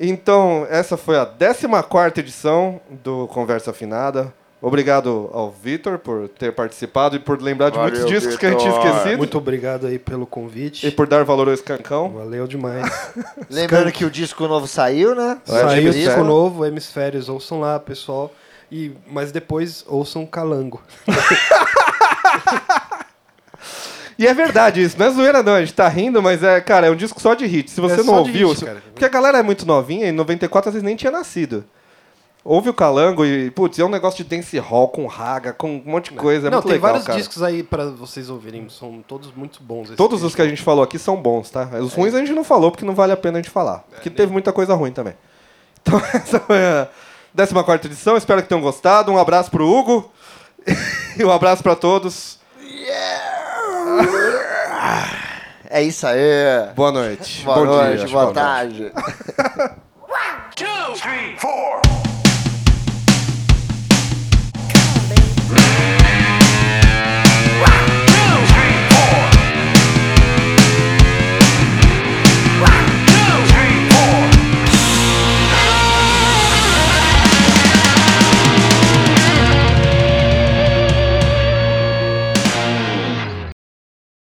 [SPEAKER 2] Então, essa foi a 14 edição do Conversa Afinada, Obrigado ao Vitor por ter participado e por lembrar de
[SPEAKER 7] Valeu,
[SPEAKER 2] muitos discos que a gente tinha
[SPEAKER 7] Vitor.
[SPEAKER 2] esquecido.
[SPEAKER 4] Muito obrigado aí pelo
[SPEAKER 2] E
[SPEAKER 4] convite.
[SPEAKER 2] por dar valor ao escancão.
[SPEAKER 4] Valeu demais.
[SPEAKER 3] Lembrando que o disco novo saiu, né?
[SPEAKER 4] Saiu o
[SPEAKER 2] Hemisfério.
[SPEAKER 4] disco novo, Hemisférios, ouçam lá, pessoal. E, mas depois ouçam Calango.
[SPEAKER 2] E é verdade isso, não é zoeira não, a gente tá rindo, mas é, cara, é um disco só de hit. Se você
[SPEAKER 4] É
[SPEAKER 2] não
[SPEAKER 4] só de
[SPEAKER 2] ouviu,
[SPEAKER 4] hit,
[SPEAKER 2] se-
[SPEAKER 4] cara.
[SPEAKER 2] porque a galera é muito novinha, em 94 às vezes nem tinha nascido. Ouve o Calango e, putz, é um negócio de dance hall com raga, com um monte de coisa, é
[SPEAKER 4] Não,
[SPEAKER 2] muito
[SPEAKER 4] tem
[SPEAKER 2] legal,
[SPEAKER 4] vários
[SPEAKER 2] cara.
[SPEAKER 4] discos aí pra vocês ouvirem, são todos muito bons. esse
[SPEAKER 2] Todos
[SPEAKER 4] disco.
[SPEAKER 2] os que a gente falou aqui são bons, tá? Os ruins a gente não falou porque não vale a pena a gente falar. Porque teve muita coisa ruim também. Então, essa foi a 14 edição. Espero que tenham gostado. Um abraço pro Hugo. E um abraço pra todos.
[SPEAKER 3] É isso aí.
[SPEAKER 2] Boa noite.
[SPEAKER 3] Boa
[SPEAKER 2] Bom dia,
[SPEAKER 3] noite,
[SPEAKER 2] acho que
[SPEAKER 3] boa tarde.
[SPEAKER 1] Two, three, four.